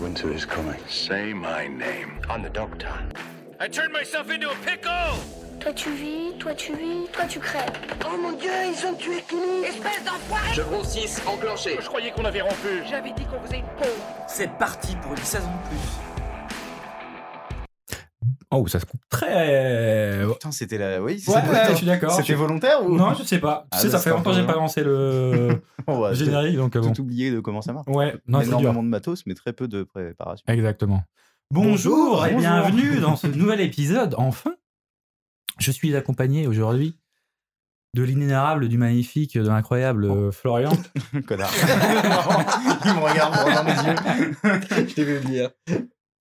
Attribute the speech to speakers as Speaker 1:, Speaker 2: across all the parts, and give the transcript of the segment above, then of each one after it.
Speaker 1: Winter is coming.
Speaker 2: Say my name. I'm the doctor. I turned myself into a pickle!
Speaker 3: Toi tu vis, toi tu vis, toi tu crèves.
Speaker 4: Oh mon dieu, ils ont tué Kimi
Speaker 5: Espèce d'enfoiré
Speaker 6: Chevron 6, enclenché.
Speaker 2: Je croyais qu'on avait rompu.
Speaker 5: J'avais dit qu'on faisait une pause.
Speaker 7: C'est parti pour une saison de plus.
Speaker 8: Oh, ça se coupe très.
Speaker 9: Putain, c'était la. Oui, c'est
Speaker 8: Ouais,
Speaker 9: bon,
Speaker 8: ouais,
Speaker 9: attends.
Speaker 8: je suis d'accord.
Speaker 9: C'était
Speaker 8: Je-
Speaker 9: volontaire ou
Speaker 8: Non, je sais pas.
Speaker 9: Ah,
Speaker 8: tu sais,
Speaker 9: bah,
Speaker 8: ça fait
Speaker 9: c'est
Speaker 8: longtemps que j'ai
Speaker 9: pas
Speaker 8: pas
Speaker 9: grave.
Speaker 8: lancé le
Speaker 9: On va
Speaker 8: générique, donc euh,
Speaker 9: tout
Speaker 8: bon.
Speaker 9: tout oublier de comment ça marche.
Speaker 8: Ouais, non, c'est dur.
Speaker 9: Énormément de matos, mais très peu de préparation.
Speaker 8: Exactement. Bonjour, et
Speaker 9: Bonjour.
Speaker 8: bienvenue dans ce nouvel épisode. Enfin, je suis accompagné aujourd'hui de l'inénarrable, du magnifique, de l'incroyable
Speaker 9: Oh.
Speaker 8: euh, Florian.
Speaker 9: Connard. Ah, Il me regarde droit dans les yeux.
Speaker 6: Je t'ai vu venir.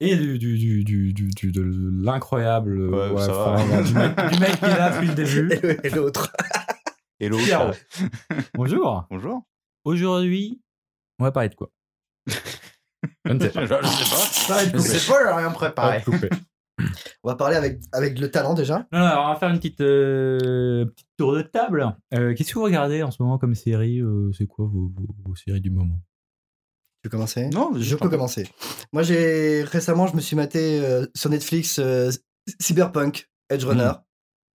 Speaker 8: et du, du, du, du, du- du- de l'incroyable euh,
Speaker 9: Ouais, ça va.
Speaker 8: Florian, du, mec, du mec qui est là depuis le début.
Speaker 6: Et l'autre.
Speaker 9: Et l'autre.
Speaker 8: Pierrot.
Speaker 9: euh,
Speaker 8: Bonjour.
Speaker 9: Bonjour.
Speaker 8: Aujourd'hui, on va parler de quoi Je ne sais pas. Ça va être
Speaker 6: Je
Speaker 8: coupé.
Speaker 6: sais
Speaker 9: pas, j'ai rien
Speaker 8: Ça va
Speaker 9: préparé.
Speaker 8: être coupé.
Speaker 6: On va parler avec, avec le talent déjà.
Speaker 8: Non, non, alors on va faire une petite, euh, petite tour de table. Euh, Qu'est-ce que vous regardez en ce moment comme série euh, C'est quoi vos, vos- vos séries du moment
Speaker 6: Tu veux commencer
Speaker 9: Non,
Speaker 6: Je peux commencer. Moi, j'ai récemment, je me suis maté euh, sur Netflix euh, Cyberpunk Edge Runner.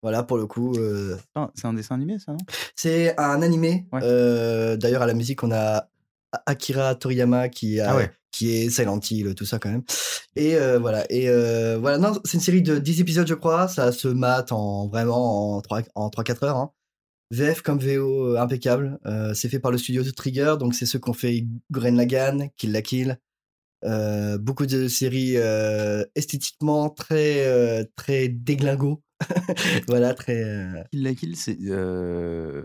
Speaker 6: Voilà, pour le coup, euh,
Speaker 9: Putain, C'est un dessin animé, ça, non
Speaker 6: c'est un animé.
Speaker 9: Ouais.
Speaker 6: Euh, D'ailleurs, à la musique, on a A- Akira Toriyama qui, a,
Speaker 9: Ah ouais.
Speaker 6: qui est Silent Hill, tout ça quand même. Et euh, voilà. Et euh, voilà. Non, c'est une série de 10 épisodes, je crois. Ça se mate en vraiment en 3 en 3-4 heures. hein. VF comme VO euh, impeccable. Euh, c'est fait par le studio Trigger, donc c'est ceux qu'on fait Gurren Lagann, Kill la Kill. Euh, beaucoup de séries euh, esthétiquement très euh, très déglingo. voilà, très. euh,
Speaker 9: Kill la Kill, c'est euh,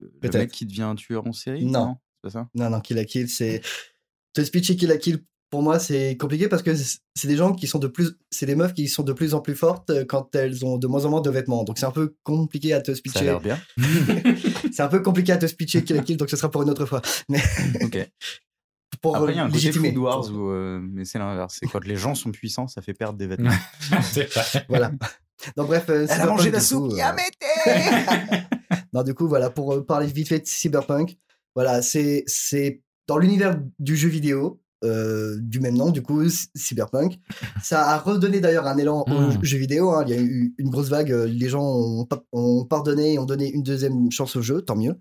Speaker 9: le
Speaker 6: Peut-être.
Speaker 9: mec qui devient un tueur en série
Speaker 6: Non.
Speaker 9: C'est pas ça
Speaker 6: Non, non, Kill la Kill,
Speaker 9: Mmh.
Speaker 6: c'est. Te speecher Kill la Kill, pour moi, c'est compliqué parce que c'est c'est des gens qui sont de plus. C'est des meufs qui sont de plus en plus fortes euh, quand elles ont de moins en moins de vêtements. Donc c'est un peu compliqué à te
Speaker 9: Ça a
Speaker 6: speecher.
Speaker 9: l'air bien.
Speaker 6: C'est un peu compliqué à te speecher Kill la Kill, donc ce sera pour une autre fois. Mais
Speaker 9: Ok.
Speaker 6: pour euh,
Speaker 9: Après, il y a un côté
Speaker 6: légitimer.
Speaker 9: Food Wars, où, euh, mais c'est l'inverse. C'est quand les gens sont puissants, ça fait perdre des vêtements.
Speaker 6: Voilà. Donc bref, euh, Cyberpunk, du coup, euh, Non, du coup, voilà, pour euh, parler vite fait de Cyberpunk, voilà, c'est c'est dans l'univers du jeu vidéo, euh, du même nom, du coup, c- Cyberpunk. Ça a redonné d'ailleurs un élan
Speaker 8: Mm.
Speaker 6: au j- jeu vidéo. hein. Il y a eu une grosse vague. euh, Les gens ont, pa- ont pardonné et ont donné une deuxième chance au jeu, tant mieux.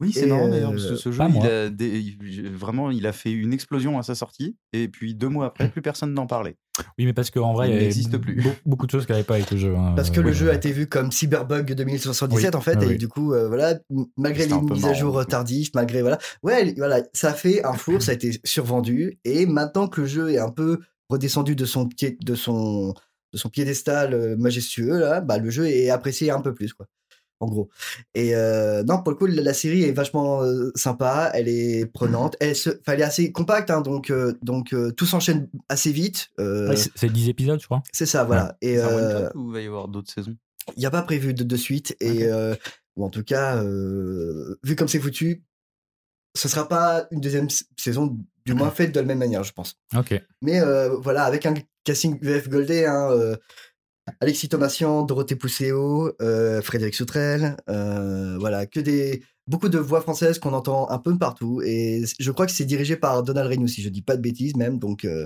Speaker 9: Oui, c'est
Speaker 6: Et,
Speaker 9: marrant d'ailleurs,
Speaker 6: euh,
Speaker 9: parce que ce jeu,
Speaker 8: pas
Speaker 9: il
Speaker 8: moi.
Speaker 9: a des- il- vraiment, il a fait une explosion à sa sortie, et puis deux mois
Speaker 8: Mmh.
Speaker 9: après, plus personne n'en parlait.
Speaker 8: Oui, mais parce qu'en vrai,
Speaker 9: Il
Speaker 8: y avait
Speaker 9: n'existe
Speaker 8: be-
Speaker 9: plus.
Speaker 8: be- Beaucoup de choses qui n'avaient pas avec le jeu. hein.
Speaker 6: Parce
Speaker 9: Euh,
Speaker 6: que le
Speaker 8: Oui.
Speaker 6: jeu a été vu comme Cyberbug 2077
Speaker 8: Oui,
Speaker 6: en fait,
Speaker 8: oui,
Speaker 6: et
Speaker 8: oui.
Speaker 6: du coup, euh, voilà, m-
Speaker 9: Ah
Speaker 6: malgré
Speaker 9: C'était
Speaker 6: les
Speaker 9: un peu
Speaker 6: mises à
Speaker 9: marrant,
Speaker 6: jour
Speaker 9: du
Speaker 6: euh,
Speaker 9: coup.
Speaker 6: tardives, malgré voilà, ouais, l- voilà, ça a fait un four, ça a été survendu, et maintenant que le jeu est un peu redescendu de son pied, de son, de son piédestal euh, majestueux là, bah le jeu est apprécié un peu plus quoi. En gros. Et euh, non, pour le coup, la, la série est vachement euh, sympa, elle est prenante, elle, se, enfin, elle est assez compacte, hein, donc, euh, donc euh, tout s'enchaîne assez vite. euh,
Speaker 8: Ouais, c'est- C'est 10 épisodes, je crois.
Speaker 6: c'est ça, voilà. Et,
Speaker 9: C'est un
Speaker 6: euh,
Speaker 9: one-shot ou il va y avoir d'autres saisons
Speaker 6: il n'y a pas prévu de, de suite et
Speaker 9: Ok.
Speaker 6: euh, ou en tout cas euh, vu comme c'est foutu ce sera pas une deuxième s- saison du moins faite de la même manière je pense
Speaker 8: Ok.
Speaker 6: mais euh, voilà avec un casting VF Goldé hein, euh, Alexis Thomasian Dorothée Pousseau euh, Frédéric Soutrel euh, voilà que des beaucoup de voix françaises qu'on entend un peu partout et c- je crois que c'est dirigé par Donald Reynolds si je dis pas de bêtises même donc euh,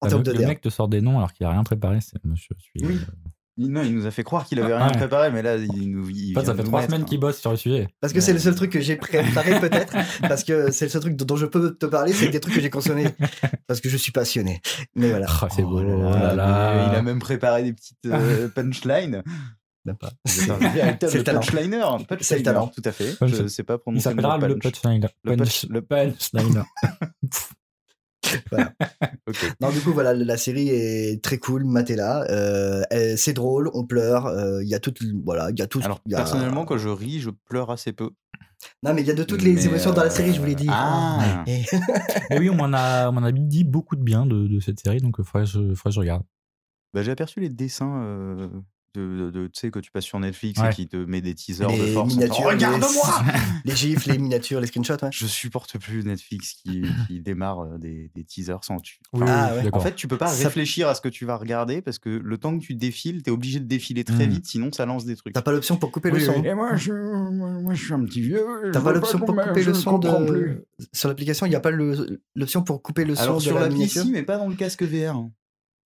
Speaker 6: en
Speaker 8: Bah,
Speaker 6: termes
Speaker 8: le,
Speaker 6: de
Speaker 8: le
Speaker 6: DA.
Speaker 8: mec te sort des noms alors qu'il a rien préparé. c'est- moi, Je suis. euh,
Speaker 6: Oui.
Speaker 9: Il- Non, il nous a fait croire qu'il avait
Speaker 8: Ah,
Speaker 9: rien
Speaker 8: ouais.
Speaker 9: préparé, mais là, il nous. il
Speaker 8: Enfin, ça
Speaker 9: vient
Speaker 8: fait
Speaker 9: nous
Speaker 8: trois
Speaker 9: mettre,
Speaker 8: semaines
Speaker 9: hein.
Speaker 8: qu'il bosse sur le sujet.
Speaker 6: Parce que c'est le seul truc que j'ai préparé peut-être, parce que c'est le seul truc dont je peux te parler, c'est des trucs que j'ai consommés, parce que je suis passionné. Mais voilà.
Speaker 8: Ah, c'est
Speaker 9: Oh
Speaker 8: beau.
Speaker 9: là là,
Speaker 8: oh là là. Ah.
Speaker 9: mais Il a même préparé des petites euh, punchlines.
Speaker 6: Même pas.
Speaker 9: C'est un véritable
Speaker 6: C'est le talent.
Speaker 9: punchliner. punchliner,
Speaker 6: C'est le talent.
Speaker 9: Tout à fait.
Speaker 8: Punch-
Speaker 9: Je sais pas
Speaker 8: Il
Speaker 9: prononcer le
Speaker 8: s'appellera
Speaker 9: mot
Speaker 8: le
Speaker 9: punch.
Speaker 8: Punchliner.
Speaker 9: Le
Speaker 8: Punch-
Speaker 9: punch- le-
Speaker 8: Punchliner.
Speaker 9: Ok.
Speaker 6: Non, du coup, voilà, la série est très cool, Matela. Euh, elle- c'est drôle, on pleure. euh, Il y a tout, voilà, il y a tout.
Speaker 9: Alors,
Speaker 6: il y a-
Speaker 9: personnellement, quand je ris, je pleure assez peu.
Speaker 6: Non, mais il y a de toutes les
Speaker 9: Mais,
Speaker 6: émotions dans la série, je vous l'ai
Speaker 9: euh,
Speaker 6: dit.
Speaker 9: Ah.
Speaker 6: Et-
Speaker 8: Mais oui, on m'en a, on m'en a dit euh,
Speaker 9: Ah
Speaker 8: beaucoup de bien de, de cette série, donc il faudrait que je, faudrait que je regarde.
Speaker 9: Bah, j'ai aperçu les dessins euh, de, de- tu sais, que tu passes sur Netflix
Speaker 8: Ouais.
Speaker 9: et qui te met des teasers
Speaker 6: Les
Speaker 9: de force. en disant,
Speaker 6: miniatures, les-
Speaker 9: Regarde-moi
Speaker 6: les gifs, les miniatures, les screenshots, ouais.
Speaker 9: Je supporte plus Netflix qui, qui démarre euh, des, des teasers sans tu.
Speaker 8: Oui,
Speaker 9: Enfin,
Speaker 6: Ah,
Speaker 8: oui,
Speaker 6: ouais.
Speaker 9: en
Speaker 8: d'accord.
Speaker 9: fait, tu peux pas
Speaker 6: Ça-
Speaker 9: réfléchir à ce que tu vas regarder parce que le temps que tu défiles, t'es obligé de défiler très
Speaker 8: Mm.
Speaker 9: vite, sinon ça lance des trucs.
Speaker 6: Mmh. T'as pas l'option pour couper le
Speaker 9: Oui,
Speaker 6: son.
Speaker 9: oui. Et moi, je, moi, moi, je suis un petit vieux.
Speaker 6: T'as
Speaker 9: je
Speaker 6: pas
Speaker 9: veux
Speaker 6: l'option
Speaker 9: qu'on
Speaker 6: pour
Speaker 9: m'a-
Speaker 6: couper
Speaker 9: je
Speaker 6: le son
Speaker 9: comprends
Speaker 6: de-
Speaker 9: plus.
Speaker 6: Sur l'application, il n'y a pas le- l'option pour couper le son
Speaker 9: Alors
Speaker 6: de
Speaker 9: sur
Speaker 6: la
Speaker 9: l'appli,
Speaker 6: miniature.
Speaker 9: si, mais pas dans le casque VR.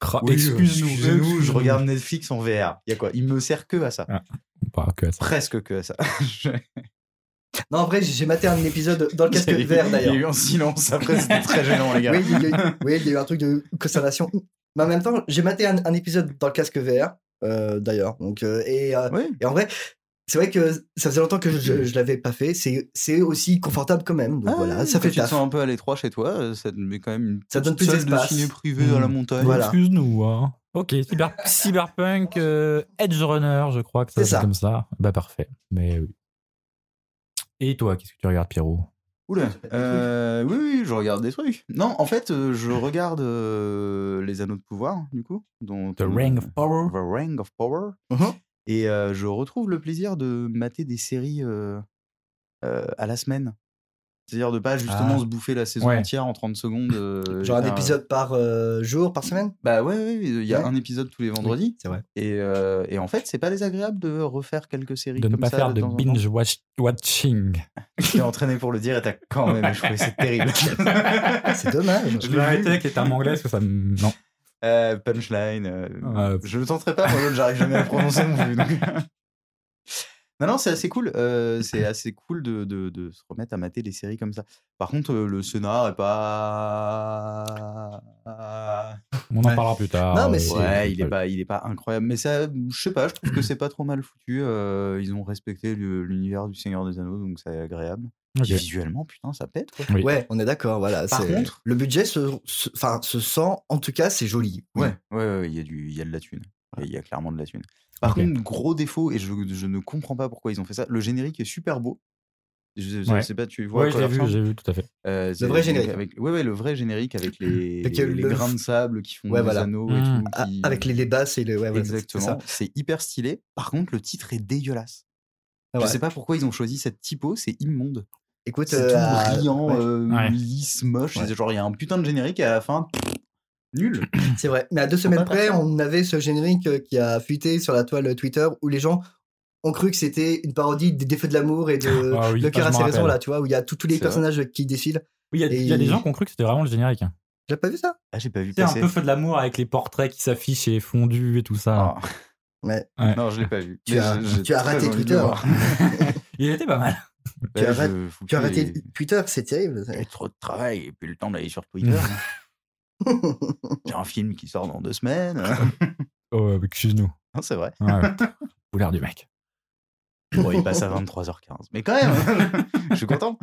Speaker 8: Cra-
Speaker 9: Oui,
Speaker 8: Ah, Excuse-nous,
Speaker 9: excusez-nous, je
Speaker 8: excuse-nous.
Speaker 9: regarde Netflix en VR. Il y a quoi Il me sert que à ça.
Speaker 8: Pas que ça.
Speaker 9: Presque que à ça. Je-
Speaker 6: Non, en vrai, j'ai- j'ai maté un épisode dans le casque
Speaker 9: Il y a eu-
Speaker 6: vert
Speaker 9: Il y a
Speaker 6: d'ailleurs.
Speaker 9: eu un silence après, c'était très gênant, les gars.
Speaker 6: Oui, il y a eu- oui, il y a eu un truc de consternation. Mais en même temps, j'ai maté un, un épisode dans le casque vert euh, d'ailleurs. Donc, euh, et, euh,
Speaker 9: Oui.
Speaker 6: et en vrai, c'est vrai que ça faisait longtemps que je, je l'avais pas fait. C'est c'est aussi confortable quand même. Donc
Speaker 9: Ah,
Speaker 6: voilà, ça
Speaker 9: quand
Speaker 6: fait
Speaker 9: tu te
Speaker 6: taf.
Speaker 9: sens un peu à l'étroit chez toi, euh, ça te met quand même une
Speaker 6: Ça donne
Speaker 9: petite
Speaker 6: plus
Speaker 9: salle
Speaker 6: d'espace. Mmh.
Speaker 9: de ciné privé à la
Speaker 8: Mm.
Speaker 9: montagne.
Speaker 6: Voilà.
Speaker 8: Excuse-nous. hein. Ok, cyber- Cyberpunk, euh, Edge Runner, je crois que ça
Speaker 6: C'est
Speaker 8: s'appelle
Speaker 6: ça.
Speaker 8: comme ça. Bah parfait. Mais oui. Et toi, qu'est-ce que tu regardes, Pierrot
Speaker 9: Oula,
Speaker 6: Tu fais des
Speaker 9: euh, oui, oui, je regarde des trucs. Non, en fait, euh, je regarde euh, Les Anneaux de Pouvoir, du coup. Dont,
Speaker 8: The Ring of Power.
Speaker 9: The Ring of Power.
Speaker 6: Mhm.
Speaker 9: Et euh, je retrouve le plaisir de mater des séries euh, euh, à la semaine. C'est-à-dire de pas justement
Speaker 8: Ah.
Speaker 9: se bouffer la saison
Speaker 8: Ouais.
Speaker 9: entière en 30 secondes. euh, et
Speaker 6: Genre un
Speaker 9: faire, euh,
Speaker 6: épisode par euh, jour, par semaine.
Speaker 9: Bah ouais, ouais, il y a
Speaker 6: Ouais.
Speaker 9: un épisode tous les vendredis.
Speaker 6: C'est vrai.
Speaker 9: Et, euh, et en fait, c'est pas désagréable de refaire quelques séries
Speaker 8: De ne
Speaker 9: comme
Speaker 8: pas
Speaker 9: ça
Speaker 8: faire de
Speaker 9: temps en temps.
Speaker 8: binge watch- watching.
Speaker 9: Je t'ai entraîné pour le dire et t'as quand même échoué, c'est terrible.
Speaker 6: Ah, C'est dommage.
Speaker 9: Je l'ai arrêté avec
Speaker 8: les termes anglais parce que ça me. Non.
Speaker 9: Euh, punchline. euh,
Speaker 8: Ouais.
Speaker 9: je ne tenterai pas, moi l'autre, j'arrive jamais à prononcer non plus. donc. Non, non, c'est assez cool. euh, c'est assez cool de, de- de se remettre à mater les séries comme ça. Par contre, euh, le scénar est pas.
Speaker 8: On en
Speaker 6: Ouais.
Speaker 8: parlera plus tard.
Speaker 6: Non, mais
Speaker 8: Euh,
Speaker 6: c'est-
Speaker 9: Ouais, il est pas, il est pas incroyable. Mais ça, je sais pas, je trouve que c'est pas trop mal foutu. euh, ils ont respecté le- l'univers du Seigneur des Anneaux, donc c'est agréable.
Speaker 8: Ok.
Speaker 9: Puis Visuellement, putain, ça pète. quoi.
Speaker 8: Oui.
Speaker 6: Ouais, on est d'accord. Voilà.
Speaker 9: Par
Speaker 6: c'est-
Speaker 9: contre-
Speaker 6: le budget se, se- enfin, se sent. En tout cas, c'est joli. Oui.
Speaker 9: Ouais, ouais, ouais, il y a du, il y a de la thune. Il y a clairement de la thune. Par
Speaker 8: Ok.
Speaker 9: contre, gros défaut, et je, je ne comprends pas pourquoi ils ont fait ça. Le générique est super beau. Je, je
Speaker 8: Ouais.
Speaker 9: sais pas, tu vois.
Speaker 8: Ouais,
Speaker 9: à
Speaker 8: je
Speaker 9: quoi
Speaker 8: l'ai
Speaker 9: il
Speaker 8: vu,
Speaker 9: ressemble
Speaker 8: j'ai vu, tout à fait.
Speaker 9: Euh, c'est-
Speaker 6: vrai
Speaker 9: donc
Speaker 6: générique.
Speaker 9: Avec, ouais, ouais, le vrai générique avec les,
Speaker 6: Avec le-
Speaker 9: les
Speaker 6: le-
Speaker 9: grains de sable qui font
Speaker 6: Ouais,
Speaker 9: des
Speaker 6: voilà.
Speaker 9: anneaux et
Speaker 8: Mm.
Speaker 9: tout,
Speaker 6: Ah,
Speaker 9: qui-
Speaker 6: avec les, les basses et le. Ouais, voilà, c'est- c'est ça.
Speaker 9: Exactement. C'est hyper stylé. Par contre, le titre est dégueulasse.
Speaker 6: Ah
Speaker 9: Je
Speaker 6: ouais.
Speaker 9: sais pas pourquoi ils ont choisi cette typo, c'est immonde.
Speaker 6: Écoute,
Speaker 9: C'est
Speaker 6: euh,
Speaker 9: tout
Speaker 6: à-
Speaker 9: brillant,
Speaker 6: ouais,
Speaker 9: euh,
Speaker 8: Ouais.
Speaker 9: lisse, moche.
Speaker 6: Ouais.
Speaker 9: C'est Genre, il y a un putain de générique et à la fin, pff, nul.
Speaker 6: c'est vrai. Mais à deux semaines près, on avait ce générique euh, qui a fuité sur la toile Twitter où les gens ont cru que c'était une parodie des défauts de l'amour et de
Speaker 8: Ah oui,
Speaker 6: le
Speaker 8: ah,
Speaker 6: cœur
Speaker 8: je m'en
Speaker 6: à ses raisons
Speaker 8: rappelle.
Speaker 6: là, tu vois, où il y a tout- tous les
Speaker 9: C'est
Speaker 6: personnages qui défilent.
Speaker 8: Oui, il y a- il y, a
Speaker 6: Et-
Speaker 8: des gens qui ont cru que c'était vraiment le générique. hein.
Speaker 6: J'ai pas vu ça.
Speaker 9: Ah, j'ai pas vu
Speaker 8: C'est un
Speaker 9: passer.
Speaker 8: peu feu de l'amour avec les portraits qui s'affichent et fondus et tout ça.
Speaker 9: Ah.
Speaker 6: Ouais.
Speaker 8: Ouais.
Speaker 9: Non, je l'ai pas vu.
Speaker 6: Tu
Speaker 9: Mais
Speaker 6: as-
Speaker 9: je- j'ai
Speaker 6: tu as
Speaker 9: très
Speaker 6: raté
Speaker 9: envie de le
Speaker 6: Twitter.
Speaker 9: voir.
Speaker 8: Il était pas mal.
Speaker 9: Ouais,
Speaker 6: as
Speaker 9: je-
Speaker 6: raté-
Speaker 9: faut
Speaker 6: Tu as
Speaker 9: plus
Speaker 6: raté
Speaker 9: les-
Speaker 6: Twitter, c'est terrible. ça.
Speaker 9: j'ai trop de travail et puis le temps d'aller sur Twitter. J'ai un film qui sort dans deux semaines.
Speaker 8: Oh, euh, excuse-nous. Ah,
Speaker 9: Non, c'est vrai.
Speaker 8: Ouais. Boulard du mec.
Speaker 9: Bon, il passe à 23h15. Mais quand même, je suis content.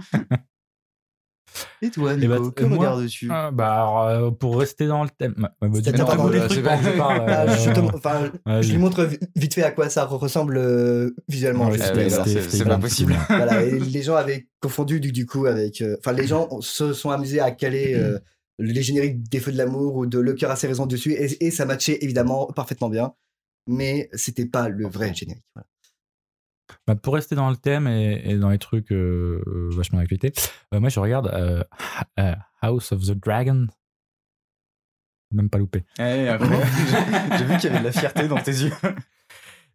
Speaker 9: Et toi,
Speaker 8: Eh
Speaker 9: Nico,
Speaker 8: ben,
Speaker 9: que
Speaker 8: euh, moi,
Speaker 9: regardes-tu
Speaker 8: Ah, bah, alors, euh, pour rester dans le thème. Bah, bah,
Speaker 6: C'est-à-dire,
Speaker 8: dis-moi,
Speaker 6: pardon,
Speaker 8: dis-moi des
Speaker 9: là,
Speaker 8: trucs
Speaker 9: c'est
Speaker 8: pendant
Speaker 9: pas-
Speaker 8: que je parle,
Speaker 6: Ah,
Speaker 8: euh,
Speaker 6: je te- enfin,
Speaker 8: vas-y.
Speaker 6: je lui montre vi- vite fait à quoi ça ressemble euh, visuellement.
Speaker 8: Ouais,
Speaker 6: je
Speaker 9: Ah
Speaker 6: sais
Speaker 9: ouais,
Speaker 6: pas.
Speaker 9: alors, c'est-
Speaker 8: c'était
Speaker 9: c'est pas
Speaker 8: Ivan
Speaker 9: possible.
Speaker 8: Simon.
Speaker 6: voilà, et les gens avaient confondu du, du coup avec. euh, Enfin, les gens ont- se sont amusés à caler euh, les génériques des Feux de l'amour ou de Le cœur à ses raisons dessus, et, et ça matchait évidemment parfaitement bien, mais c'était pas le vrai générique. voilà.
Speaker 8: Bah, pour rester dans le thème et, et dans les trucs euh, euh, vachement d'actualité, euh, moi je regarde euh, Ha- euh, House of the Dragon. Même pas loupé.
Speaker 9: Eh, vraiment, J'ai j'ai vu qu'il y avait de la fierté dans tes yeux.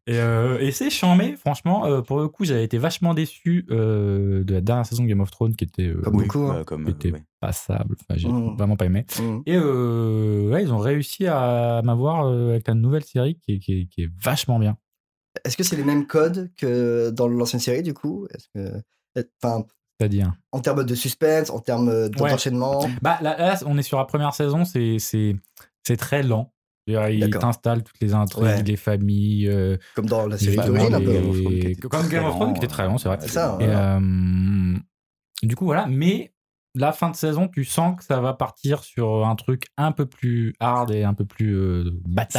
Speaker 8: Et, euh, et c'est chambé, franchement. euh, pour le coup, j'avais été vachement déçu euh, de la dernière saison de Game of Thrones qui était euh,
Speaker 6: Comme beaucoup, hein.
Speaker 9: bah, comme, euh,
Speaker 8: C'était-
Speaker 9: ouais.
Speaker 8: passable. Enfin, j'ai
Speaker 6: Mm.
Speaker 8: vraiment pas aimé.
Speaker 6: Mm.
Speaker 8: Et euh, ouais, ils ont réussi à m'avoir euh, avec la nouvelle série qui est, qui est- qui est vachement bien.
Speaker 6: Est-ce que c'est les mêmes codes que dans l'ancienne série du coup Est-ce que- euh, Enfin,
Speaker 8: C'est-à-dire.
Speaker 6: en termes de suspense, en termes euh,
Speaker 8: Ouais.
Speaker 6: d'enchaînement.
Speaker 8: Bah, là, là, on est sur la première saison, c'est, c'est, c'est très lent. C'est-à-dire, Ils
Speaker 6: D'accord.
Speaker 8: t'installent toutes les intrigues,
Speaker 6: Ouais.
Speaker 8: les familles. euh,
Speaker 6: Comme dans la
Speaker 8: les
Speaker 6: série
Speaker 9: pas
Speaker 8: familles,
Speaker 6: d'origine, un
Speaker 9: Bah,
Speaker 6: peu.
Speaker 9: Game of Thrones qui
Speaker 8: les-
Speaker 9: était
Speaker 8: hein. Comme
Speaker 9: très
Speaker 8: Game of
Speaker 9: lent,
Speaker 8: Thrones qui était très lent, c'est vrai.
Speaker 9: euh,
Speaker 6: C'est ça,
Speaker 8: Et,
Speaker 6: ouais.
Speaker 8: euh, du coup, voilà. Mais la fin de saison, tu sens que ça va partir sur un truc un peu plus hard et un peu plus euh,
Speaker 6: Ça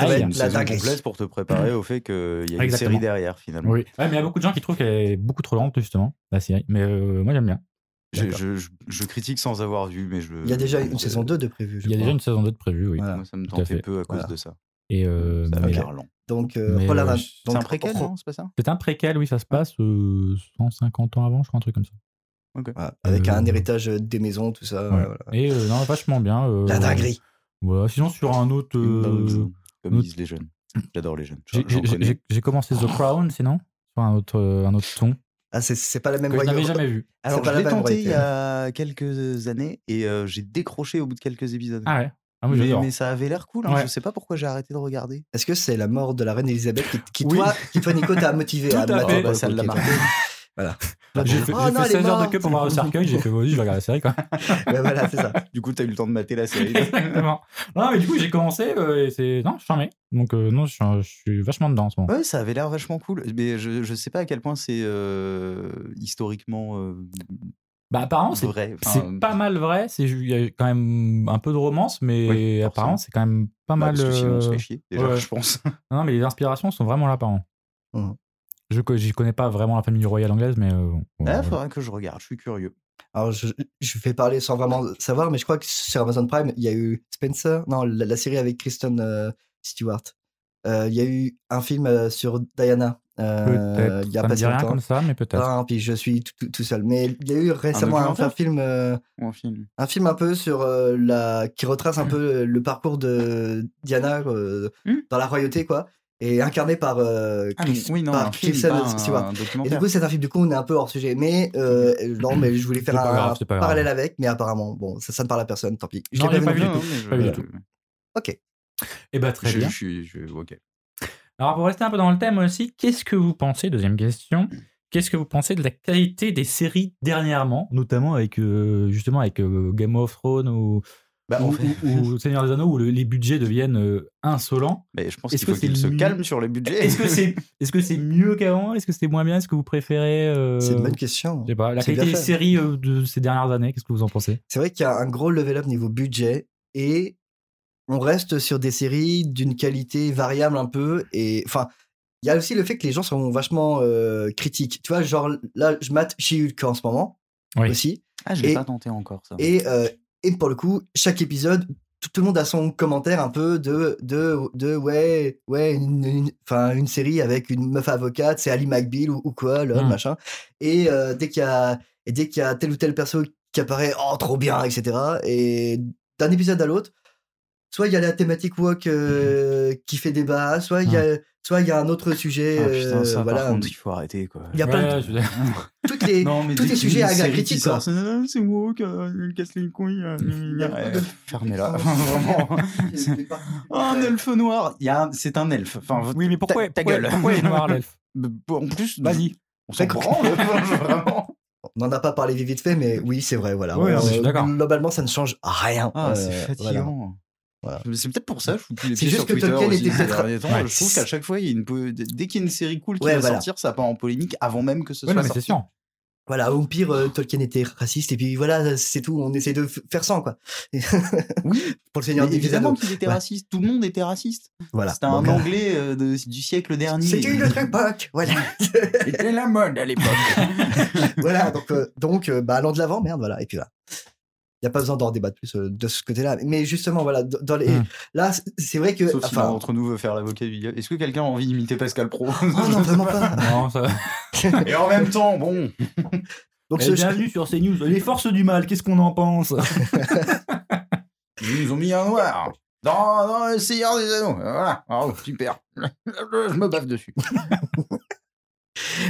Speaker 6: va
Speaker 8: bataille.
Speaker 9: Une
Speaker 6: la
Speaker 9: saison
Speaker 6: dinguerie.
Speaker 9: complète pour te préparer au fait qu'il y a une
Speaker 8: Exactement.
Speaker 9: série derrière finalement.
Speaker 8: Oui. Ouais, mais il y a beaucoup de gens qui trouvent qu'elle est beaucoup trop lente, justement, la série. Mais euh, moi, j'aime bien.
Speaker 9: Je,
Speaker 8: D'accord.
Speaker 9: je- je- je critique sans avoir vu, mais je.
Speaker 6: Il y a déjà une
Speaker 9: Moi,
Speaker 6: saison 2 de prévu. je
Speaker 8: Il y a
Speaker 6: crois.
Speaker 8: déjà une saison 2 de prévue, oui.
Speaker 6: Voilà.
Speaker 9: Moi, ça me
Speaker 8: Tout à
Speaker 9: tentait
Speaker 8: fait.
Speaker 9: peu à cause
Speaker 6: Voilà.
Speaker 9: de ça.
Speaker 8: Et euh,
Speaker 9: Ça
Speaker 8: mais
Speaker 9: avait
Speaker 8: là-
Speaker 9: l'air lent.
Speaker 6: Donc, euh,
Speaker 8: Mais,
Speaker 6: Roland
Speaker 8: euh,
Speaker 6: Am-
Speaker 8: c'est
Speaker 9: C'est
Speaker 6: donc,
Speaker 9: un préquel,
Speaker 6: Ro-
Speaker 9: non C'est pas ça
Speaker 8: C'est un préquel, oui, ça se passe euh, 150 ans avant, je crois, un truc comme ça.
Speaker 6: voilà, avec un
Speaker 8: Euh,
Speaker 6: héritage euh, des maisons, tout ça.
Speaker 8: Ouais.
Speaker 6: euh, voilà.
Speaker 8: Et euh, non, vachement bien. euh,
Speaker 6: La dinguerie.
Speaker 8: voilà. Sinon, sur un autre. euh,
Speaker 9: Comme disent les jeunes. J'adore les jeunes. J'en-
Speaker 8: j'ai-
Speaker 9: j'en
Speaker 8: j'ai-
Speaker 9: connais.
Speaker 8: J'ai j'ai commencé The Crown, sinon, sur un autre, euh, un autre ton
Speaker 6: Ah, c'est- c'est pas la même
Speaker 8: que je
Speaker 6: voyure.
Speaker 8: n'avais jamais vu.
Speaker 9: Alors,
Speaker 6: pas
Speaker 9: je
Speaker 6: la
Speaker 9: l'ai
Speaker 6: même
Speaker 9: tenté il y
Speaker 6: réalité.
Speaker 9: a quelques années et euh, j'ai décroché au bout de quelques épisodes.
Speaker 8: Ah ouais Ah oui,
Speaker 9: mais,
Speaker 8: j'adore.
Speaker 9: mais ça avait l'air cool. hein.
Speaker 8: Ouais.
Speaker 9: Je sais pas pourquoi j'ai arrêté de regarder.
Speaker 6: Est-ce que c'est la mort de la reine Elisabeth qui, qui
Speaker 8: Oui.
Speaker 6: toi, qui toi, Nico, t'a motivé
Speaker 8: Tout
Speaker 6: à
Speaker 8: à
Speaker 6: me mettre
Speaker 8: fait.
Speaker 6: au
Speaker 9: Bah, ça
Speaker 6: boycott,
Speaker 9: l'a
Speaker 6: ok,
Speaker 9: marqué.
Speaker 8: J'ai fait,
Speaker 6: Oh
Speaker 8: j'ai
Speaker 6: non,
Speaker 8: fait
Speaker 6: elle est
Speaker 8: 16 heures de
Speaker 6: morte.
Speaker 8: queue pour voir Cercueil, j'ai fait, vas-y, je vais regarder la série, quoi.
Speaker 6: toi. Ouais, voilà, c'est ça.
Speaker 9: Du coup, t'as eu le temps de mater la série.
Speaker 8: Exactement. Non, mais du coup, j'ai commencé euh, et c'est. Non, je suis charmé. Donc, euh, non, je suis, je suis vachement dedans en ce moment.
Speaker 9: ouais, ça avait l'air vachement cool. Mais je, je sais pas à quel point c'est euh, historiquement euh,
Speaker 8: Bah, apparemment, c'est
Speaker 9: vrai. Enfin,
Speaker 8: c'est pas mal vrai. c'est ju- Il y a quand même un peu de romance, mais
Speaker 9: Oui, forcément.
Speaker 8: apparemment, c'est quand même pas
Speaker 9: bah,
Speaker 8: mal.
Speaker 9: parce que sinon, on se
Speaker 8: euh,
Speaker 9: fait chier, déjà,
Speaker 8: ouais.
Speaker 9: je pense.
Speaker 8: Non, mais les inspirations sont vraiment là, apparemment.
Speaker 6: Mhm.
Speaker 8: Je co- j'y connais pas vraiment la famille royale anglaise, mais. euh, bon,
Speaker 9: Ah,
Speaker 8: voilà.
Speaker 9: faudrait que je regarde, je suis curieux.
Speaker 6: Alors, je, je vais parler sans vraiment savoir, mais je crois que sur Amazon Prime, il y a eu Spencer, non, la, la série avec Kristen euh, Stewart. Euh, Il y a eu un film euh, sur Diana. euh,
Speaker 8: Peut-être.
Speaker 6: il y a
Speaker 8: ça me
Speaker 6: pas
Speaker 8: dit
Speaker 6: si
Speaker 8: rien
Speaker 6: longtemps.
Speaker 8: comme ça, mais peut-être.
Speaker 6: Hein, puis je suis tout, tout- tout seul. Mais il y a eu récemment un,
Speaker 9: documentaire
Speaker 6: film, euh,
Speaker 9: Ou un film.
Speaker 6: un film un peu sur euh, la qui retrace
Speaker 8: Mmh.
Speaker 6: un peu le parcours de Diana euh,
Speaker 9: Hmm.
Speaker 6: dans la royauté, quoi, et incarné par euh,
Speaker 9: Ah, mais
Speaker 6: Chris-
Speaker 9: oui, non,
Speaker 6: par
Speaker 9: un film,
Speaker 6: Kristen
Speaker 9: pas un,
Speaker 6: Stewart.
Speaker 9: un
Speaker 6: et du
Speaker 9: documentaire.
Speaker 6: coup, c'est un film, du coup, on est un peu hors sujet. Mais euh, non, mais je voulais faire
Speaker 8: C'est pas
Speaker 6: un
Speaker 8: grave, c'est pas grave.
Speaker 6: parallèle avec, mais apparemment, bon, ça, ça ne parle à personne, tant pis. Je
Speaker 8: Non,
Speaker 6: l'ai
Speaker 8: j'ai
Speaker 6: vu
Speaker 8: pas
Speaker 6: non
Speaker 8: vu du
Speaker 6: plus.
Speaker 8: tout,
Speaker 9: mais
Speaker 8: pas
Speaker 9: je-
Speaker 8: du tout.
Speaker 6: Ok.
Speaker 8: Et bah, très
Speaker 9: je-
Speaker 8: bien.
Speaker 9: Je suis. je- Ok.
Speaker 8: Alors, pour rester un peu dans le thème aussi, qu'est-ce que vous pensez, deuxième question, qu'est-ce que vous pensez de la qualité des séries dernièrement, notamment avec, euh, justement, avec euh, Game of Thrones ou,
Speaker 9: Bah, en
Speaker 8: ou,
Speaker 9: fait,
Speaker 8: ou- ou Seigneur des Anneaux, où le- les budgets deviennent euh, insolents
Speaker 9: mais je pense
Speaker 8: Est-ce
Speaker 9: qu'il faut
Speaker 8: que c'est
Speaker 9: qu'il se
Speaker 8: le-
Speaker 9: calme sur le budget.
Speaker 8: Est-ce que c'est est -ce c'est mieux qu'avant Est-ce que c'est moins bien Est-ce que vous préférez euh,
Speaker 6: C'est une bonne question.
Speaker 8: je sais pas, la
Speaker 6: C'est
Speaker 8: qualité
Speaker 6: bien
Speaker 8: des
Speaker 6: fait.
Speaker 8: séries euh, de ces dernières années, qu'est-ce que vous en pensez
Speaker 6: C'est vrai qu'il y a un gros level up niveau budget et on reste sur des séries d'une qualité variable un peu. Et enfin, il y a aussi le fait que les gens sont vachement euh, critiques. Tu vois, genre là, je mate She-Hulk en ce moment
Speaker 8: Oui.
Speaker 6: aussi.
Speaker 9: Ah, je
Speaker 6: Et-
Speaker 9: l'ai pas tenté encore, ça.
Speaker 6: Et, euh, et pour le coup, chaque épisode, tout, tout le monde a son commentaire un peu de, de, de ouais, ouais, une, une- enfin, une série avec une meuf avocate, c'est Ali McBeal ou, ou quoi, le
Speaker 9: Mmh.
Speaker 8: Mm.
Speaker 6: machin. Et euh, dès qu'il y a, et dès qu'il y a tel ou tel perso qui apparaît, oh, trop bien, etc. Et d'un épisode à l'autre, soit il y a la thématique woke euh, qui fait débat, soit il y a, soit il y a un autre sujet,
Speaker 9: Mmh. Ah, putain,
Speaker 6: euh,
Speaker 9: ça,
Speaker 6: voilà.
Speaker 9: par contre, il faut arrêter, quoi.
Speaker 6: Il y a plein de-
Speaker 8: Ouais, je-
Speaker 6: toutes les,
Speaker 9: Non, mais
Speaker 6: tous
Speaker 9: dès
Speaker 6: les
Speaker 9: qu'il y a
Speaker 6: sujets
Speaker 9: une
Speaker 6: à la
Speaker 9: série
Speaker 6: critique,
Speaker 9: qui
Speaker 6: quoi.
Speaker 9: sort, C'est euh, c'est woke, euh, il casse les couilles. euh, gna, gna, gna. Euh, Fermez-la, vraiment. Oh, un elfe noir. Il y a un- C'est un elfe. Enfin,
Speaker 8: Oui, mais pourquoi,
Speaker 9: Ta- ta
Speaker 8: pourquoi-
Speaker 9: gueule.
Speaker 8: pourquoi il est noir, l'elfe
Speaker 9: en plus,
Speaker 8: Vas-y.
Speaker 9: on s'en branle, vraiment.
Speaker 6: On n'en a pas parlé vite fait, mais oui, c'est vrai, voilà.
Speaker 8: Ouais,
Speaker 6: Euh,
Speaker 8: je suis d'accord.
Speaker 6: Globalement, ça ne change rien.
Speaker 9: Ah, c'est
Speaker 6: Euh,
Speaker 9: fatigant.
Speaker 6: Voilà.
Speaker 9: C'est peut-être pour ça que je vous
Speaker 6: C'est juste que Tolkien était peut-être-
Speaker 8: Ouais.
Speaker 9: Je trouve qu'à chaque fois, il y a une po- dès qu'il y a une série cool qui
Speaker 6: Ouais,
Speaker 9: va
Speaker 6: voilà.
Speaker 9: sortir, ça part en polémique avant même que ce
Speaker 8: Oui, non,
Speaker 9: soit
Speaker 8: mais c'est
Speaker 9: sorti.
Speaker 8: sûr.
Speaker 6: Voilà, au pire, euh, Tolkien était raciste, et puis voilà, c'est tout, on essaie de f- faire sans, quoi.
Speaker 9: Oui, mais
Speaker 6: Pour le Seigneur des
Speaker 9: évidemment
Speaker 6: Anneaux.
Speaker 9: qu'il était
Speaker 6: Ouais.
Speaker 9: raciste. Tout le monde était raciste.
Speaker 6: Voilà.
Speaker 9: C'était
Speaker 6: Bon,
Speaker 9: un
Speaker 6: voilà.
Speaker 9: anglais euh, de- du siècle dernier.
Speaker 6: C'était une autre époque, voilà.
Speaker 9: C'était la mode à l'époque.
Speaker 6: voilà, donc, euh, donc euh, bah, allons de l'avant, merde, voilà, et puis voilà. Il n'y a pas besoin d'en débattre plus euh, de ce côté-là. Mais justement, voilà, d- dans les...
Speaker 8: Hmm.
Speaker 6: là, c- c'est vrai que.
Speaker 9: Sauf si l'un
Speaker 6: enfin,
Speaker 9: d'entre nous veut faire l'avocat du diable. Est-ce que quelqu'un a envie d'imiter Pascal Pro
Speaker 6: oh non, vraiment pas.
Speaker 8: Non, ça-
Speaker 9: Et en même temps, bon.
Speaker 6: Donc,
Speaker 8: Eh,
Speaker 6: ce-
Speaker 8: bienvenue sur CNews. Les forces du mal, qu'est-ce qu'on en pense
Speaker 9: Ils nous ont mis un noir dans, dans le Seigneur des Anneaux. Voilà, Oh, super. Je me baffe dessus.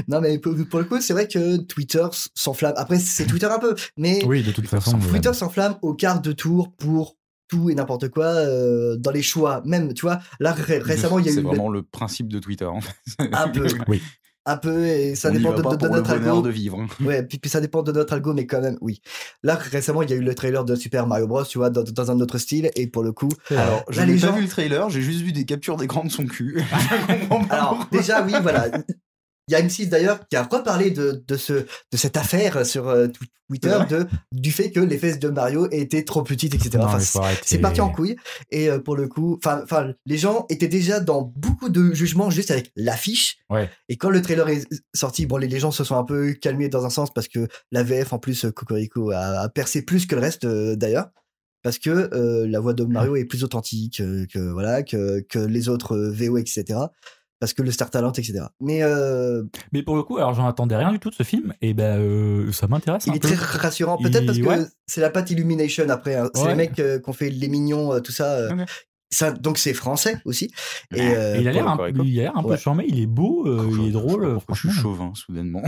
Speaker 6: non, mais pour, pour le coup, c'est vrai que Twitter s- s'enflamme. Après, c'est Twitter un peu, mais.
Speaker 8: Oui, de toute façon. euh,
Speaker 6: Twitter s'enflamme au quart de tour pour tout et n'importe quoi euh, dans les choix. Même, tu vois, là ré- récemment, il y a
Speaker 9: C'est
Speaker 6: eu
Speaker 9: vraiment le principe de Twitter. En fait.
Speaker 6: un peu,
Speaker 8: Oui.
Speaker 6: un peu, et ça
Speaker 9: On y
Speaker 6: dépend
Speaker 9: va
Speaker 6: de,
Speaker 9: pas
Speaker 6: de- de
Speaker 9: pour le
Speaker 6: notre
Speaker 9: bonheur
Speaker 6: algo.
Speaker 9: de vivre. hein.
Speaker 6: Ouais, puis, puis ça dépend de notre algo, mais quand même, oui. Là récemment, il y a eu le trailer de Super Mario Bros. Tu vois, dans, dans un autre style, et pour le coup,
Speaker 9: Alors, je
Speaker 6: Là,
Speaker 9: n'ai
Speaker 6: les
Speaker 9: pas
Speaker 6: gens-
Speaker 9: vu le trailer, j'ai juste vu des captures d'écran de son cul. Je comprends pas
Speaker 6: alors
Speaker 9: pourquoi.
Speaker 6: déjà, oui, voilà. Il y a M6 d'ailleurs qui a reparlé de, de, ce, de cette affaire sur euh, tw- Twitter de, du fait que les fesses de Mario étaient trop petites, etc.
Speaker 8: non,
Speaker 6: Enfin,
Speaker 8: mais faut arrêter.
Speaker 6: C'est parti en couille. Et euh, pour le coup, enfin, enfin, les gens étaient déjà dans beaucoup de jugements juste avec l'affiche.
Speaker 8: Ouais.
Speaker 6: Et quand le trailer est sorti, bon, les, les gens se sont un peu calmés dans un sens parce que la VF, en plus, euh, Cocorico a, a percé plus que le reste euh, d'ailleurs. parce que euh, la voix
Speaker 8: Ah.
Speaker 6: de Mario est plus authentique euh, que voilà que, que les autres euh, VO etc parce que le Star Talent etc mais euh,
Speaker 8: Mais pour le coup, alors j'en attendais rien du tout de ce film, et ben euh, ça m'intéresse. un
Speaker 6: il est
Speaker 8: peu.
Speaker 6: très rassurant peut-être
Speaker 8: Il-
Speaker 6: parce que
Speaker 8: ouais.
Speaker 6: c'est la patte Illumination après hein. c'est
Speaker 8: Ouais.
Speaker 6: les mecs euh, qu'on fait les mignons euh, tout ça, euh,
Speaker 8: Ok.
Speaker 6: ça donc c'est français aussi et
Speaker 8: Et
Speaker 6: euh,
Speaker 8: Bah, il a l'air
Speaker 9: pour
Speaker 8: un,
Speaker 9: le Corico.
Speaker 8: il a l'air un peu
Speaker 6: Ouais.
Speaker 8: charmé, il est beau, euh,
Speaker 9: Je-
Speaker 8: il
Speaker 9: je-
Speaker 8: est drôle.
Speaker 9: je- Pourquoi je suis
Speaker 8: franchement.
Speaker 9: chauvin, soudainement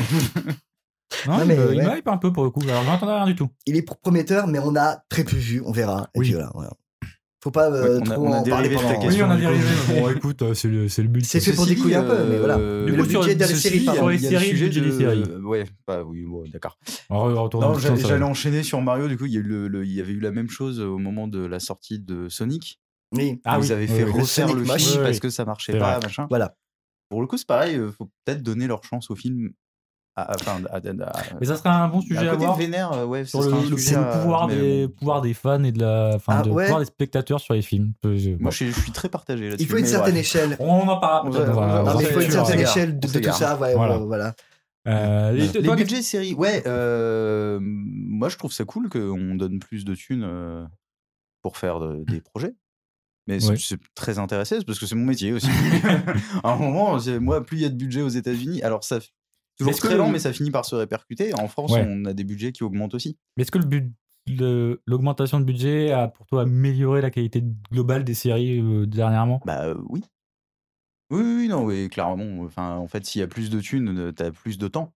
Speaker 8: Non,
Speaker 6: Non,
Speaker 8: il
Speaker 6: mais
Speaker 8: me- il
Speaker 6: ouais.
Speaker 8: me hype un peu pour le coup. Alors j'en attendais rien du tout.
Speaker 6: il est prometteur, mais on a très peu vu. On verra. Et
Speaker 8: Oui.
Speaker 6: puis voilà, voilà. Faut pas
Speaker 9: Ouais,
Speaker 6: euh,
Speaker 9: on a-
Speaker 6: trop
Speaker 9: on a
Speaker 6: en parler
Speaker 9: dérivé de ta
Speaker 6: pendant.
Speaker 9: question. Oui, on a
Speaker 6: du coup.
Speaker 9: dérivé.
Speaker 8: Bon, écoute, euh, c'est le, c'est le but.
Speaker 6: C'est fait pour
Speaker 9: Ceci
Speaker 6: découiller un
Speaker 9: dit,
Speaker 6: peu, mais voilà.
Speaker 9: euh,
Speaker 8: Du
Speaker 6: Mais
Speaker 8: coup,
Speaker 6: le
Speaker 8: sur-
Speaker 6: budget des
Speaker 8: ceci
Speaker 6: séries,
Speaker 8: dit,
Speaker 6: pardon.
Speaker 8: sur les
Speaker 9: il y a le
Speaker 8: séries,
Speaker 9: sujet
Speaker 8: le budget
Speaker 9: de-
Speaker 8: des séries.
Speaker 9: Ouais, bah oui, bon, d'accord.
Speaker 8: On va retourner
Speaker 9: Non,
Speaker 8: tout
Speaker 9: j'allais
Speaker 8: ça.
Speaker 9: j'allais enchaîner sur Mario. Du coup, il y, a eu le- le- il y avait eu la même chose au moment de la sortie de Sonic.
Speaker 6: Oui.
Speaker 8: Ah
Speaker 9: Ils
Speaker 8: oui,
Speaker 9: avaient
Speaker 8: oui,
Speaker 9: fait
Speaker 8: oui.
Speaker 6: Le
Speaker 9: refaire
Speaker 6: Sonic
Speaker 9: le
Speaker 6: moche.
Speaker 9: film
Speaker 8: Oui,
Speaker 9: parce
Speaker 8: oui.
Speaker 9: que ça marchait
Speaker 8: C'est
Speaker 9: pas,
Speaker 8: vrai.
Speaker 9: machin.
Speaker 6: Voilà.
Speaker 9: Pour le coup, c'est pareil. euh, Faut peut-être donner leur chance au film. À, à- enfin, à- à- à-
Speaker 8: Mais ça serait un bon
Speaker 9: à
Speaker 8: sujet à
Speaker 9: côté
Speaker 8: voir.
Speaker 9: vénère, euh, ouais,
Speaker 8: sur
Speaker 9: ce
Speaker 8: le,
Speaker 9: sera un
Speaker 8: le-
Speaker 9: sujet
Speaker 8: le
Speaker 9: à-
Speaker 8: pouvoir,
Speaker 9: mais
Speaker 8: des,
Speaker 9: bon.
Speaker 8: pouvoir des fans et de la, enfin,
Speaker 6: Ah
Speaker 8: de
Speaker 6: ouais.
Speaker 8: pouvoir des spectateurs sur les films. Peu- je-
Speaker 9: Moi,
Speaker 8: bon.
Speaker 9: je suis, je suis très partagé là-dessus.
Speaker 6: Il faut une
Speaker 9: mais
Speaker 6: certaine
Speaker 9: bref.
Speaker 6: échelle.
Speaker 8: On en parlera
Speaker 9: On
Speaker 8: peut-être.
Speaker 9: va-
Speaker 8: on va-
Speaker 9: on va-
Speaker 8: on
Speaker 6: Non,
Speaker 8: va-
Speaker 6: mais il faut
Speaker 9: on
Speaker 6: une
Speaker 9: s'égare.
Speaker 6: certaine
Speaker 8: Euh,
Speaker 6: échelle de,
Speaker 9: On
Speaker 6: de tout
Speaker 9: s'égare.
Speaker 6: ça.
Speaker 8: Voilà.
Speaker 6: Ouais, voilà. voilà.
Speaker 8: et
Speaker 9: Les
Speaker 8: toi, qu'est-ce-
Speaker 9: budgets séries, ouais. euh, moi, je trouve ça cool qu'on donne plus de thunes euh, pour faire de- des projets. Mais c'est
Speaker 8: Ouais.
Speaker 9: c'est très intéressant parce que c'est mon métier aussi. à un moment, c'est- moi, plus il y a de budget aux États-Unis, alors ça. f- Toujours
Speaker 8: Est-ce que
Speaker 9: très lent,
Speaker 8: le-
Speaker 9: mais ça finit par se répercuter. En France,
Speaker 8: Ouais.
Speaker 9: on a des budgets qui augmentent aussi.
Speaker 8: Mais est-ce que le but le- l'augmentation de budget a pour toi amélioré la qualité globale des séries euh, dernièrement
Speaker 9: Bah euh, oui. Oui, oui, oui, non, oui, clairement. Enfin, en fait, s'il y a plus de thunes, euh, t'as plus de temps.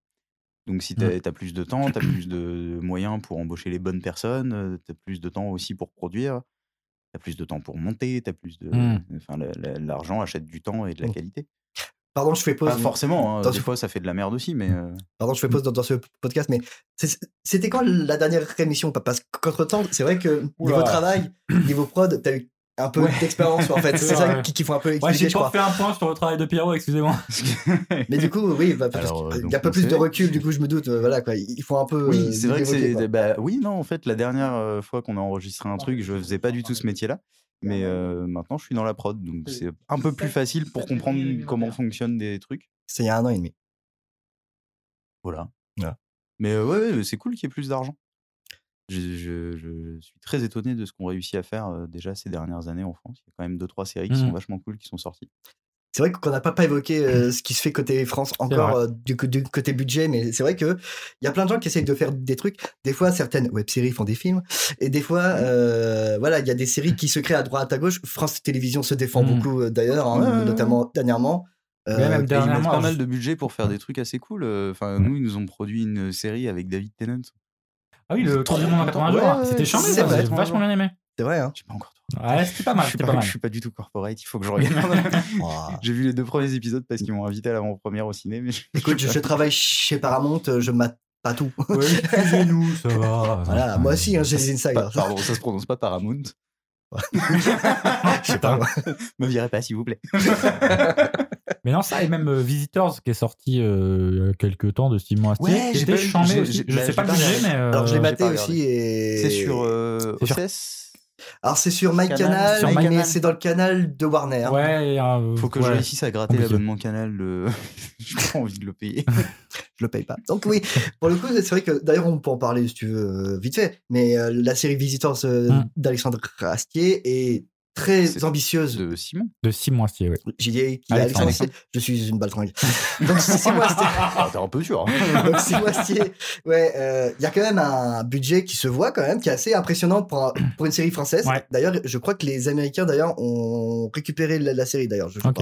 Speaker 9: Donc, si t'as t'as plus de temps, t'as plus de moyens pour embaucher les bonnes personnes, euh, t'as plus de temps aussi pour produire, t'as plus de temps pour monter, t'as plus de.
Speaker 8: Mm.
Speaker 9: Enfin, la- la- l'argent achète du temps et de la
Speaker 6: Mm.
Speaker 9: qualité.
Speaker 6: Pardon, je fais pause.
Speaker 9: Pas forcément, hein,
Speaker 6: Dans
Speaker 9: des
Speaker 6: ce-
Speaker 9: fois, ça fait de la merde aussi, mais. euh,
Speaker 6: Pardon, je fais pause dans, dans ce podcast, mais c'est- c'était quand la dernière émission Parce qu'entre temps, c'est vrai que
Speaker 8: Oula.
Speaker 6: niveau travail, niveau prod, t'as eu un peu
Speaker 8: Ouais.
Speaker 6: d'expérience en fait. C'est ça
Speaker 8: Ouais.
Speaker 6: qui- qu'il faut un peu
Speaker 8: Ouais,
Speaker 6: Bah,
Speaker 8: j'ai
Speaker 6: expliquer, je
Speaker 8: pas
Speaker 6: crois.
Speaker 8: fait un point sur le travail de Pierrot, excusez-moi.
Speaker 6: Mais du coup, oui, bah, parce
Speaker 9: Alors,
Speaker 6: que-
Speaker 9: euh,
Speaker 6: il
Speaker 9: donc,
Speaker 6: y a un peu
Speaker 9: on
Speaker 6: plus
Speaker 9: sait.
Speaker 6: de recul, du coup, je me doute. euh, Voilà, quoi. Il faut un peu. euh,
Speaker 9: Oui, c'est vrai que
Speaker 6: l'évoquer,
Speaker 9: c'est.
Speaker 6: quoi.
Speaker 9: bah, oui, non, en fait, la dernière euh, fois qu'on a enregistré un truc, je faisais pas du tout ce métier-là. Mais euh, maintenant, je suis dans la prod, donc c'est un peu plus facile pour comprendre comment fonctionnent des trucs.
Speaker 6: C'est il y a un an et demi.
Speaker 9: Voilà.
Speaker 6: Voilà.
Speaker 9: Mais euh, ouais, ouais, mais c'est cool qu'il y ait plus d'argent. Je, je- je suis très étonné de ce qu'on réussit à faire euh, déjà ces dernières années en France. Il y a quand même deux, trois séries qui sont
Speaker 8: Mhm.
Speaker 9: vachement cool qui sont sorties.
Speaker 6: C'est vrai qu'on n'a pas, pas évoqué
Speaker 9: Mmh.
Speaker 6: euh, ce qui se fait côté France encore euh, du, co- du côté budget, mais c'est vrai que il y a plein de gens qui essayent de faire des trucs. Des fois, certaines web-séries font des films, et des fois,
Speaker 9: Mmh.
Speaker 6: euh, voilà, il y a des séries qui se créent à droite, à gauche. France Télévisions se défend
Speaker 8: Mm.
Speaker 6: beaucoup euh, d'ailleurs, hein,
Speaker 9: Mmh. Ouais, ouais, ouais.
Speaker 6: notamment dernièrement. Euh,
Speaker 8: Mais même
Speaker 9: Et ils
Speaker 8: Dernièrement,
Speaker 9: mettent pas
Speaker 8: alors,
Speaker 9: mal
Speaker 8: je-
Speaker 9: de budget pour faire des trucs assez cool. Euh, Enfin,
Speaker 8: Mhm.
Speaker 9: nous, ils nous ont produit une euh, série avec David Tennant.
Speaker 8: Ah oui, le tour du
Speaker 9: trop
Speaker 8: monde en
Speaker 9: longtemps.
Speaker 8: 80 jours,
Speaker 9: Ouais, ouais,
Speaker 8: c'était charmé,
Speaker 6: c'est
Speaker 8: ça,
Speaker 6: vrai.
Speaker 8: j'ai vachement bien aimé.
Speaker 6: C'est vrai. Hein
Speaker 9: J'ai pas encore.
Speaker 8: Ouais, c'était pas mal,
Speaker 9: je, suis
Speaker 8: c'était pas mal.
Speaker 9: je suis pas du tout corporate. Il faut que je regarde.
Speaker 6: Ouah.
Speaker 9: J'ai vu les deux premiers épisodes parce qu'ils m'ont invité à l'avant-première au ciné. Mais je-
Speaker 6: Écoute, je, je travaille chez Paramount, euh, je mate pas tout.
Speaker 8: Ouais, excusez-nous, ça va.
Speaker 6: Voilà, moi aussi, hein, j'ai des
Speaker 9: Pa-
Speaker 6: insiders.
Speaker 9: pardon, Eh ben, ça se prononce pas Paramount.
Speaker 6: Je sais pas, moi.
Speaker 9: Me virez pas, s'il vous plaît.
Speaker 8: Mais non, ça, et même euh, Visitors qui est sorti euh, il y a quelques temps de Simon Astier,
Speaker 9: Ouais,
Speaker 8: qui
Speaker 9: j'ai
Speaker 8: était
Speaker 9: pas eu-
Speaker 8: charmé
Speaker 9: j'ai-
Speaker 8: aussi.
Speaker 9: j'ai-
Speaker 8: Je
Speaker 9: bah,
Speaker 8: sais
Speaker 9: j'ai
Speaker 8: pas le
Speaker 9: pas
Speaker 8: sujet,
Speaker 9: regardé.
Speaker 8: mais. euh,
Speaker 6: Alors, je l'ai
Speaker 9: j'ai
Speaker 6: maté
Speaker 9: pas
Speaker 6: aussi. Et...
Speaker 9: C'est sur euh,
Speaker 8: C'est sur-
Speaker 9: OCS
Speaker 6: Alors, c'est sur My
Speaker 9: Canal,
Speaker 6: Canal,
Speaker 8: sur My
Speaker 6: mais
Speaker 9: Canal.
Speaker 6: c'est dans le canal de Warner.
Speaker 8: Ouais, euh,
Speaker 9: hein. Faut que je
Speaker 8: ouais.
Speaker 9: réussisse à gratter
Speaker 8: Compliqué.
Speaker 9: l'abonnement canal. Le... J'ai pas envie de le payer.
Speaker 6: je le paye pas. Donc oui, pour le coup, c'est vrai que d'ailleurs on peut en parler si tu veux euh, vite fait, mais euh, la série Visitors euh,
Speaker 8: Mm.
Speaker 6: d'Alexandre Astier est très
Speaker 9: C'est-
Speaker 6: ambitieuse.
Speaker 9: De Simon.
Speaker 8: De Simon Astier, oui.
Speaker 6: J'ai dit qu'il y a
Speaker 8: Alexandre.
Speaker 6: Alexandre Astier, je suis une balle tranquille. Donc c'est c'est moi Astier.
Speaker 9: Ah, t'es un peu dur.
Speaker 6: Donc c'est moi Astier. Ouais, euh, il y a quand même un budget qui se voit quand même, qui est assez impressionnant pour, un- pour une série française.
Speaker 8: Ouais.
Speaker 6: D'ailleurs, je crois que les Américains d'ailleurs ont récupéré la, la série d'ailleurs. Je crois.
Speaker 8: Ok.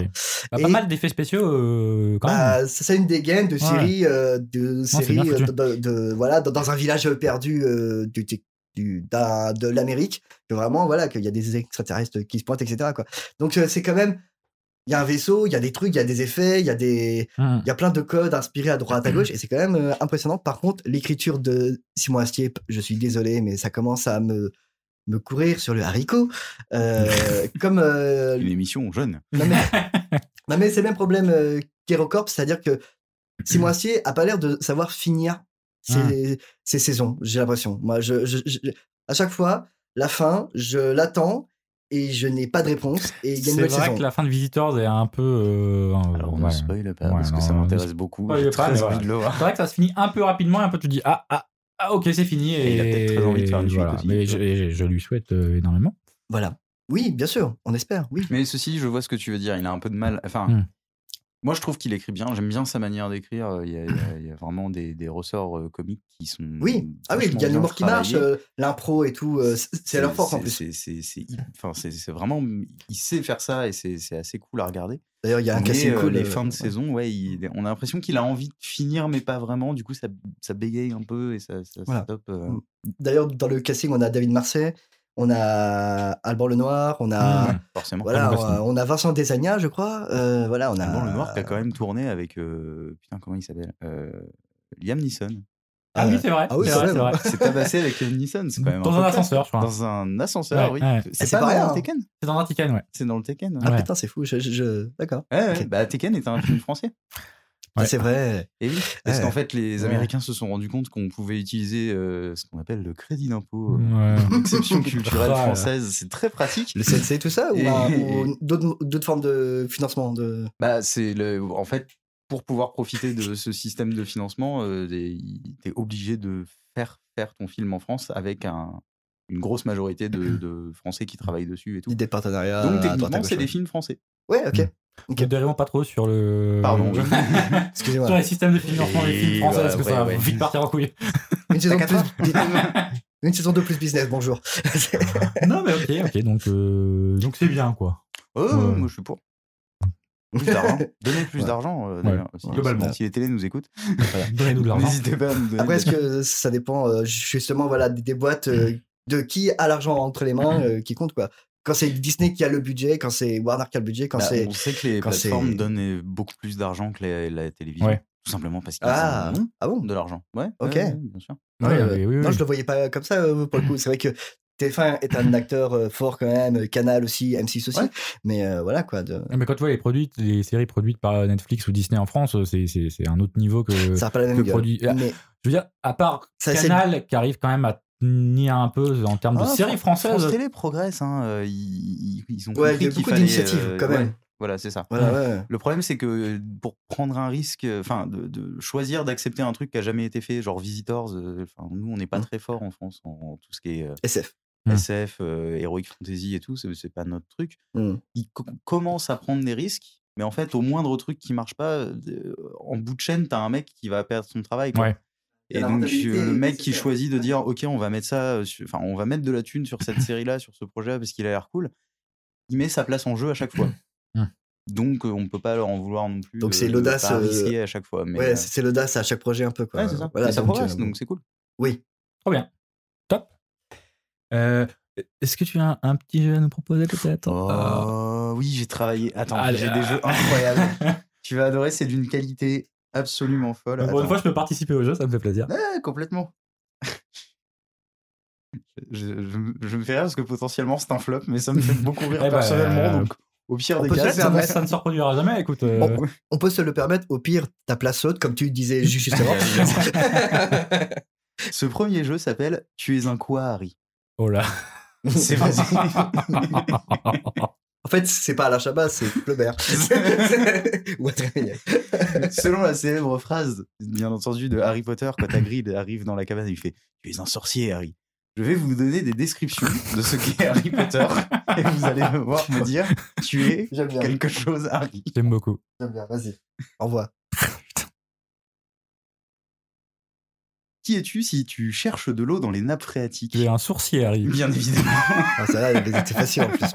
Speaker 8: Bah, Pas
Speaker 6: Et-
Speaker 8: mal d'effets spéciaux euh, quand même.
Speaker 6: Bah, ça, c'est une dégaine de séries, euh, de
Speaker 8: c'est
Speaker 6: séries
Speaker 8: bien
Speaker 6: euh,
Speaker 8: foutu.
Speaker 6: de, de- de- voilà, dans, dans un village perdu euh, du, du- du- d'un- de l'Amérique, que vraiment, voilà, qu'il y a des extraterrestres qui se pointent, etc. Quoi. Donc, euh, c'est quand même. Il y a un vaisseau, il y a des trucs, il y a des effets, il y, a des...
Speaker 8: Hmm.
Speaker 6: il y a plein de codes inspirés à droite, à gauche, et c'est quand même euh, impressionnant. Par contre, l'écriture de Simon Astier, p- je suis désolé, mais ça commence à me, me courir sur le haricot. Euh, comme euh,
Speaker 9: Une émission jeune.
Speaker 6: non mais, non, mais c'est le même problème euh, qu'Hérocorp, c'est-à-dire que
Speaker 9: Mmh.
Speaker 6: Simon Astier a pas l'air de savoir finir ses, ses saisons, j'ai l'impression. Moi, je, je- je- à chaque fois, la fin, je l'attends et je n'ai pas de réponse et il y a
Speaker 8: C'est
Speaker 6: une
Speaker 8: vrai
Speaker 6: nouvelle saison.
Speaker 8: que la fin de Visitors est un peu. euh,
Speaker 9: Alors,
Speaker 8: ouais.
Speaker 9: on ne spoil pas
Speaker 8: Ouais,
Speaker 9: parce
Speaker 8: non,
Speaker 9: que ça
Speaker 8: on ne
Speaker 9: m'intéresse beaucoup.
Speaker 8: spoil
Speaker 9: J'ai
Speaker 8: pas,
Speaker 9: très
Speaker 8: mais
Speaker 9: envie
Speaker 8: voilà.
Speaker 9: de le voir.
Speaker 8: C'est vrai que ça se finit un peu rapidement et un peu tu dis ah ah Ah ok, c'est fini. Et,
Speaker 9: Et il a peut-être très envie de faire une suite
Speaker 8: voilà.
Speaker 9: aussi,
Speaker 8: Mais
Speaker 9: tu
Speaker 8: je,
Speaker 9: vois.
Speaker 8: je- je lui souhaite euh, énormément.
Speaker 6: Voilà. Oui, bien sûr, on espère, oui.
Speaker 9: Mais ceci, je vois ce que tu veux dire. Il a un peu de mal. Enfin,
Speaker 8: Hmm.
Speaker 9: moi, je trouve qu'il écrit bien. J'aime bien sa manière d'écrire. Il, y a- il y a- il y a vraiment des, des ressorts euh, comiques qui sont.
Speaker 6: Oui, ah oui, il y a
Speaker 9: vachement bien
Speaker 6: l'humour qui marche,
Speaker 9: travaillés.
Speaker 6: euh, l'impro et tout, euh, c'est- c'est à leur force en
Speaker 9: c'est-
Speaker 6: plus.
Speaker 9: c'est- C'est c'est hy- enfin, c'est- c'est vraiment. Il sait faire ça et c'est c'est assez cool à regarder.
Speaker 6: D'ailleurs, il y a un
Speaker 9: Mais,
Speaker 6: casting
Speaker 9: euh,
Speaker 6: cool.
Speaker 9: les
Speaker 6: euh,
Speaker 9: fins de
Speaker 6: ouais.
Speaker 9: saison, ouais, il- on a l'impression qu'il a envie de finir, mais pas vraiment. Du coup, ça, ça bégaye un peu et ça, ça, ça
Speaker 6: Voilà.
Speaker 9: stoppe, euh.
Speaker 6: Mm. D'ailleurs, dans le casting, on a David Marseille, on a Alban Lenoir, on a.
Speaker 9: Ah, Mmh.
Speaker 8: Mm.
Speaker 9: forcément.
Speaker 6: Voilà,
Speaker 8: bon
Speaker 6: on a,
Speaker 8: casting.
Speaker 6: on a Vincent Desagna, je crois. euh, voilà, on a.
Speaker 9: Bon, le noir qui a quand même tourné avec. euh, putain, comment il s'appelle Euh, Liam Neeson.
Speaker 8: Ah, oui, c'est vrai.
Speaker 6: ah oui,
Speaker 8: c'est
Speaker 6: quand
Speaker 8: vrai,
Speaker 6: même.
Speaker 8: c'est vrai.
Speaker 9: C'est tabassé avec Liam Neeson, c'est quand même.
Speaker 8: Dans un
Speaker 9: peu classe.
Speaker 8: ascenseur, je crois.
Speaker 9: Dans un ascenseur,
Speaker 8: Ouais,
Speaker 9: oui.
Speaker 8: ouais.
Speaker 6: Et
Speaker 9: C'est
Speaker 6: c'est
Speaker 9: pas,
Speaker 6: pas rien,
Speaker 9: dans
Speaker 6: hein.
Speaker 9: Tekken
Speaker 8: C'est dans Artican, ouais.
Speaker 9: C'est dans le Tekken. hein.
Speaker 6: Ah
Speaker 8: Ouais.
Speaker 6: putain, c'est fou. Je, je- je- D'accord.
Speaker 9: Ouais, ouais,
Speaker 6: Ok.
Speaker 9: Bah, Tekken est un film français.
Speaker 6: Ah,
Speaker 8: Ouais.
Speaker 6: C'est vrai.
Speaker 9: Et oui, parce
Speaker 6: Ouais.
Speaker 9: qu'en fait, les
Speaker 8: Ouais.
Speaker 9: Américains se sont rendus compte qu'on pouvait utiliser euh, ce qu'on appelle le crédit d'impôt,
Speaker 6: Mmh.
Speaker 9: euh,
Speaker 8: Ouais.
Speaker 9: exception culturelle
Speaker 8: Ah, là.
Speaker 9: française. C'est très pratique.
Speaker 6: Le CNC, tout ça, ou,
Speaker 9: Et-
Speaker 6: un- ou d'autres d'autres formes de financement de...
Speaker 9: Bah, c'est le, en fait, pour pouvoir profiter de ce système de financement, euh, des- il- t'es obligé de faire faire ton film en France avec un- une grosse majorité de, de Français qui travaillent dessus et tout.
Speaker 6: Mmh. des partenariats. à
Speaker 9: Donc
Speaker 6: droite à
Speaker 9: techniquement,
Speaker 6: gauche,
Speaker 9: c'est
Speaker 6: ouais.
Speaker 9: des films français.
Speaker 6: Ouais, ok.
Speaker 8: Ne dérivons pas trop sur
Speaker 6: Mmh.
Speaker 8: le.
Speaker 9: Pardon. oui.
Speaker 8: Sur
Speaker 6: Excusez-moi.
Speaker 8: les systèmes de financement des films
Speaker 9: Et
Speaker 8: français,
Speaker 9: bah,
Speaker 8: parce que ça va
Speaker 9: ouais, ouais.
Speaker 8: vite partir en couille.
Speaker 6: Une saison, de
Speaker 9: T'as
Speaker 6: plus... Une saison de plus business, bonjour.
Speaker 8: non, mais ok, ok, donc euh, donc c'est bien, quoi.
Speaker 9: Oh,
Speaker 8: Ouais.
Speaker 9: moi je suis pour. Plus d'argent. Donnez plus
Speaker 6: Ouais.
Speaker 9: d'argent. euh,
Speaker 8: Ouais.
Speaker 9: d'ailleurs, si-
Speaker 8: Globalement.
Speaker 9: Si les télés nous écoutent,
Speaker 8: Donnez-nous de l'argent.
Speaker 9: n'hésitez pas à nous donner.
Speaker 6: Après,
Speaker 9: de-
Speaker 6: est-ce que ça dépend euh, justement voilà, des, des boîtes euh, de qui a l'argent entre les mains euh, qui compte quoi Quand c'est Disney qui a le budget, quand c'est Warner qui a le budget, quand
Speaker 9: Bah,
Speaker 6: c'est.
Speaker 9: on sait que les
Speaker 6: quand c'est-
Speaker 9: plateformes donnent euh, beaucoup plus d'argent que la, la télévision.
Speaker 8: Ouais.
Speaker 9: Tout simplement parce qu'ils
Speaker 6: Ah,
Speaker 9: en ont
Speaker 6: ah bon
Speaker 9: de l'argent. Ouais, ouais,
Speaker 6: Ok.
Speaker 9: ouais, bien sûr.
Speaker 8: Ouais,
Speaker 6: Ouais,
Speaker 8: ouais,
Speaker 6: ouais.
Speaker 8: oui, oui,
Speaker 6: Non,
Speaker 8: oui.
Speaker 6: je le voyais pas comme ça euh, pour le coup. C'est vrai que TF1 est un acteur euh, fort quand même, euh, Canal aussi, M6 aussi.
Speaker 9: Ouais.
Speaker 6: Mais euh, voilà quoi. de-
Speaker 8: Mais quand tu vois les, produits, les séries produites par Netflix ou Disney en France, c'est- c'est c'est un autre niveau que.
Speaker 6: ça n'a pas la
Speaker 8: que
Speaker 6: même gueule.
Speaker 8: produit- Ah,
Speaker 6: Mais
Speaker 8: Je veux dire, à part
Speaker 6: Ça, c'est-
Speaker 8: Canal qui arrive quand même à tenir un peu en termes de
Speaker 9: Ah,
Speaker 8: séries
Speaker 9: Fran-
Speaker 8: françaises.
Speaker 9: France Télé progresse. hein, euh, ils, ils- ils ont
Speaker 6: ouais, il
Speaker 9: compris
Speaker 6: y a
Speaker 9: qu'il
Speaker 6: beaucoup
Speaker 9: fallait,
Speaker 6: d'initiatives
Speaker 9: euh,
Speaker 6: quand
Speaker 9: ouais,
Speaker 6: même.
Speaker 9: voilà, c'est ça.
Speaker 6: Voilà, ouais.
Speaker 9: Le problème, c'est que euh, pour prendre un risque, euh, enfin, de, de choisir d'accepter un truc qui a jamais été fait, genre Visitors, euh, enfin, nous, on n'est pas
Speaker 6: Mhm.
Speaker 9: très fort en France en tout ce qui est euh,
Speaker 6: SF.
Speaker 8: Mhm.
Speaker 9: SF, euh, Heroic Fantasy et tout, c'est c'est pas notre truc.
Speaker 6: Mm.
Speaker 9: ils co- commencent à prendre des risques, mais en fait, au moindre truc qui marche pas, euh, en bout de chaîne, t'as un mec qui va perdre son travail. quoi.
Speaker 8: Ouais.
Speaker 9: Et
Speaker 6: La
Speaker 9: donc,
Speaker 6: rentabilité,
Speaker 9: euh, le mec qui
Speaker 6: c'est-
Speaker 9: choisit de dire, OK, on va mettre ça, euh, sur- enfin, on va mettre de la thune sur cette série-là, sur ce projet parce qu'il a l'air cool, il met sa place en jeu à chaque fois.
Speaker 8: Hmm.
Speaker 9: donc, euh, on peut pas leur en vouloir non plus.
Speaker 6: Mmh. Donc,
Speaker 9: de-
Speaker 6: c'est
Speaker 9: de
Speaker 6: l'audace,
Speaker 9: pas
Speaker 6: euh,
Speaker 9: risquer à chaque fois. Mais,
Speaker 6: Ouais,
Speaker 9: euh,
Speaker 6: c'est c'est l'audace à chaque projet un peu quoi.
Speaker 9: ouais, c'est ça.
Speaker 6: Voilà,
Speaker 9: Mais ça
Speaker 6: donc,
Speaker 9: progresse,
Speaker 6: euh,
Speaker 9: donc c'est cool.
Speaker 6: Oui.
Speaker 8: Euh, Est-ce que tu as un, un petit jeu à nous proposer peut-être Euh,
Speaker 9: Oh, oui, j'ai travaillé. Attends,
Speaker 8: Allez,
Speaker 9: j'ai
Speaker 8: ah.
Speaker 9: des jeux incroyables. tu vas adorer, c'est d'une qualité absolument folle.
Speaker 8: Pour une
Speaker 9: Attends.
Speaker 8: fois, je peux participer au jeu, ça me fait plaisir.
Speaker 9: Ouais, complètement. je, je me- je me fais rire parce que potentiellement c'est un flop, mais ça me fait beaucoup rire
Speaker 8: Eh ben,
Speaker 9: personnellement.
Speaker 8: euh,
Speaker 9: donc, au pire
Speaker 6: on
Speaker 9: des
Speaker 6: peut se
Speaker 9: cas,
Speaker 6: le
Speaker 8: Ça,
Speaker 9: ça va-
Speaker 6: permettre.
Speaker 8: ça ne se reproduira jamais, écoute. euh,
Speaker 6: Bon. On peut se le permettre, au pire, ta place saute, comme tu disais ju- justement.
Speaker 9: ce premier jeu s'appelle Tu es un quoi, Harry
Speaker 8: Oh là.
Speaker 9: C'est
Speaker 6: vrai.
Speaker 9: vas-y.
Speaker 6: en fait, c'est pas Alain Chabat, c'est Flaubert. Ou Adrien Méniel.
Speaker 9: Selon la célèbre phrase, bien entendu, de Harry Potter, quand Hagrid arrive dans la cabane, il fait Tu es un sorcier, Harry. Je vais vous donner des descriptions de ce qu'est Harry Potter et vous allez me voir me dire Tu es
Speaker 6: J'aime bien,
Speaker 9: quelque chose, Harry.
Speaker 8: J'aime beaucoup.
Speaker 6: j'aime bien, vas-y. Au revoir.
Speaker 9: Qui es-tu si tu cherches de l'eau dans les nappes phréatiques
Speaker 8: Tu es un sourcier, Harry.
Speaker 9: Bien évidemment,
Speaker 6: Ah, ça là, il était facile en plus.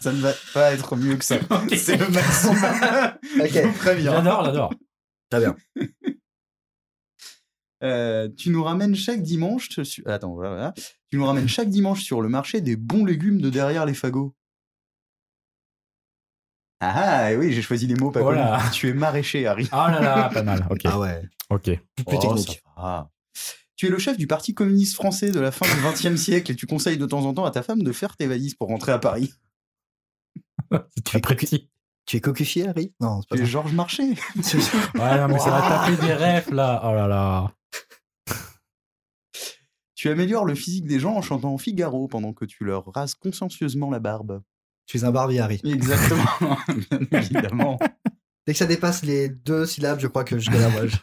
Speaker 9: ça ne va pas être mieux que ça. C'est le maximum.
Speaker 6: Ok,
Speaker 9: Très bien.
Speaker 8: J'adore, j'adore.
Speaker 6: très bien.
Speaker 9: Euh, tu nous ramènes chaque dimanche. Sur... Attends, voilà, voilà. Tu nous ramènes chaque dimanche sur le marché des bons légumes de derrière les fagots. Ah ah, et oui, j'ai choisi les mots, pas
Speaker 8: Voilà.
Speaker 9: connus. Tu es maraîcher, Harry.
Speaker 8: Oh là là, pas mal. Ok,
Speaker 6: Ah ouais,
Speaker 8: ok.
Speaker 6: plus
Speaker 9: Oh,
Speaker 6: technique.
Speaker 9: ça va. Tu es le chef du Parti communiste français de la fin du XXe siècle et tu conseilles de temps en temps à ta femme de faire tes valises pour rentrer à Paris.
Speaker 8: Tu es petit.
Speaker 6: Tu es coquifié, Harry Non, c'est pas
Speaker 9: Tu es
Speaker 6: ça.
Speaker 9: Georges Marchais.
Speaker 8: Ouais, non, mais ça va taper des refs là. Oh là là.
Speaker 9: Tu améliores le physique des gens en chantant Figaro pendant que tu leur rases consciencieusement la barbe.
Speaker 6: Tu es un barbier, Harry.
Speaker 9: Exactement, bien évidemment.
Speaker 6: Dès que ça dépasse les deux syllabes, je crois que je galère. moi. Je-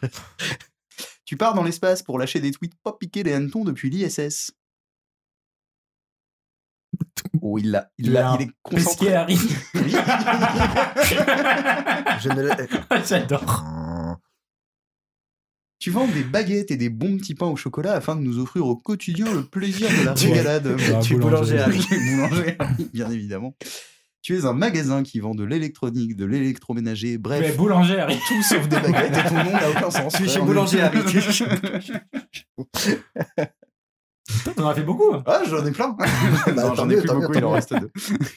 Speaker 9: Tu pars dans l'espace pour lâcher des tweets pas piquer des hannetons depuis l'ISS. Oh, il l'a. Il, l'a, il est
Speaker 8: Pesquet
Speaker 9: concentré.
Speaker 8: Harry.
Speaker 9: Oui.
Speaker 6: Je ne l'ai-
Speaker 8: J'adore.
Speaker 9: tu vends des baguettes et des bons petits pains au chocolat afin de nous offrir au quotidien le plaisir de la
Speaker 8: Tu-
Speaker 9: régalade.
Speaker 8: Un
Speaker 6: Tu es boulanger, Harry.
Speaker 9: Tu es boulanger, bien évidemment. Tu es un magasin qui vend de l'électronique, de l'électroménager,
Speaker 8: Mais
Speaker 9: bref,
Speaker 8: boulanger Harry.
Speaker 9: Ah bah, tout sauf des baguettes et ton nom n'a aucun sens.
Speaker 6: Tu es chez
Speaker 9: Ouais, on est-
Speaker 6: Boulanger, Harry.
Speaker 8: Putain, T'en as fait beaucoup.
Speaker 9: Ah, j'en ai plein. Non,
Speaker 6: tant
Speaker 9: j'en ai
Speaker 6: mieux,
Speaker 9: plus
Speaker 6: tant mieux,
Speaker 9: beaucoup,
Speaker 6: tant
Speaker 9: il en
Speaker 6: mieux.
Speaker 9: reste deux.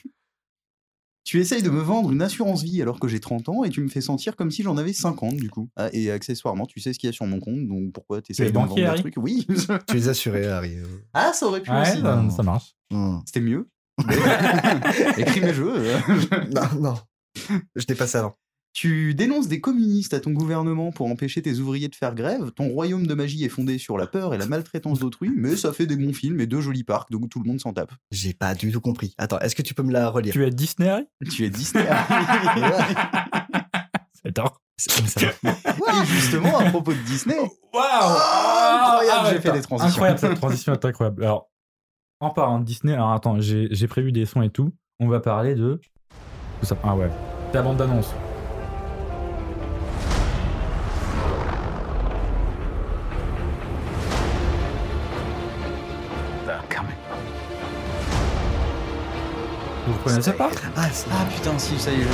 Speaker 9: tu essayes de me vendre une assurance vie alors que j'ai 30 ans et tu me fais sentir comme si j'en avais 50 du coup. Ah, et accessoirement, tu sais ce qu'il y a sur mon compte, donc pourquoi tu
Speaker 8: es
Speaker 9: essayes de me
Speaker 8: banquier,
Speaker 9: vendre un
Speaker 8: Harry
Speaker 9: truc Oui.
Speaker 6: Tu les assurés, Harry.
Speaker 9: ah, ça aurait pu
Speaker 8: Ouais, bah,
Speaker 9: aussi.
Speaker 8: ça, ça marche.
Speaker 6: Hmm.
Speaker 9: C'était mieux. Écris mes jeux. euh.
Speaker 6: Non, non. Je t'ai passé avant.
Speaker 9: Tu dénonces des communistes à ton gouvernement pour empêcher tes ouvriers de faire grève. Ton royaume de magie est fondé sur la peur et la maltraitance d'autrui, mais ça fait des bons films et deux jolis parcs, donc tout le monde s'en tape.
Speaker 6: J'ai pas du tout compris. Attends, est-ce que tu peux me la relire
Speaker 8: Tu es Disney Harry
Speaker 9: Tu es Disney.
Speaker 8: J'adore.
Speaker 9: Et justement, à propos de Disney,
Speaker 8: Waouh
Speaker 9: Incroyable, j'ai fait
Speaker 8: Ah, attends.
Speaker 9: des transitions.
Speaker 8: Incroyable, cette transition est incroyable. Alors, en parlant de Disney, alors attends, j'ai j'ai prévu des sons et tout. On va parler de. tout ça. Ah ouais, la bande d'annonce. Vous connaissez pas
Speaker 6: Ah, c'est-
Speaker 9: Ah putain, si, ça y est, je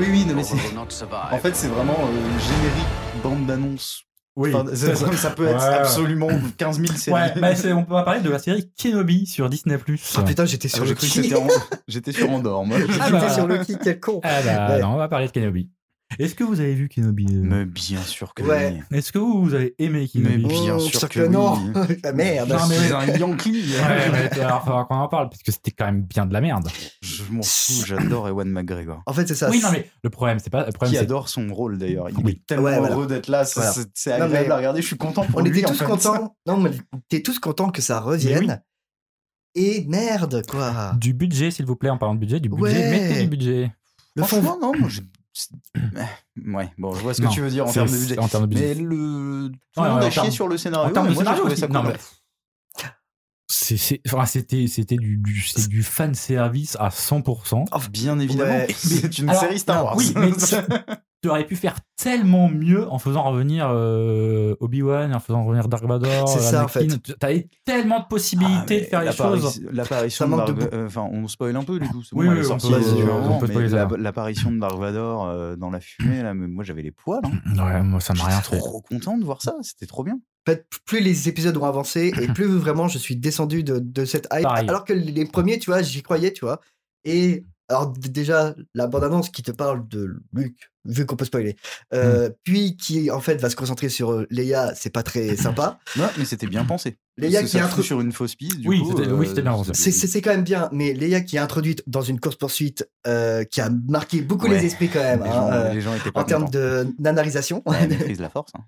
Speaker 9: Oui, oui, non, mais c'est. En fait, c'est vraiment euh, générique, bande d'annonce.
Speaker 8: Oui.
Speaker 9: Enfin,
Speaker 8: c'est
Speaker 9: ça,
Speaker 8: ça.
Speaker 9: ça peut être
Speaker 8: Ouais.
Speaker 9: absolument 15 000
Speaker 8: Ouais,
Speaker 9: séries.
Speaker 8: bah, c'est- on peut parler de la série Kenobi sur Disney+.
Speaker 6: Ah, putain, j'étais
Speaker 9: Sur
Speaker 6: sur
Speaker 9: le
Speaker 6: le
Speaker 9: cru que
Speaker 6: qui.
Speaker 9: c'était en- J'étais sur Andorre, moi.
Speaker 8: Ah
Speaker 6: J'étais
Speaker 8: bah.
Speaker 6: sur le qui, quel con.
Speaker 8: Ah bah
Speaker 6: Ouais.
Speaker 8: non, on va parler de Kenobi. Est-ce que vous avez vu Kenobi euh,
Speaker 9: Mais bien sûr que
Speaker 6: Ouais.
Speaker 9: oui.
Speaker 8: Est-ce que vous, vous avez aimé Kenobi
Speaker 9: Mais bien
Speaker 6: Oh,
Speaker 9: sûr
Speaker 6: putain
Speaker 9: que
Speaker 6: non.
Speaker 9: oui.
Speaker 6: La merde.
Speaker 8: Non, mais-
Speaker 9: Je suis un Yankee.
Speaker 8: Ouais, mais alors, faudra qu'on en parle, parce que c'était quand même bien de la merde.
Speaker 9: Je m'en fous, j'adore Ewan McGregor.
Speaker 6: En fait, c'est ça.
Speaker 8: oui, non, mais le problème, c'est pas. Le problème,
Speaker 9: Qui
Speaker 8: c'est.
Speaker 9: adore son rôle d'ailleurs. Il
Speaker 8: Oui.
Speaker 9: est tellement
Speaker 6: Ouais, voilà.
Speaker 9: heureux d'être là. c'est-
Speaker 6: Voilà.
Speaker 9: c'est- C'est
Speaker 6: Non,
Speaker 9: agréable
Speaker 6: mais-
Speaker 9: à regarder. Je suis content pour
Speaker 6: On
Speaker 9: lui. en
Speaker 6: était tous
Speaker 9: fait.
Speaker 6: contents. Non, mais on était tous contents que ça revienne. Et merde, quoi.
Speaker 8: Du budget, s'il vous plaît, en parlant de budget, du budget,
Speaker 6: Ouais.
Speaker 8: mettez du budget.
Speaker 6: Le fond.
Speaker 9: Franchement, non, moi, je- c'est- Ouais, bon, je vois ce que
Speaker 8: Non,
Speaker 9: tu veux dire en
Speaker 8: c'est-
Speaker 9: termes de
Speaker 8: c'est-
Speaker 9: budget.
Speaker 8: En termes de budget.
Speaker 9: Mais le. Tout
Speaker 8: Ouais,
Speaker 9: le monde
Speaker 8: ouais, en
Speaker 9: a chié
Speaker 8: termes-
Speaker 9: sur le
Speaker 8: en
Speaker 9: scénario.
Speaker 8: termes
Speaker 9: et
Speaker 8: de
Speaker 9: moi, j'ai
Speaker 8: scénario,
Speaker 9: trouvé
Speaker 8: aussi.
Speaker 9: ça cool.
Speaker 8: Non, mais- C'est- c'est- enfin, c'était c'était du, du, c'est du fan service à 100%.
Speaker 9: Bien évidemment,
Speaker 6: Ouais.
Speaker 9: c'est une
Speaker 8: Alors,
Speaker 9: série Star
Speaker 8: non,
Speaker 9: Wars.
Speaker 8: Oui, mais tu tu aurais pu faire tellement mieux en faisant revenir euh, Obi-Wan, en faisant revenir Dark Vador.
Speaker 6: C'est ça, en
Speaker 8: Anakin.
Speaker 6: fait.
Speaker 8: Tu- T'avais tellement de
Speaker 9: Ah,
Speaker 8: possibilités
Speaker 9: mais
Speaker 8: de faire les
Speaker 9: l'appari-
Speaker 8: choses.
Speaker 9: L'apparition
Speaker 6: Ça
Speaker 9: de
Speaker 6: manque
Speaker 9: Dark
Speaker 6: de
Speaker 9: Vador- euh, Enfin, on spoil un peu du coup. c'est
Speaker 8: Oui,
Speaker 9: elle est
Speaker 8: oui, on
Speaker 9: sortie,
Speaker 8: peut-
Speaker 9: euh,
Speaker 8: on peut
Speaker 9: mais
Speaker 8: spoiler ça.
Speaker 9: la- L'apparition de Dark Vador euh, dans la fumée, là, mais moi j'avais les poils. Hein.
Speaker 8: Ouais, moi, ça m'a rien
Speaker 9: J'étais
Speaker 8: trop.
Speaker 9: trop content de voir ça. C'était trop bien.
Speaker 6: En fait, plus les épisodes ont avancé et plus vraiment je suis descendu de, de cette hype.
Speaker 8: Pareil.
Speaker 6: Alors que les premiers, tu vois, j'y croyais, tu vois. Et alors, d- déjà, la bande-annonce qui te parle de Luke, vu qu'on peut spoiler, euh,
Speaker 9: Hmm.
Speaker 6: puis qui en fait va se concentrer sur euh, Leia, c'est pas très sympa.
Speaker 9: Ouais, mais c'était bien pensé.
Speaker 6: Leia
Speaker 9: Ça
Speaker 6: qui est
Speaker 9: se
Speaker 6: introduite.
Speaker 9: fout sur une fausse piste. Du
Speaker 8: Oui,
Speaker 9: coup, euh,
Speaker 8: c'était- oui, c'était bien pensé.
Speaker 6: C'est- C'est c'est quand même bien, mais Leia qui est introduite dans une course-poursuite euh, qui a marqué beaucoup
Speaker 9: Ouais.
Speaker 6: les esprits quand même,
Speaker 9: Les,
Speaker 6: hein,
Speaker 9: gens,
Speaker 6: euh,
Speaker 9: les gens étaient pas
Speaker 6: en termes
Speaker 9: contents.
Speaker 6: de nanarisation.
Speaker 9: Ouais, elle maîtrise la force. hein.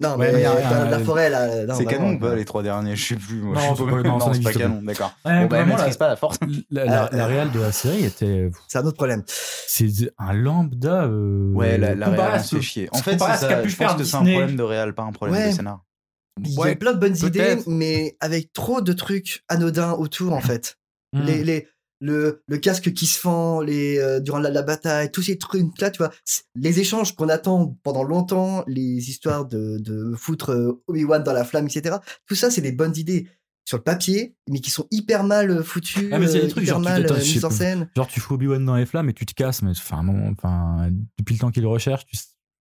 Speaker 6: non,
Speaker 8: Ouais,
Speaker 6: mais,
Speaker 8: mais y a rien,
Speaker 6: dans la
Speaker 8: euh,
Speaker 6: forêt là. non, bah
Speaker 9: C'est
Speaker 6: vraiment,
Speaker 9: canon ou pas les trois derniers Je sais plus. Moi,
Speaker 8: Non,
Speaker 9: je suis
Speaker 8: c'est pas- non, ça
Speaker 9: c'est pas
Speaker 8: n'existe
Speaker 9: canon, d'accord.
Speaker 8: Ouais,
Speaker 9: Bon, bah, elle
Speaker 8: vraiment, la-
Speaker 9: maîtrise pas la force.
Speaker 8: La, la,
Speaker 6: Euh,
Speaker 8: la réal de la série était.
Speaker 6: C'est un autre problème.
Speaker 8: C'est un lambda. euh,
Speaker 9: Ouais, la, la
Speaker 8: comparé à
Speaker 9: réal, on
Speaker 8: ce-
Speaker 9: se fait chier. En
Speaker 8: ce
Speaker 9: fait,
Speaker 8: comparé à
Speaker 9: c'est
Speaker 8: ce qu'a
Speaker 9: ça,
Speaker 8: pu
Speaker 9: je pense
Speaker 8: faire
Speaker 9: que c'est un
Speaker 8: Disney.
Speaker 9: problème de réal, pas un problème de
Speaker 6: Ouais,
Speaker 9: scénar.
Speaker 6: Il y
Speaker 8: Ouais,
Speaker 6: a plein de bonnes idées,
Speaker 8: peut-être.
Speaker 6: mais avec trop de trucs anodins autour en fait.
Speaker 8: Hmm.
Speaker 6: Les, les- le, le casque qui se fend les, euh, durant la, la bataille, tous ces trucs là, tu vois. C'est- Les échanges qu'on attend pendant longtemps, les histoires de, de foutre euh, Obi-Wan dans la flamme, etc. Tout ça, c'est des bonnes idées sur le papier, mais qui sont hyper mal euh, foutues,
Speaker 8: Ah, mais c'est des
Speaker 6: euh,
Speaker 8: trucs
Speaker 6: hyper
Speaker 8: genre, tu-
Speaker 6: mal
Speaker 8: attends,
Speaker 6: euh,
Speaker 8: je sais
Speaker 6: mises en
Speaker 8: pas.
Speaker 6: scène.
Speaker 8: Genre, tu fous Obi-Wan dans les flammes et tu te casses, mais enfin, à un moment, enfin, depuis le temps qu'il le recherche, tu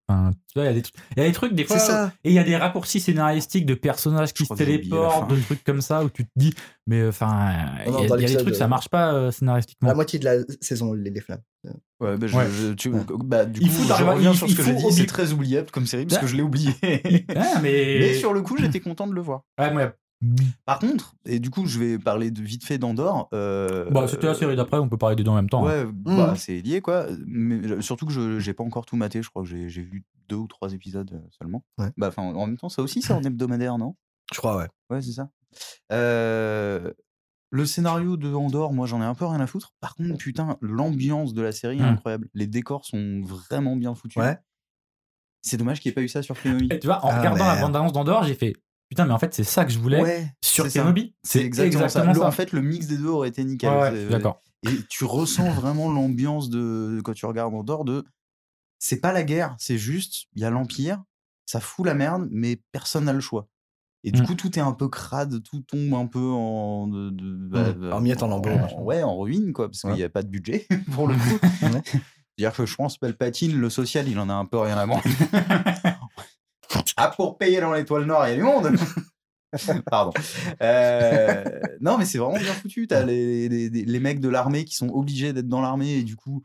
Speaker 8: enfin, tu vois, il y a des trucs- il y a des trucs, des
Speaker 6: C'est
Speaker 8: fois,
Speaker 6: ça.
Speaker 8: et il y a des raccourcis scénaristiques de personnages qui
Speaker 9: Je
Speaker 8: se
Speaker 9: crois que j'ai oublié la
Speaker 8: téléportent,
Speaker 9: fin.
Speaker 8: de trucs comme ça, où tu te dis, mais euh, enfin,
Speaker 6: Oh non,
Speaker 8: il y a, il y a
Speaker 6: dans
Speaker 8: des
Speaker 6: l'épisode,
Speaker 8: trucs, ça
Speaker 6: euh,
Speaker 8: marche pas euh,
Speaker 6: La
Speaker 9: Ah,
Speaker 8: scénaristiquement.
Speaker 6: moitié de la saison, les, les flammes.
Speaker 9: Ouais, bah, je-
Speaker 8: Ouais.
Speaker 9: je- tu-
Speaker 6: Ouais.
Speaker 9: bah, du
Speaker 8: Il
Speaker 9: coup,
Speaker 8: faut
Speaker 9: je
Speaker 8: arriver-
Speaker 9: reviens
Speaker 8: il-
Speaker 9: sur ce
Speaker 8: il
Speaker 9: que j'ai
Speaker 8: faut
Speaker 9: dit. C'est
Speaker 8: oublier-
Speaker 9: très oublié comme série parce que je l'ai oublié.
Speaker 8: Ah, mais.
Speaker 9: Mais sur le coup, j'étais content de le voir.
Speaker 8: Ouais, ouais.
Speaker 9: Par contre, et du coup, je vais parler de vite fait d'Andorre. euh,
Speaker 8: Bah, c'était la série d'après, on peut parler des deux en même temps. hein.
Speaker 9: Ouais, bah,
Speaker 6: Mhm.
Speaker 9: c'est lié quoi. Mais euh, surtout que je j'ai pas encore tout maté, je crois que j'ai j'ai vu deux ou trois épisodes euh, seulement.
Speaker 6: Ouais.
Speaker 9: Bah, enfin, en même temps, ça aussi, c'est en hebdomadaire, non
Speaker 6: Je crois, ouais.
Speaker 9: Ouais, c'est ça. Euh, le scénario de Andorre, moi, j'en ai un peu rien à foutre. Par contre, putain, l'ambiance de la série est
Speaker 8: Mhm.
Speaker 9: incroyable. Les décors sont vraiment bien foutus.
Speaker 6: Ouais.
Speaker 9: C'est dommage qu'il n'y ait pas eu ça sur Playmobil.
Speaker 8: Et tu vois, en
Speaker 6: Ah,
Speaker 8: regardant la
Speaker 6: merde.
Speaker 8: bande-annonce d'Andorre, j'ai fait putain, mais en fait, c'est ça que je voulais sur
Speaker 9: c'est ça.
Speaker 8: Kenobi.
Speaker 9: C'est exactement, ça. Le- en fait, le mix des deux aurait été nickel.
Speaker 8: Ouais, ouais,
Speaker 9: C'est-
Speaker 8: je suis d'accord.
Speaker 9: Et tu ressens vraiment l'ambiance de quand tu regardes Andorre de c'est pas la guerre, c'est juste il y a l'empire, ça fout la merde, mais personne n'a le choix. Et du
Speaker 8: Mm.
Speaker 9: coup, tout est un peu crade, tout tombe un peu en de- de- bah,
Speaker 8: euh,
Speaker 9: bah,
Speaker 6: en miettes, Mmh. en lambeaux, machin.
Speaker 9: ouais, en ruine quoi, parce qu'il
Speaker 6: Ouais.
Speaker 9: n'y a pas de budget pour le coup.
Speaker 6: Ouais.
Speaker 9: C'est-à-dire que je pense Palpatine, le social, il en a un peu rien à moi. ah pour payer dans l'étoile noire, il y a du monde. Pardon. Euh, non, mais c'est vraiment bien foutu. T'as les, les, les- les mecs de l'armée qui sont obligés d'être dans l'armée et du coup,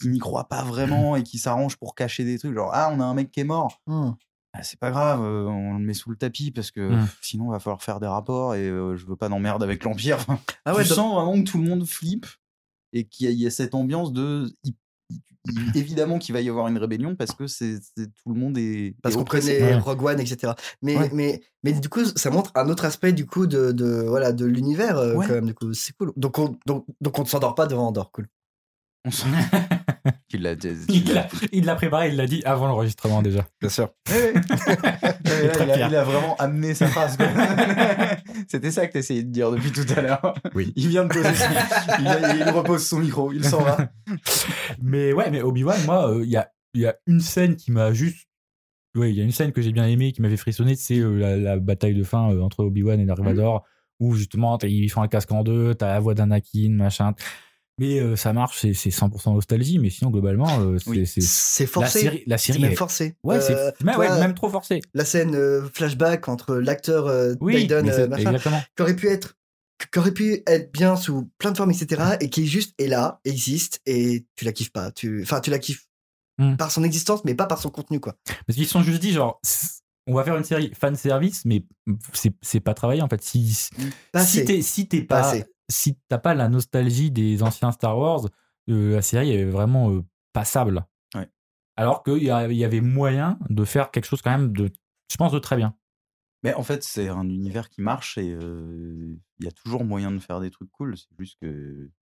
Speaker 9: qui n'y croient pas vraiment et qui s'arrangent pour cacher des trucs. Genre, ah, on a un mec qui est mort.
Speaker 6: Hmm.
Speaker 9: Ah, c'est pas grave, euh, on le met sous le tapis parce que
Speaker 6: Mmh.
Speaker 8: Mm.
Speaker 9: pff, sinon, va falloir faire des rapports et euh, je veux pas d'emmerde avec l'Empire. Enfin,
Speaker 6: Ah ouais,
Speaker 9: tu
Speaker 6: donc-
Speaker 9: sens vraiment que tout le monde flippe et qu'il y, a- il y a cette ambiance de. il- il- évidemment qu'il va y avoir une rébellion parce que c'est c'est- tout le monde est.
Speaker 6: parce
Speaker 9: est
Speaker 6: qu'on
Speaker 9: oppressé.
Speaker 6: connaît
Speaker 8: Ouais.
Speaker 6: Rogue One, etc. Mais,
Speaker 9: Ouais.
Speaker 6: mais, mais du coup, ça montre un autre aspect du coup de, de voilà de l'univers euh,
Speaker 9: Ouais.
Speaker 6: quand même. Du coup, c'est cool. Donc on, donc, donc on ne s'endort pas devant Andorre, cool.
Speaker 9: On sent qu'il l'a- qu'il
Speaker 8: il
Speaker 9: l'a-
Speaker 8: l'a- il l'a préparé, il l'a dit avant l'enregistrement déjà.
Speaker 6: Bien sûr.
Speaker 9: Ouais, ouais. Ouais, là,
Speaker 8: Très
Speaker 9: Eh il, a,
Speaker 8: clair.
Speaker 9: il a vraiment amené sa phrase. quoi. C'était ça que t'essayais de dire depuis tout à l'heure.
Speaker 8: Oui.
Speaker 9: Il vient de poser. son- il, vient- il repose son micro. Il s'en va.
Speaker 8: Mais ouais, mais Obi-Wan, moi, euh, il y, a, il y a une scène qui m'a juste. Ouais, il y a une scène que j'ai bien aimée, qui m'avait frissonné, c'est euh, la, la bataille de fin euh, entre Obi-Wan et l'Arrivador, où justement, t'as- ils font un casque en deux, t'as la voix d'Anakin, machin. Mais euh, ça marche, c'est c'est 100% nostalgie, mais sinon, globalement, euh, c'est.
Speaker 9: Oui.
Speaker 8: c'est-
Speaker 6: C'est
Speaker 8: La
Speaker 6: forcé.
Speaker 8: série, la
Speaker 6: C'est
Speaker 8: série
Speaker 6: même
Speaker 8: est-
Speaker 6: forcé.
Speaker 8: Ouais, c'est
Speaker 6: Euh,
Speaker 8: même, ouais,
Speaker 6: toi,
Speaker 8: même trop forcé.
Speaker 6: La scène euh, flashback entre l'acteur euh,
Speaker 8: Oui,
Speaker 6: Dayton,
Speaker 8: mais
Speaker 6: euh,
Speaker 8: c'est-
Speaker 6: machin,
Speaker 8: exactement.
Speaker 6: qui aurait pu être qui aurait pu être bien sous plein de formes etc et qui juste est là existe et tu la kiffes pas tu enfin tu la kiffes
Speaker 8: Hmm.
Speaker 6: par son existence mais pas par son contenu quoi
Speaker 8: Parce qu'ils se sont juste dit, genre, c'est- on va faire une série fan service, mais c'est c'est pas travaillé en fait. Si,
Speaker 6: pas
Speaker 8: si
Speaker 6: assez.
Speaker 8: t'es si t'es
Speaker 6: Pas
Speaker 8: pas,
Speaker 6: assez.
Speaker 8: si t'as pas la nostalgie des anciens Star Wars, euh, la série est vraiment euh, passable.
Speaker 9: Ouais.
Speaker 8: Alors qu'il y, a- il y avait moyen de faire quelque chose quand même de, je pense, de très bien.
Speaker 9: Mais en fait, c'est un univers qui marche et euh, il y a toujours moyen de faire des trucs cool. C'est juste que.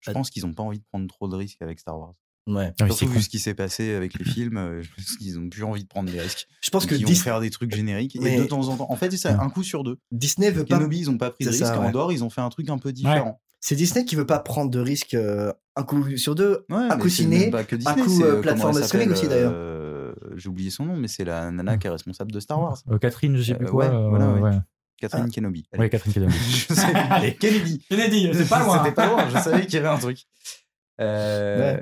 Speaker 9: Je
Speaker 6: Ah.
Speaker 9: pense qu'ils n'ont pas envie de prendre trop de risques avec Star Wars.
Speaker 6: ouais
Speaker 9: Surtout vu ce qui s'est passé avec les films, euh, je pense qu'ils n'ont plus envie de prendre des risques.
Speaker 6: je pense que
Speaker 9: ils vont
Speaker 6: Dis-
Speaker 9: faire des trucs génériques.
Speaker 6: Mais-
Speaker 9: Et de temps en temps, en fait, c'est ça, un coup sur deux.
Speaker 6: Disney veut pas
Speaker 9: Kenobi, ils n'ont pas pris de
Speaker 6: C'est
Speaker 9: risques.
Speaker 6: ça, ouais.
Speaker 9: Andorre, ils ont fait un truc un peu différent.
Speaker 6: c'est Disney qui veut pas prendre de risques euh, un coup sur deux
Speaker 9: Ouais,
Speaker 6: Un
Speaker 9: mais
Speaker 6: coup
Speaker 9: c'est
Speaker 6: ciné,
Speaker 9: même pas que Disney,
Speaker 6: coup,
Speaker 9: c'est,
Speaker 6: euh,
Speaker 9: comment elle
Speaker 6: plateforme de streaming
Speaker 9: s'appelle,
Speaker 6: aussi, d'ailleurs. Hmm.
Speaker 9: euh, J'ai oublié son nom, mais c'est la nana qui est responsable de Star Wars.
Speaker 8: Euh, Catherine, je sais
Speaker 9: Euh,
Speaker 8: plus quoi.
Speaker 9: ouais,
Speaker 8: euh,
Speaker 9: voilà,
Speaker 8: ouais,
Speaker 9: ouais.
Speaker 8: ouais.
Speaker 9: Catherine
Speaker 6: Ah.
Speaker 9: Kenobi.
Speaker 8: Ouais, Catherine Kennedy.
Speaker 9: Je sais-
Speaker 8: Allez.
Speaker 9: Kennedy.
Speaker 8: Kennedy, c'est pas loin.
Speaker 9: C'était pas loin, je savais qu'il y avait un truc. Euh,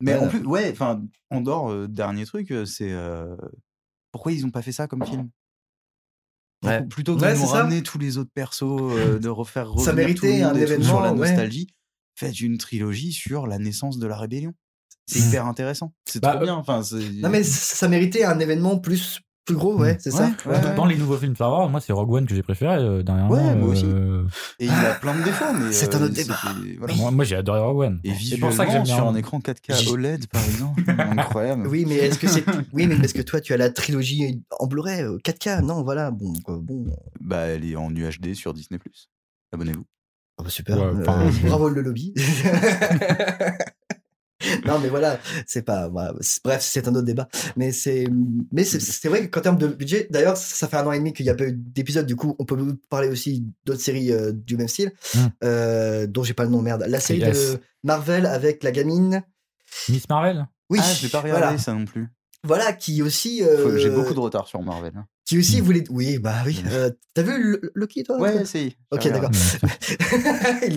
Speaker 9: Mais
Speaker 6: Ouais.
Speaker 9: en plus, ouais, enfin, Andorre, euh, dernier truc, euh, c'est euh, pourquoi ils ont pas fait ça comme film
Speaker 6: Ouais.
Speaker 9: Plutôt que de
Speaker 6: Ouais,
Speaker 9: nous
Speaker 6: c'est ça.
Speaker 9: ramener tous les autres persos, euh, de refaire revenir
Speaker 6: Ça
Speaker 9: tout le monde
Speaker 6: méritait un
Speaker 9: et tout sur la
Speaker 6: événement, ouais.
Speaker 9: nostalgie, faites une trilogie sur la naissance de la rébellion. C'est
Speaker 8: Mm.
Speaker 9: hyper intéressant. C'est
Speaker 8: Bah,
Speaker 9: trop
Speaker 8: euh,
Speaker 9: bien. Enfin, c'est-
Speaker 6: non mais ça ça méritait un événement plus plus gros ouais c'est ça
Speaker 9: Ouais, ouais.
Speaker 8: Dans les nouveaux films Star Wars, moi, c'est Rogue One que j'ai préféré euh, dernièrement.
Speaker 9: Ouais, moi aussi.
Speaker 8: euh,
Speaker 9: Et il a plein de défauts, mais
Speaker 6: C'est un
Speaker 9: euh,
Speaker 6: autre débat.
Speaker 9: c'était- voilà.
Speaker 8: Moi, moi, j'ai adoré Rogue One.
Speaker 9: Et
Speaker 8: C'est
Speaker 9: visuellement,
Speaker 8: pour ça que j'aime bien.
Speaker 9: sur un écran 4K
Speaker 6: J-
Speaker 9: OLED, par exemple, incroyable.
Speaker 6: oui mais est-ce que c'est oui mais parce que toi tu as la trilogie en Blu-ray euh, 4K non voilà bon quoi, bon
Speaker 9: Bah, elle est en UHD sur Disney+. Abonnez-vous.
Speaker 6: Ah bah super.
Speaker 8: Ouais,
Speaker 6: Euh,
Speaker 8: enfin, je-
Speaker 6: bravo le lobby. non mais voilà, c'est pas bah, c'est- bref, c'est un autre débat. Mais c'est mais c'est- c'est vrai qu'en termes de budget, d'ailleurs, ça ça fait un an et demi qu'il n'y a pas eu d'épisode. Du coup, on peut parler aussi d'autres séries euh, du même style,
Speaker 9: Mmh.
Speaker 8: Mm.
Speaker 6: euh, dont j'ai pas le nom. Merde, la série
Speaker 8: Yes.
Speaker 6: de Marvel avec la gamine.
Speaker 8: Miss Marvel
Speaker 6: Oui,
Speaker 9: ah, je l'ai pas regardé,
Speaker 6: voilà,
Speaker 9: ça non plus.
Speaker 6: voilà qui aussi.
Speaker 9: Faut-
Speaker 6: euh,
Speaker 9: J'ai beaucoup de retard sur Marvel. hein.
Speaker 6: Qui aussi voulait. Oui, bah oui. euh, T'as vu le- Loki toi
Speaker 9: Ouais, si. j'ai
Speaker 6: euh, Ok,
Speaker 9: regardé.
Speaker 6: d'accord.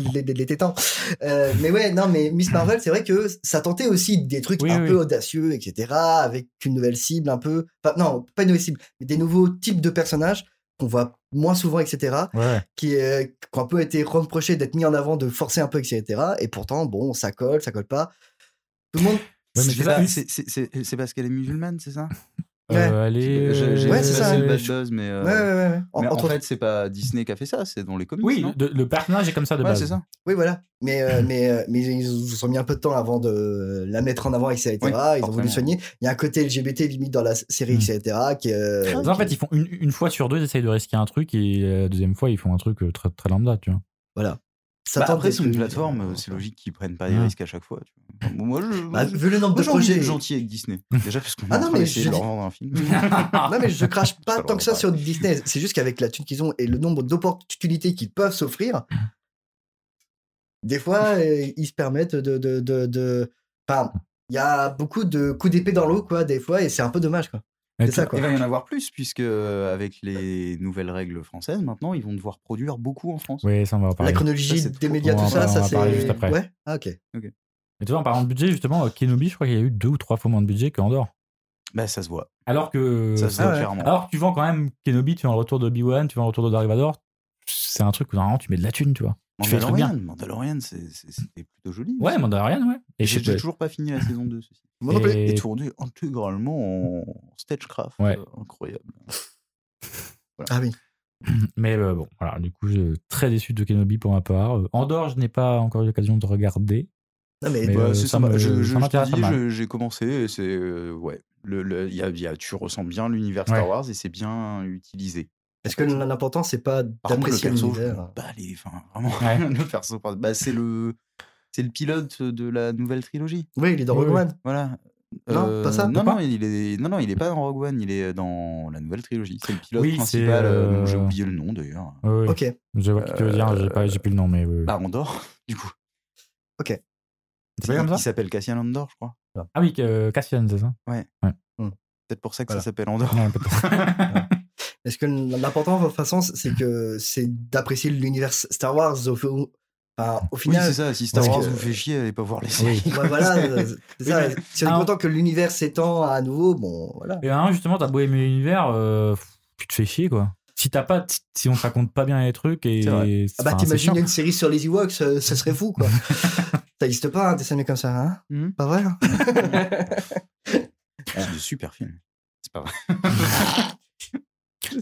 Speaker 6: il est- il était temps. Euh, mais ouais, non, mais Miss Marvel, c'est vrai que ça tentait aussi des trucs
Speaker 8: Oui,
Speaker 6: un
Speaker 8: oui.
Speaker 6: peu audacieux, etc. Avec une nouvelle cible, un peu. enfin, non, pas une nouvelle cible, mais des nouveaux types de personnages qu'on voit moins souvent, etc.
Speaker 8: Ouais.
Speaker 6: Qui, euh, qui ont un peu été reprochés d'être mis en avant, de forcer un peu, etc. Et pourtant, bon, ça colle, ça colle pas. Tout le monde.
Speaker 8: Ouais, mais
Speaker 9: C'est
Speaker 8: c'est ça.
Speaker 9: pas- c'est- c'est- C'est c'est parce qu'elle est musulmane, c'est ça
Speaker 6: Ouais.
Speaker 8: Euh, allez,
Speaker 9: J'ai- j'ai-
Speaker 6: Ouais,
Speaker 9: j'ai
Speaker 6: c'est ça.
Speaker 9: passé le
Speaker 8: euh,
Speaker 9: bad buzz, mais, euh,
Speaker 6: Ouais, ouais, ouais, ouais. En-
Speaker 9: mais en,
Speaker 6: entre-
Speaker 9: fait, c'est pas Disney qui a fait ça, c'est dans les comics.
Speaker 8: Oui,
Speaker 9: non
Speaker 8: de- le personnage est comme ça de
Speaker 9: ouais,
Speaker 8: base.
Speaker 9: c'est ça.
Speaker 6: Oui, voilà. Mais, euh, mais, euh, mais ils ont- ils ont mis un peu de temps avant de la mettre en avant, etc.
Speaker 9: Oui,
Speaker 6: ils ont voulu
Speaker 9: forcément.
Speaker 6: soigner. Il y a un côté LGBT limite dans la série,
Speaker 8: Mm.
Speaker 6: etc. Qui, euh,
Speaker 8: En fait, ils font une, une fois sur deux, ils essayent de risquer un truc et la deuxième fois, ils font un truc euh, très, très lambda, tu vois.
Speaker 6: Voilà. Ça
Speaker 9: Bah,
Speaker 6: tente
Speaker 9: après,
Speaker 6: des
Speaker 9: c'est une
Speaker 6: trucs.
Speaker 9: plateforme, euh, c'est logique qu'ils prennent pas des
Speaker 8: Ouais.
Speaker 9: risques à chaque fois. tu vois. Enfin, bon, moi, je. moi,
Speaker 6: Bah, vu le nombre de
Speaker 9: j'ai envie
Speaker 6: projets.
Speaker 9: d'être gentil avec Disney. Déjà, parce qu'on
Speaker 6: Ah
Speaker 9: a
Speaker 6: non, mais
Speaker 9: essayé
Speaker 6: je
Speaker 9: de leur
Speaker 6: dis-
Speaker 9: vendre un film.
Speaker 6: Non, mais je crache pas
Speaker 9: Ça
Speaker 6: tant que
Speaker 9: leur
Speaker 6: ça
Speaker 9: va.
Speaker 6: sur Disney. C'est juste qu'avec la thune qu'ils ont et le nombre d'opportunités qu'ils peuvent s'offrir, des fois, euh, ils se permettent de. de, de, de- Enfin, il y a beaucoup de coups d'épée dans l'eau, quoi, des fois, et c'est un peu dommage, quoi. C'est ça,
Speaker 9: Il
Speaker 6: quoi.
Speaker 9: va y en avoir plus, puisque euh, avec les nouvelles règles françaises, maintenant, ils vont devoir produire beaucoup en France.
Speaker 8: Oui, ça, on va en
Speaker 6: La
Speaker 8: parler.
Speaker 6: chronologie
Speaker 9: Ça, c'est
Speaker 6: des
Speaker 9: trop
Speaker 6: médias,
Speaker 8: cool.
Speaker 6: tout
Speaker 8: On va-
Speaker 6: ça,
Speaker 8: on
Speaker 6: ça,
Speaker 8: va parler
Speaker 6: c'est.
Speaker 8: juste après.
Speaker 6: Ouais, ah, ok.
Speaker 8: Mais tu vois, en parlant de budget, justement, euh, Kenobi, je crois qu'il y a eu deux ou trois fois moins de budget qu'Andorre.
Speaker 9: Bah, ça se voit.
Speaker 8: Alors que.
Speaker 9: Ça se
Speaker 6: ah
Speaker 9: voit
Speaker 6: ouais.
Speaker 9: clairement.
Speaker 8: Alors que tu vends quand même Kenobi, tu vends le retour de B1, tu vends le retour de Dark Vador. C'est un truc où normalement tu mets de la thune, tu vois. tu fais le truc
Speaker 9: Mandalorian, Mandalorian, c'est- c'est- c'était plutôt joli.
Speaker 8: Ouais, Mandalorian, ouais. Et je
Speaker 9: J'ai
Speaker 8: sais
Speaker 9: j'ai
Speaker 8: pas-
Speaker 9: toujours pas fini la saison 2. Ceci.
Speaker 6: Moi non plus.
Speaker 8: Et-
Speaker 9: Et tourné intégralement en stagecraft.
Speaker 8: Ouais.
Speaker 9: euh, Incroyable.
Speaker 6: Ah oui.
Speaker 8: Mais euh, bon, voilà, du coup, je très déçu de Kenobi pour ma part. Euh, Andorre, je n'ai pas encore eu l'occasion de regarder.
Speaker 6: Non, mais.
Speaker 8: Mais-
Speaker 9: Bah,
Speaker 8: euh,
Speaker 9: c'est
Speaker 8: ça
Speaker 9: sympa.
Speaker 8: me-
Speaker 9: Je-
Speaker 8: ça
Speaker 9: je- je te
Speaker 8: m'intéresse pas
Speaker 9: dis,
Speaker 8: mal.
Speaker 9: je- J'ai commencé. et C'est euh, ouais. Le, le- y a- y a- tu ressens bien l'univers
Speaker 8: Ouais.
Speaker 9: Star Wars et c'est bien utilisé.
Speaker 6: Est-ce que l'important, c'est
Speaker 9: Par
Speaker 6: pas
Speaker 9: contre, le
Speaker 6: d'apprécier
Speaker 9: perso, je
Speaker 6: l'univers
Speaker 9: m'en bats les- enfin, vraiment,
Speaker 8: Ouais.
Speaker 9: le perso, bah, c'est le, c'est le pilote de la nouvelle trilogie.
Speaker 6: Oui, il est dans
Speaker 8: Oui,
Speaker 6: Rogue
Speaker 8: oui.
Speaker 6: One.
Speaker 9: Voilà.
Speaker 6: Non,
Speaker 9: Euh,
Speaker 6: pas ça,
Speaker 9: Non,
Speaker 8: pas
Speaker 9: non, il est, non, non, il est pas dans Rogue One, il est dans la nouvelle trilogie. C'est le pilote
Speaker 8: Oui, c'est,
Speaker 9: principal. euh, dont J'ai
Speaker 8: euh,
Speaker 9: oublié le nom d'ailleurs.
Speaker 8: Ouais, ouais.
Speaker 6: Ok.
Speaker 8: Je vois ce que tu veux dire, j'ai pas- j'ai plus le nom, mais. oui, oui.
Speaker 9: Bah, Andor, du coup.
Speaker 8: C'est pas comme
Speaker 9: Il
Speaker 8: ça
Speaker 9: s'appelle Cassian Andor, je crois.
Speaker 8: Ah oui, que- euh, Cassian, c'est ça
Speaker 9: Peut-être pour ça que
Speaker 6: Voilà.
Speaker 9: ça s'appelle Andor.
Speaker 8: Ouais, peut-être.
Speaker 6: Est-ce que l'important, de toute façon, c'est que c'est d'apprécier l'univers Star Wars au, au- enfin, au
Speaker 9: Oui,
Speaker 6: final.
Speaker 9: c'est ça. Si Star
Speaker 6: parce
Speaker 9: Wars
Speaker 6: que-
Speaker 9: vous fait chier, allez pas voir les
Speaker 8: Oui.
Speaker 9: séries.
Speaker 6: Ouais, voilà, euh, c'est ça.
Speaker 8: mais-
Speaker 6: Si on est
Speaker 8: Ah,
Speaker 6: content que l'univers s'étend à nouveau, bon, voilà.
Speaker 8: Et un, justement, t'as beau aimer l'univers, euh, tu te fais chier, quoi. Si t'as pas, si- si on te raconte pas bien les trucs et.
Speaker 9: C'est vrai.
Speaker 6: Ah bah,
Speaker 8: enfin, c'est chiant.
Speaker 6: t'imagines une série sur les Ewoks, euh, ça serait fou, quoi. ça n'existe pas, un dessin animé comme ça, hein
Speaker 9: Mhm.
Speaker 6: Pas vrai hein
Speaker 9: Ah, C'est des super films. C'est pas vrai.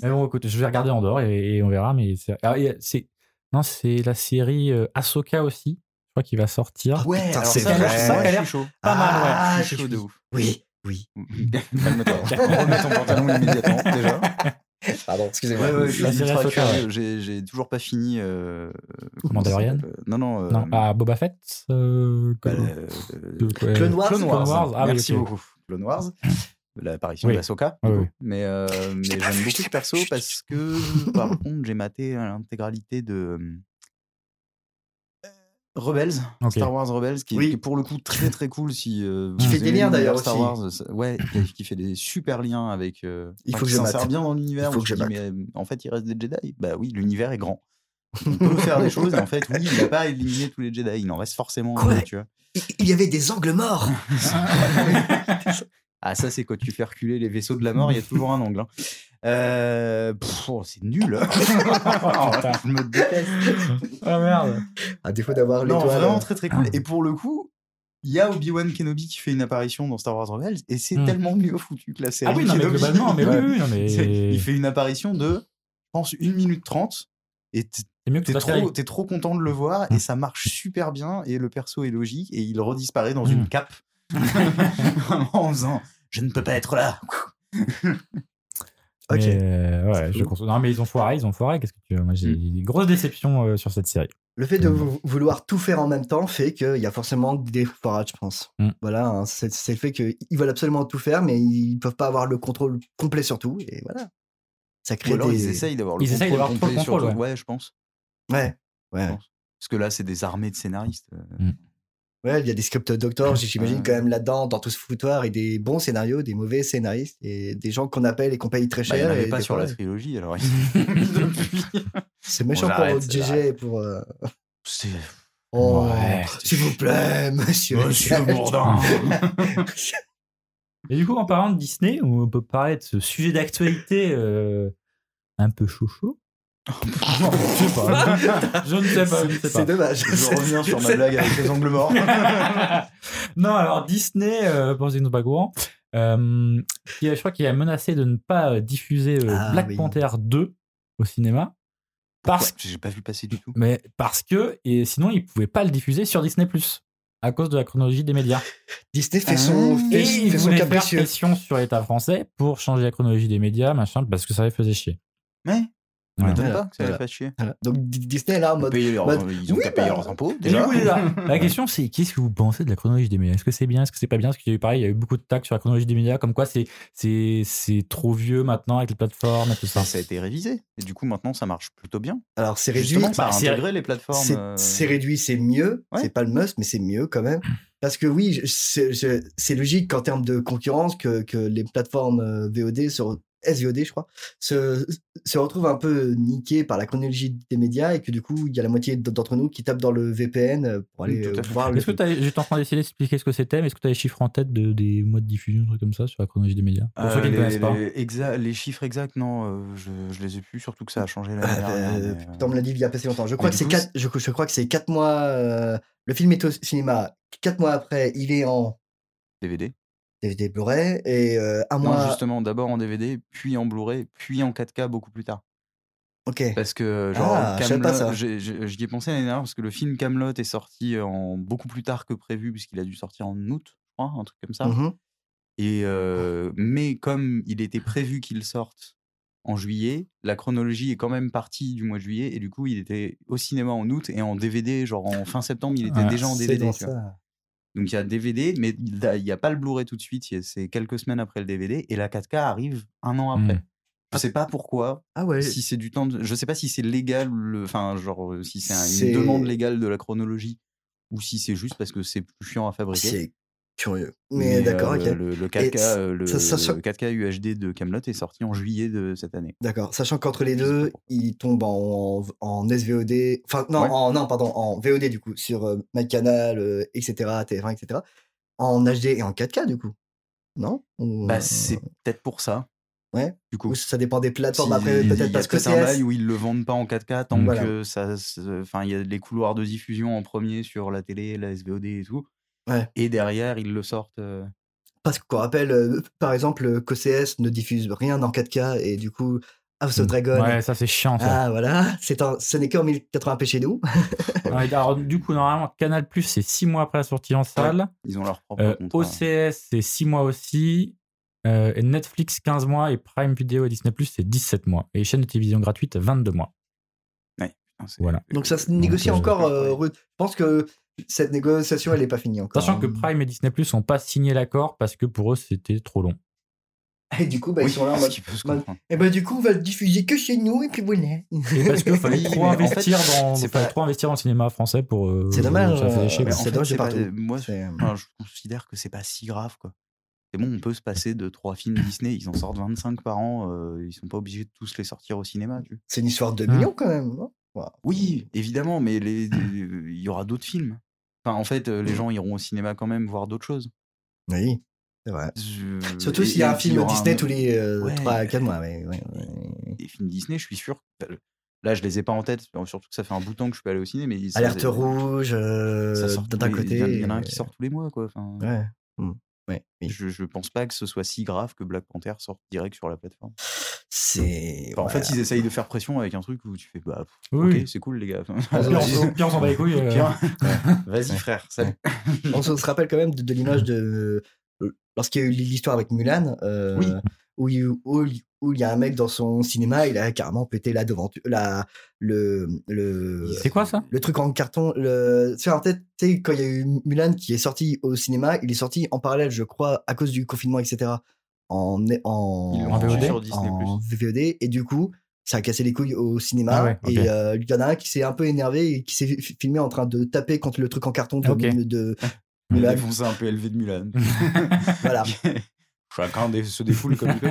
Speaker 8: Mais bon, écoute, je vais regarder Andorre et, et on verra. Mais c'est, ah, et c'est- non, c'est la série euh, Ahsoka aussi. Je crois qu'il va sortir.
Speaker 6: ouais,
Speaker 9: Putain,
Speaker 6: alors
Speaker 9: c'est
Speaker 6: ça,
Speaker 9: vrai.
Speaker 6: je- ça,
Speaker 9: Moi,
Speaker 8: qu'elle a
Speaker 9: je
Speaker 8: l'air
Speaker 9: suis chaud.
Speaker 8: pas mal, ouais.
Speaker 6: Ah,
Speaker 9: je suis
Speaker 6: je
Speaker 9: chaud de
Speaker 6: suis-
Speaker 9: ouf.
Speaker 6: Oui, oui.
Speaker 9: Calme-toi. Remets ton pantalon immédiatement, déjà.
Speaker 6: Pardon, excusez-moi.
Speaker 9: Ouais, ouais,
Speaker 8: La
Speaker 9: je suis
Speaker 8: série
Speaker 9: ultra
Speaker 8: Ahsoka,
Speaker 9: curieux. J'ai- J'ai toujours pas fini. euh, comment ça
Speaker 8: Mandalorian
Speaker 9: s'appelle Non, non. euh,
Speaker 8: Non, Ah, à Boba Fett. euh,
Speaker 9: bah,
Speaker 8: que-
Speaker 9: euh,
Speaker 8: de- ouais.
Speaker 6: Clone Wars.
Speaker 9: Clone Wars.
Speaker 8: Clone Wars, ah oui,
Speaker 9: Merci
Speaker 8: ok.
Speaker 9: beaucoup. Clone Wars. L'apparition
Speaker 8: Oui.
Speaker 9: d'Asoka.
Speaker 8: Ah oui.
Speaker 9: Mais, euh, mais j'aime beaucoup ce perso parce que, par contre, j'ai maté l'intégralité de. euh, Rebels,
Speaker 8: Ok.
Speaker 9: Star Wars Rebels, qui, est-
Speaker 6: Oui.
Speaker 9: qui est pour le coup très très cool. Si, euh,
Speaker 6: Qui
Speaker 9: vous
Speaker 6: fait des
Speaker 9: aimez
Speaker 6: liens, d'ailleurs,
Speaker 9: l'univers Star
Speaker 6: aussi.
Speaker 9: Wars, ça- ouais, qui, qui fait des super liens avec. euh,
Speaker 6: Il
Speaker 9: enfin,
Speaker 6: faut
Speaker 9: qui
Speaker 6: que je
Speaker 9: s'insère
Speaker 6: mate.
Speaker 9: bien dans l'univers.
Speaker 6: Il faut
Speaker 9: où
Speaker 6: que
Speaker 9: tu
Speaker 6: je
Speaker 9: dis, mais, euh, en fait, il reste des Jedi. Bah oui, l'univers est grand. On peut faire des choses. et En fait, oui, il n'a pas éliminé tous les Jedi. Il en reste forcément. un,
Speaker 6: Quoi
Speaker 9: tu vois.
Speaker 6: Il- Il y avait des angles morts.
Speaker 9: Ah, ça, c'est quand tu fais reculer les vaisseaux de la mort, il y a toujours un angle. hein. Euh, pff, oh, c'est nul.
Speaker 8: putain.
Speaker 9: je me déteste.
Speaker 8: Ah merde.
Speaker 6: À défaut
Speaker 8: Oh,
Speaker 6: d'avoir
Speaker 9: Non,
Speaker 6: l'étoile.
Speaker 9: vraiment très très
Speaker 8: Ah.
Speaker 9: cool. Et pour le coup, il y a Obi-Wan Kenobi qui fait une apparition dans Star Wars Rebels et c'est
Speaker 8: Hmm.
Speaker 9: tellement mieux foutu que la série.
Speaker 8: Ah oui, non, mais
Speaker 9: Kenobi.
Speaker 8: globalement, mais oui,
Speaker 9: Ouais.
Speaker 8: oui, non, mais.
Speaker 9: C'est- Il
Speaker 8: C'est
Speaker 9: fait une apparition de, je pense, 1 minute 30 et t-
Speaker 8: mieux que
Speaker 9: t'es
Speaker 8: toute la série.
Speaker 9: trop, t'es trop content de le
Speaker 8: Hmm.
Speaker 9: voir et ça marche super bien et le perso est logique et il redisparaît dans
Speaker 8: Hmm.
Speaker 9: une cape. Vraiment, en faisant, je ne peux pas être là.
Speaker 6: Ok.
Speaker 8: Mais, euh, ouais,
Speaker 6: C'est Hmm.
Speaker 8: je
Speaker 6: cool.
Speaker 8: conçois- Non, mais ils ont foiré, ils ont foiré. Qu'est-ce que tu veux Moi, j'ai des grosses déceptions euh, sur cette série.
Speaker 6: Le fait
Speaker 9: Mm.
Speaker 6: de vou- vouloir tout faire en même temps fait qu'il y a forcément des foirages, je pense.
Speaker 8: Mm.
Speaker 6: Voilà, hein, c'est c'est le fait qu'ils veulent absolument tout faire, mais ils peuvent pas avoir le contrôle complet sur tout, et voilà. Ça crée
Speaker 9: Ou alors
Speaker 6: des...
Speaker 9: ils essayent d'avoir le
Speaker 8: Ils essayent
Speaker 9: contrôle
Speaker 8: d'avoir trop le
Speaker 9: complet sur
Speaker 8: contrôle,
Speaker 9: tout. Ouais, je pense.
Speaker 6: Ouais, ouais.
Speaker 9: Parce que là, c'est des armées de scénaristes. euh,
Speaker 6: Ouais, il y a des scripts doctors, j'imagine,
Speaker 9: Ouais.
Speaker 6: quand même, là-dedans, dans tout ce foutoir, et des bons scénarios, des mauvais scénaristes, et des gens qu'on appelle et qu'on paye très
Speaker 9: bah, il n'y
Speaker 6: cher.
Speaker 9: en
Speaker 6: et
Speaker 9: avait pas
Speaker 6: des
Speaker 9: sur la
Speaker 6: fois,
Speaker 9: trilogie, alors ils ont mis depuis.
Speaker 6: C'est méchant
Speaker 9: On
Speaker 6: pour
Speaker 9: arrête, c'est
Speaker 6: JJ et pour... euh,
Speaker 9: C'est
Speaker 6: Oh,
Speaker 8: Ouais.
Speaker 6: s'il vous plaît, monsieur.
Speaker 9: Monsieur Bourdin.
Speaker 8: Et du coup, en parlant de Disney, on peut parler de ce sujet d'actualité euh, un peu chouchou. je sais pas. Je ne sais pas. Je ne sais pas.
Speaker 6: C'est dommage.
Speaker 9: Je reviens sur ma blague avec les angles morts.
Speaker 8: non, alors Disney, euh, pour ceux qui ne sont pas courants, euh, qui a- je crois qu'il a menacé de ne pas diffuser euh,
Speaker 6: Ah,
Speaker 8: Black
Speaker 6: oui.
Speaker 8: Panther 2 au cinéma. Parce,
Speaker 9: Parce que j'ai pas vu passer du tout.
Speaker 8: mais parce que, et sinon, il ne pouvait pas le diffuser sur Disney, à cause de la chronologie des médias.
Speaker 6: Disney fait son,
Speaker 9: Ah,
Speaker 8: Et
Speaker 6: fait,
Speaker 8: il
Speaker 6: fait son
Speaker 8: voulait faire
Speaker 6: capricieux.
Speaker 8: pression sur l'État français pour changer la chronologie des médias, machin, parce que ça les faisait chier.
Speaker 9: Ouais. Ça
Speaker 8: Voilà.
Speaker 9: m'étonne
Speaker 6: Voilà.
Speaker 9: pas que ça les
Speaker 6: Voilà.
Speaker 9: fasse chier.
Speaker 6: Voilà. Donc Di- Disney là en mode.
Speaker 9: Payer leurs-
Speaker 6: mode-
Speaker 9: Ils ont
Speaker 6: oui,
Speaker 9: qu'à payer
Speaker 6: bah,
Speaker 9: leurs impôts,
Speaker 8: Du
Speaker 9: déjà.
Speaker 8: coup, les gars, la question, c'est qu'est-ce que vous pensez de la chronologie des médias Est-ce que c'est bien Est-ce que c'est pas bien Parce qu'il y a eu pareil, il y a eu beaucoup de tacs sur la chronologie des médias, comme quoi c'est c'est c'est trop vieux maintenant avec les plateformes et tout ça.
Speaker 9: Ça, ça a été révisé. Et du coup, maintenant, ça marche plutôt bien.
Speaker 6: Alors c'est réduit.
Speaker 9: Justement, ça a
Speaker 6: Bah, c'est-
Speaker 9: intégré les plateformes.
Speaker 6: c'est-
Speaker 9: euh,
Speaker 6: C'est réduit, c'est mieux.
Speaker 9: Ouais.
Speaker 6: C'est pas le must, mais c'est mieux quand même. Parce que oui, je- c'est- je- c'est logique qu'en termes de concurrence, que, que les plateformes euh, VOD, se re- SVOD, je crois, se, se retrouvent un peu niquées par la chronologie des médias et que du coup, il y a la moitié d- d'entre nous qui tapent dans le VPN pour
Speaker 9: Oui,
Speaker 6: aller
Speaker 9: tout à
Speaker 6: euh,
Speaker 9: fait.
Speaker 6: voir le.
Speaker 8: Est-ce que t'as- j'étais en train d'essayer d'expliquer ce que c'était, mais est-ce que tu as les chiffres en tête de, des mois de diffusion, un truc comme ça, sur la chronologie des médias Pour
Speaker 9: euh,
Speaker 8: ceux qui ne connaissent
Speaker 9: les,
Speaker 8: pas.
Speaker 9: les exa- les chiffres exacts, non, euh, je, je les ai plus, surtout que ça a changé l'année dernière.
Speaker 6: Euh,
Speaker 9: mais, euh,
Speaker 6: putain, on me l'a dit il y a passé longtemps. Je crois
Speaker 9: mais
Speaker 6: que
Speaker 9: du
Speaker 6: c'est
Speaker 9: coup,
Speaker 6: quatre. Je, je crois que c'est quatre mois. euh, le film est au cinéma. Quatre mois après, il est en
Speaker 9: DVD.
Speaker 6: DVD Blu-ray et euh, un
Speaker 9: Non,
Speaker 6: mois.
Speaker 9: justement, d'abord en DVD, puis en Blu-ray, puis en 4K beaucoup plus tard.
Speaker 6: Ok.
Speaker 9: Parce que, euh, genre,
Speaker 6: Ah, je savais pas
Speaker 9: Kaamelott-
Speaker 6: ça.
Speaker 9: j'ai- j'ai- j'y ai pensé l'année dernière, parce que le film Camelot est sorti euh, en beaucoup plus tard que prévu, puisqu'il a dû sortir en août, je crois, un truc comme ça.
Speaker 6: Mhm.
Speaker 9: Et euh, mais comme il était prévu qu'il sorte en juillet, la chronologie est quand même partie du mois de juillet et du coup il était au cinéma en août et en DVD genre en fin septembre il était
Speaker 8: Ouais,
Speaker 9: déjà en
Speaker 6: Ah, C'est
Speaker 9: DVD.
Speaker 6: dans
Speaker 9: tu vois.
Speaker 6: ça.
Speaker 9: Donc il y a DVD mais il y a- il n'y a, pas le Blu-ray tout de suite, il y a- c'est quelques semaines après le DVD et la 4K arrive un an après.
Speaker 8: Mm.
Speaker 9: Je sais pas pourquoi,
Speaker 6: Ah ouais.
Speaker 9: si c'est du temps, de- je sais pas si c'est légal, le- enfin genre euh, si c'est un-
Speaker 6: C'est-
Speaker 9: une demande légale de la chronologie ou si c'est juste parce que c'est plus chiant à fabriquer.
Speaker 6: C'est curieux. Mais,
Speaker 9: euh,
Speaker 6: d'accord, ok.
Speaker 9: Le, le 4K,
Speaker 6: ça-
Speaker 9: euh, le,
Speaker 6: ça- ça se-
Speaker 9: le 4K UHD de Camelot est sorti en juillet de cette année.
Speaker 6: D'accord. Sachant qu'entre les
Speaker 9: Je sais
Speaker 6: deux,
Speaker 9: pas pourquoi.
Speaker 6: ils tombent en, en SVOD. Enfin, non,
Speaker 9: Ouais.
Speaker 6: en, non, pardon, en VOD du coup, sur euh, MyCanal, euh, etc., TF1, etc. En HD et en 4K du coup. Non Ou,
Speaker 9: Bah,
Speaker 6: euh,
Speaker 9: c'est peut-être pour ça.
Speaker 6: Ouais.
Speaker 9: Du coup.
Speaker 6: ou ça dépend des plateformes.
Speaker 9: Si-
Speaker 6: Après,
Speaker 9: il y a
Speaker 6: peut-être parce que
Speaker 9: peut-être un bail
Speaker 6: c'est.
Speaker 9: où ils le vendent pas en 4K tant
Speaker 6: Voilà.
Speaker 9: que ça. se- Enfin, il y a les couloirs de diffusion en premier sur la télé, la SVOD et tout.
Speaker 6: Ouais.
Speaker 9: Et derrière, ils le sortent. euh,
Speaker 6: Parce qu'on rappelle, euh, par exemple, qu'OCS ne diffuse rien en 4K et du coup, House
Speaker 9: Mmh.
Speaker 6: of Dragon.
Speaker 8: Ouais, ça c'est chiant. Ça.
Speaker 6: Ah voilà, c'est en- ce n'est qu'en 1080p chez nous.
Speaker 8: Ouais, alors, du coup, normalement, Canal Plus, c'est 6 mois après la sortie en salle.
Speaker 9: Ils ont leur propre
Speaker 8: Euh,
Speaker 9: contrat.
Speaker 8: OCS, c'est 6 mois aussi. Euh, et Netflix, 15 mois. Et Prime Video et Disney Plus, c'est 17 mois. Et les chaînes de télévision gratuite, 22 mois.
Speaker 9: Putain, c'est-
Speaker 8: Voilà.
Speaker 6: Donc ça se négocie
Speaker 8: euh,
Speaker 6: encore. euh, re- Je pense que cette négociation, elle n'est pas finie encore.
Speaker 8: Sachant que
Speaker 6: hein.
Speaker 8: Prime et Disney Plus n'ont pas signé l'accord parce que pour eux, c'était trop long.
Speaker 6: Et du coup, bah,
Speaker 9: Oui,
Speaker 6: ils sont là en
Speaker 9: ce
Speaker 6: mode.
Speaker 9: qui peut se
Speaker 6: mode-
Speaker 9: comprendre.
Speaker 6: Et bah, du coup, on va le diffuser que chez nous, et puis voilà.
Speaker 8: Et parce qu'il fallait
Speaker 9: Oui,
Speaker 8: trop
Speaker 9: mais en fait,
Speaker 8: investir dans
Speaker 9: c'est
Speaker 8: fallait
Speaker 9: pas-
Speaker 8: trop investir dans le cinéma français pour. euh,
Speaker 6: C'est dommage,
Speaker 8: Ça faisait chier,
Speaker 6: euh,
Speaker 9: Mais
Speaker 8: quoi.
Speaker 9: en
Speaker 6: c'est
Speaker 9: fait,
Speaker 6: dommage de
Speaker 9: c'est pas-
Speaker 6: partout.
Speaker 9: Moi, je-
Speaker 6: C'est, euh,
Speaker 9: enfin, je considère que c'est pas si grave, quoi. C'est bon, on peut se passer de trois films Disney. Ils en sortent 25 par an. euh, ils sont pas obligés de tous les sortir au cinéma. Tu vois.
Speaker 6: C'est une histoire de
Speaker 8: Ah.
Speaker 6: millions quand même. hein. non Voilà.
Speaker 9: Hein. Oui, évidemment, mais les- les- il y aura d'autres films. Enfin, en fait, euh, les gens iront au cinéma quand même voir d'autres choses.
Speaker 6: Oui, c'est vrai.
Speaker 9: Je-
Speaker 6: Surtout
Speaker 9: et-
Speaker 6: s'il y a
Speaker 9: et
Speaker 6: un
Speaker 9: puis,
Speaker 6: film
Speaker 9: il y aura
Speaker 6: Disney
Speaker 9: un-
Speaker 6: tous les
Speaker 9: Ouais.
Speaker 6: 3 à 4 mois. ouais, ouais, ouais.
Speaker 9: Des films Disney, je suis sûr. enfin, Là, je les ai pas en tête. euh, Surtout que ça fait un bout de temps que je suis pas allé au cinéma. Mais ça-
Speaker 6: Alerte
Speaker 9: ça
Speaker 6: rouge, euh,
Speaker 9: sort tous
Speaker 6: d'un
Speaker 9: les-
Speaker 6: côté.
Speaker 9: Il y en- il y en a un qui sort tous les mois, quoi. Enfin,
Speaker 6: Ouais. Hmm. Ouais, oui.
Speaker 9: Je, je pense pas que ce soit si grave que Black Panther sorte direct sur la plateforme.
Speaker 6: C'est.
Speaker 9: Enfin, En fait, ils essayent de faire pression avec un truc où tu fais bah pff,
Speaker 8: Oui.
Speaker 9: ok, c'est cool les gars.
Speaker 8: Pire, on- pire, on s'en bat les couilles. euh.
Speaker 9: Pire. Vas-y frère, salut.
Speaker 6: on se rappelle quand même de, de l'image de euh, lorsqu'il y a eu l'histoire avec Mulan, euh,
Speaker 9: Oui.
Speaker 6: où, il, où il- où il y a un mec dans son cinéma, il a carrément pété la devanture, la le le
Speaker 8: C'est quoi ça
Speaker 6: le truc en carton. Le, tu sais, en tête, tu sais, quand il y a eu Mulan qui est sorti au cinéma, il est sorti en parallèle, je crois, à cause du confinement, etc. En en
Speaker 9: Ils l'ont
Speaker 8: En
Speaker 9: rendu
Speaker 8: VOD?
Speaker 9: sur Disney+.
Speaker 6: en VOD, et du coup. Ça a cassé les couilles au cinéma
Speaker 8: Ah ouais, ok.
Speaker 6: et euh, il y en a un qui s'est un peu énervé et qui s'est fi- filmé en train de taper contre le truc en carton de,
Speaker 8: Ah, Ok.
Speaker 6: de
Speaker 9: Il
Speaker 6: Mulan.
Speaker 9: a défoncé un PLV de Mulan. Ah.
Speaker 6: Voilà.
Speaker 9: Chacun dé- se défoule comme il peut.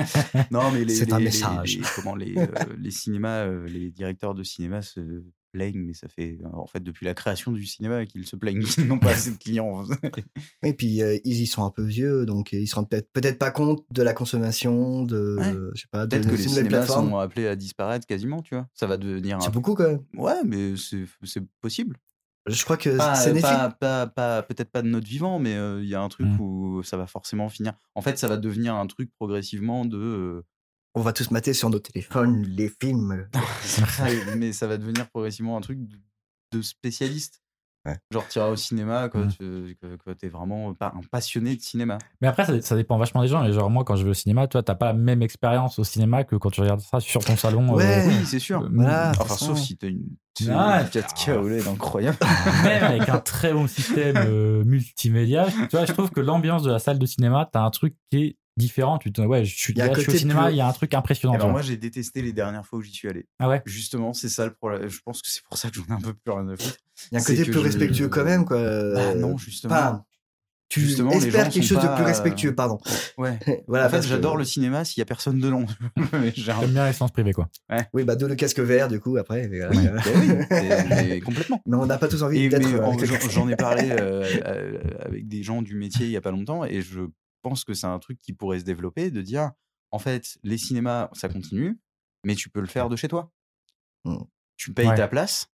Speaker 9: Non mais les,
Speaker 6: C'est
Speaker 9: les-
Speaker 6: un
Speaker 9: les-
Speaker 6: message.
Speaker 9: les- comment les, euh, les cinémas, euh, les directeurs de cinéma se plaignent, mais ça fait en fait depuis la création du cinéma qu'ils se plaignent qu'ils n'ont pas assez de clients.
Speaker 6: Et puis euh, ils y sont un peu vieux, donc euh, ils se rendent peut-être peut-être pas compte de la consommation de,
Speaker 9: Ouais.
Speaker 6: je sais pas, de,
Speaker 9: Peut-être que les
Speaker 6: nouvelles
Speaker 9: cinémas
Speaker 6: plateformes.
Speaker 9: sont euh, appelés à disparaître quasiment, tu vois. Ça va devenir.
Speaker 6: C'est
Speaker 9: Un...
Speaker 6: beaucoup quand même.
Speaker 9: Ouais, mais c'est c'est possible.
Speaker 6: Je crois que
Speaker 9: pas,
Speaker 6: c'est Mmh.
Speaker 9: euh,
Speaker 6: Netflix.
Speaker 9: pas, pas- pas- peut-être pas de notre vivant, mais euh, il y a un truc
Speaker 8: Mm.
Speaker 9: où ça va forcément finir. En fait, ça va devenir un truc progressivement de. euh,
Speaker 6: On va tous mater sur nos téléphones les films.
Speaker 9: mais ça va devenir progressivement un truc de- de spécialiste.
Speaker 6: Ouais. Mmh.
Speaker 9: Genre, tu iras au cinéma, quoi,
Speaker 8: Mm.
Speaker 9: tu, que, que t'es vraiment pas un passionné de cinéma.
Speaker 8: Mais après, ça, ça dépend vachement des gens. Et genre, moi, quand je vais au cinéma, toi, t'as pas la même expérience au cinéma que quand tu regardes ça sur ton salon.
Speaker 6: Ouais. Bah,
Speaker 9: Oui, c'est sûr.
Speaker 8: euh,
Speaker 6: Voilà.
Speaker 9: enfin,
Speaker 6: c'est
Speaker 9: sauf
Speaker 6: ça.
Speaker 9: si t'as une
Speaker 8: Ah,
Speaker 9: 4K OLED incroyable.
Speaker 8: même avec un très bon système euh, multimédia, tu vois, je trouve que l'ambiance de la salle de cinéma, t'as un truc qui est différent. Tu te dis, ouais, je suis,
Speaker 6: Il y a un
Speaker 8: là, je suis au
Speaker 6: côté
Speaker 8: cinéma,
Speaker 6: plus-
Speaker 8: il y a un truc impressionnant.
Speaker 9: Alors,
Speaker 8: tu
Speaker 9: moi, j'ai détesté les dernières fois où j'y suis allé.
Speaker 8: Ah ouais
Speaker 9: Justement, c'est ça le problème. Je pense que c'est pour ça que j'en ai un peu plus rien à foutre.
Speaker 6: Il y a un
Speaker 9: c'est
Speaker 6: côté
Speaker 9: que
Speaker 6: plus
Speaker 9: je-
Speaker 6: respectueux quand même, quoi.
Speaker 9: Bah,
Speaker 6: euh,
Speaker 9: non, justement.
Speaker 6: Enfin, tu
Speaker 9: Justement, les gens
Speaker 6: espères quelque
Speaker 9: sont
Speaker 6: chose
Speaker 9: pas,
Speaker 6: de plus
Speaker 9: euh,
Speaker 6: respectueux, pardon.
Speaker 9: Ouais.
Speaker 6: voilà,
Speaker 9: En fait,
Speaker 6: parce que-
Speaker 9: j'adore le cinéma s'il y a personne de long. Mais j'ai
Speaker 8: vois.
Speaker 9: un-
Speaker 8: J'aime bien les séances privées, quoi. Ah,
Speaker 6: Oui, bah, d'où le casque vert, du coup, après. mais voilà.
Speaker 9: Oui, bah oui, mais- mais complètement.
Speaker 6: Mais on n'a pas tous envie
Speaker 9: Et
Speaker 6: d'être.
Speaker 9: mais
Speaker 6: euh,
Speaker 9: en-
Speaker 6: avec le
Speaker 9: j'en-
Speaker 6: casque.
Speaker 9: j'en ai parlé euh, euh, avec des gens du métier il y a pas longtemps et je pense que c'est un truc qui pourrait se développer de dire en fait les cinémas ça continue mais tu peux le faire de chez toi.
Speaker 6: Mm.
Speaker 9: Tu payes
Speaker 8: Ouais.
Speaker 9: ta place,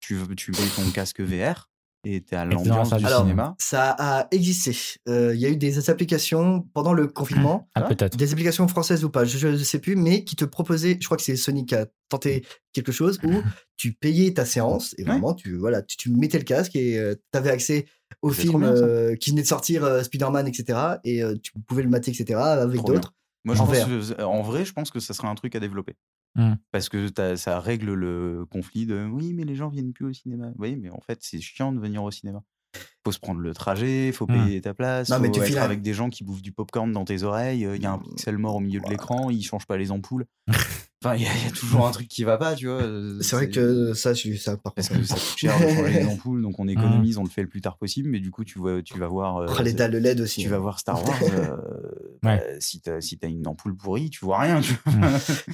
Speaker 9: tu tu payes ton casque VR et t'es à
Speaker 8: dans la
Speaker 9: l'ambiance
Speaker 8: salle
Speaker 9: du
Speaker 8: de
Speaker 9: cinéma.
Speaker 6: Ça a existé. Euh, Il y a eu des applications pendant le confinement,
Speaker 8: Ah,
Speaker 9: Ah,
Speaker 8: peut-être.
Speaker 6: des applications françaises ou pas, je ne sais plus, mais qui te proposaient, je crois que c'est Sony qui a tenté quelque chose, où tu payais ta séance et
Speaker 9: Hum. Ouais.
Speaker 6: vraiment, tu, voilà, tu, tu mettais le casque et euh, tu avais accès au
Speaker 9: C'est trop
Speaker 6: film
Speaker 9: bien, ça.
Speaker 6: euh, qui venait de sortir, euh, Spider-Man, etc. Et euh, tu pouvais le mater, etc. avec
Speaker 9: Trop bien.
Speaker 6: d'autres.
Speaker 9: Moi, je
Speaker 6: En Mmh.
Speaker 9: pense
Speaker 6: VR.
Speaker 9: que- en vrai, je pense que ça serait un truc à développer.
Speaker 8: Mm.
Speaker 9: Parce que t'as- ça règle le conflit de oui, mais les gens viennent plus au cinéma. Oui, mais en fait, c'est chiant de venir au cinéma. Faut se prendre le trajet, faut
Speaker 8: Mm.
Speaker 9: payer ta place,
Speaker 6: Mmh. Non, mais
Speaker 9: faut
Speaker 6: tu Mmh.
Speaker 9: être
Speaker 6: files à-
Speaker 9: avec des gens qui bouffent du popcorn dans tes oreilles, il y a un pixel mort au milieu de l'écran, ils changent pas les ampoules. enfin, il y, a- y a toujours un truc qui va pas, tu vois. euh,
Speaker 6: C'est vrai que Mmh. ça, je, ça par
Speaker 9: Parce
Speaker 6: contre.
Speaker 9: que ça coûte cher de changer les ampoules, donc on économise, on le fait le plus tard possible, mais du coup, tu, vois, tu vas voir. euh,
Speaker 6: Oh, les dalles de LED aussi.
Speaker 9: tu vas voir Star Wars, euh,
Speaker 8: Ouais.
Speaker 9: bah, si t'as si t'as une ampoule pourrie, tu vois rien. Tu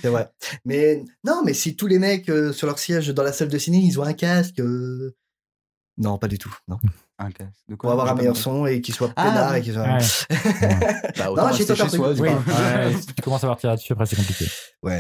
Speaker 6: C'est vrai. Mais non, mais si tous les mecs euh, sur leur siège dans la salle de ciné, ils ont un casque. euh, Non, pas du tout. Non.
Speaker 9: Un casque. De
Speaker 6: Pour avoir
Speaker 9: J'ai
Speaker 6: un
Speaker 9: pas
Speaker 6: meilleur
Speaker 9: compris.
Speaker 6: son et qu'ils soient
Speaker 9: Ah,
Speaker 6: peinards
Speaker 9: oui.
Speaker 6: et qu'ils soient.
Speaker 8: Ouais.
Speaker 6: Ouais.
Speaker 9: Bah,
Speaker 6: Non,
Speaker 9: autant
Speaker 6: j'ai
Speaker 9: rester
Speaker 6: tenté un
Speaker 9: chez soi,
Speaker 6: truc.
Speaker 9: du
Speaker 8: Oui,
Speaker 9: coup.
Speaker 8: ouais, si tu commences à partir là-dessus, après, c'est compliqué.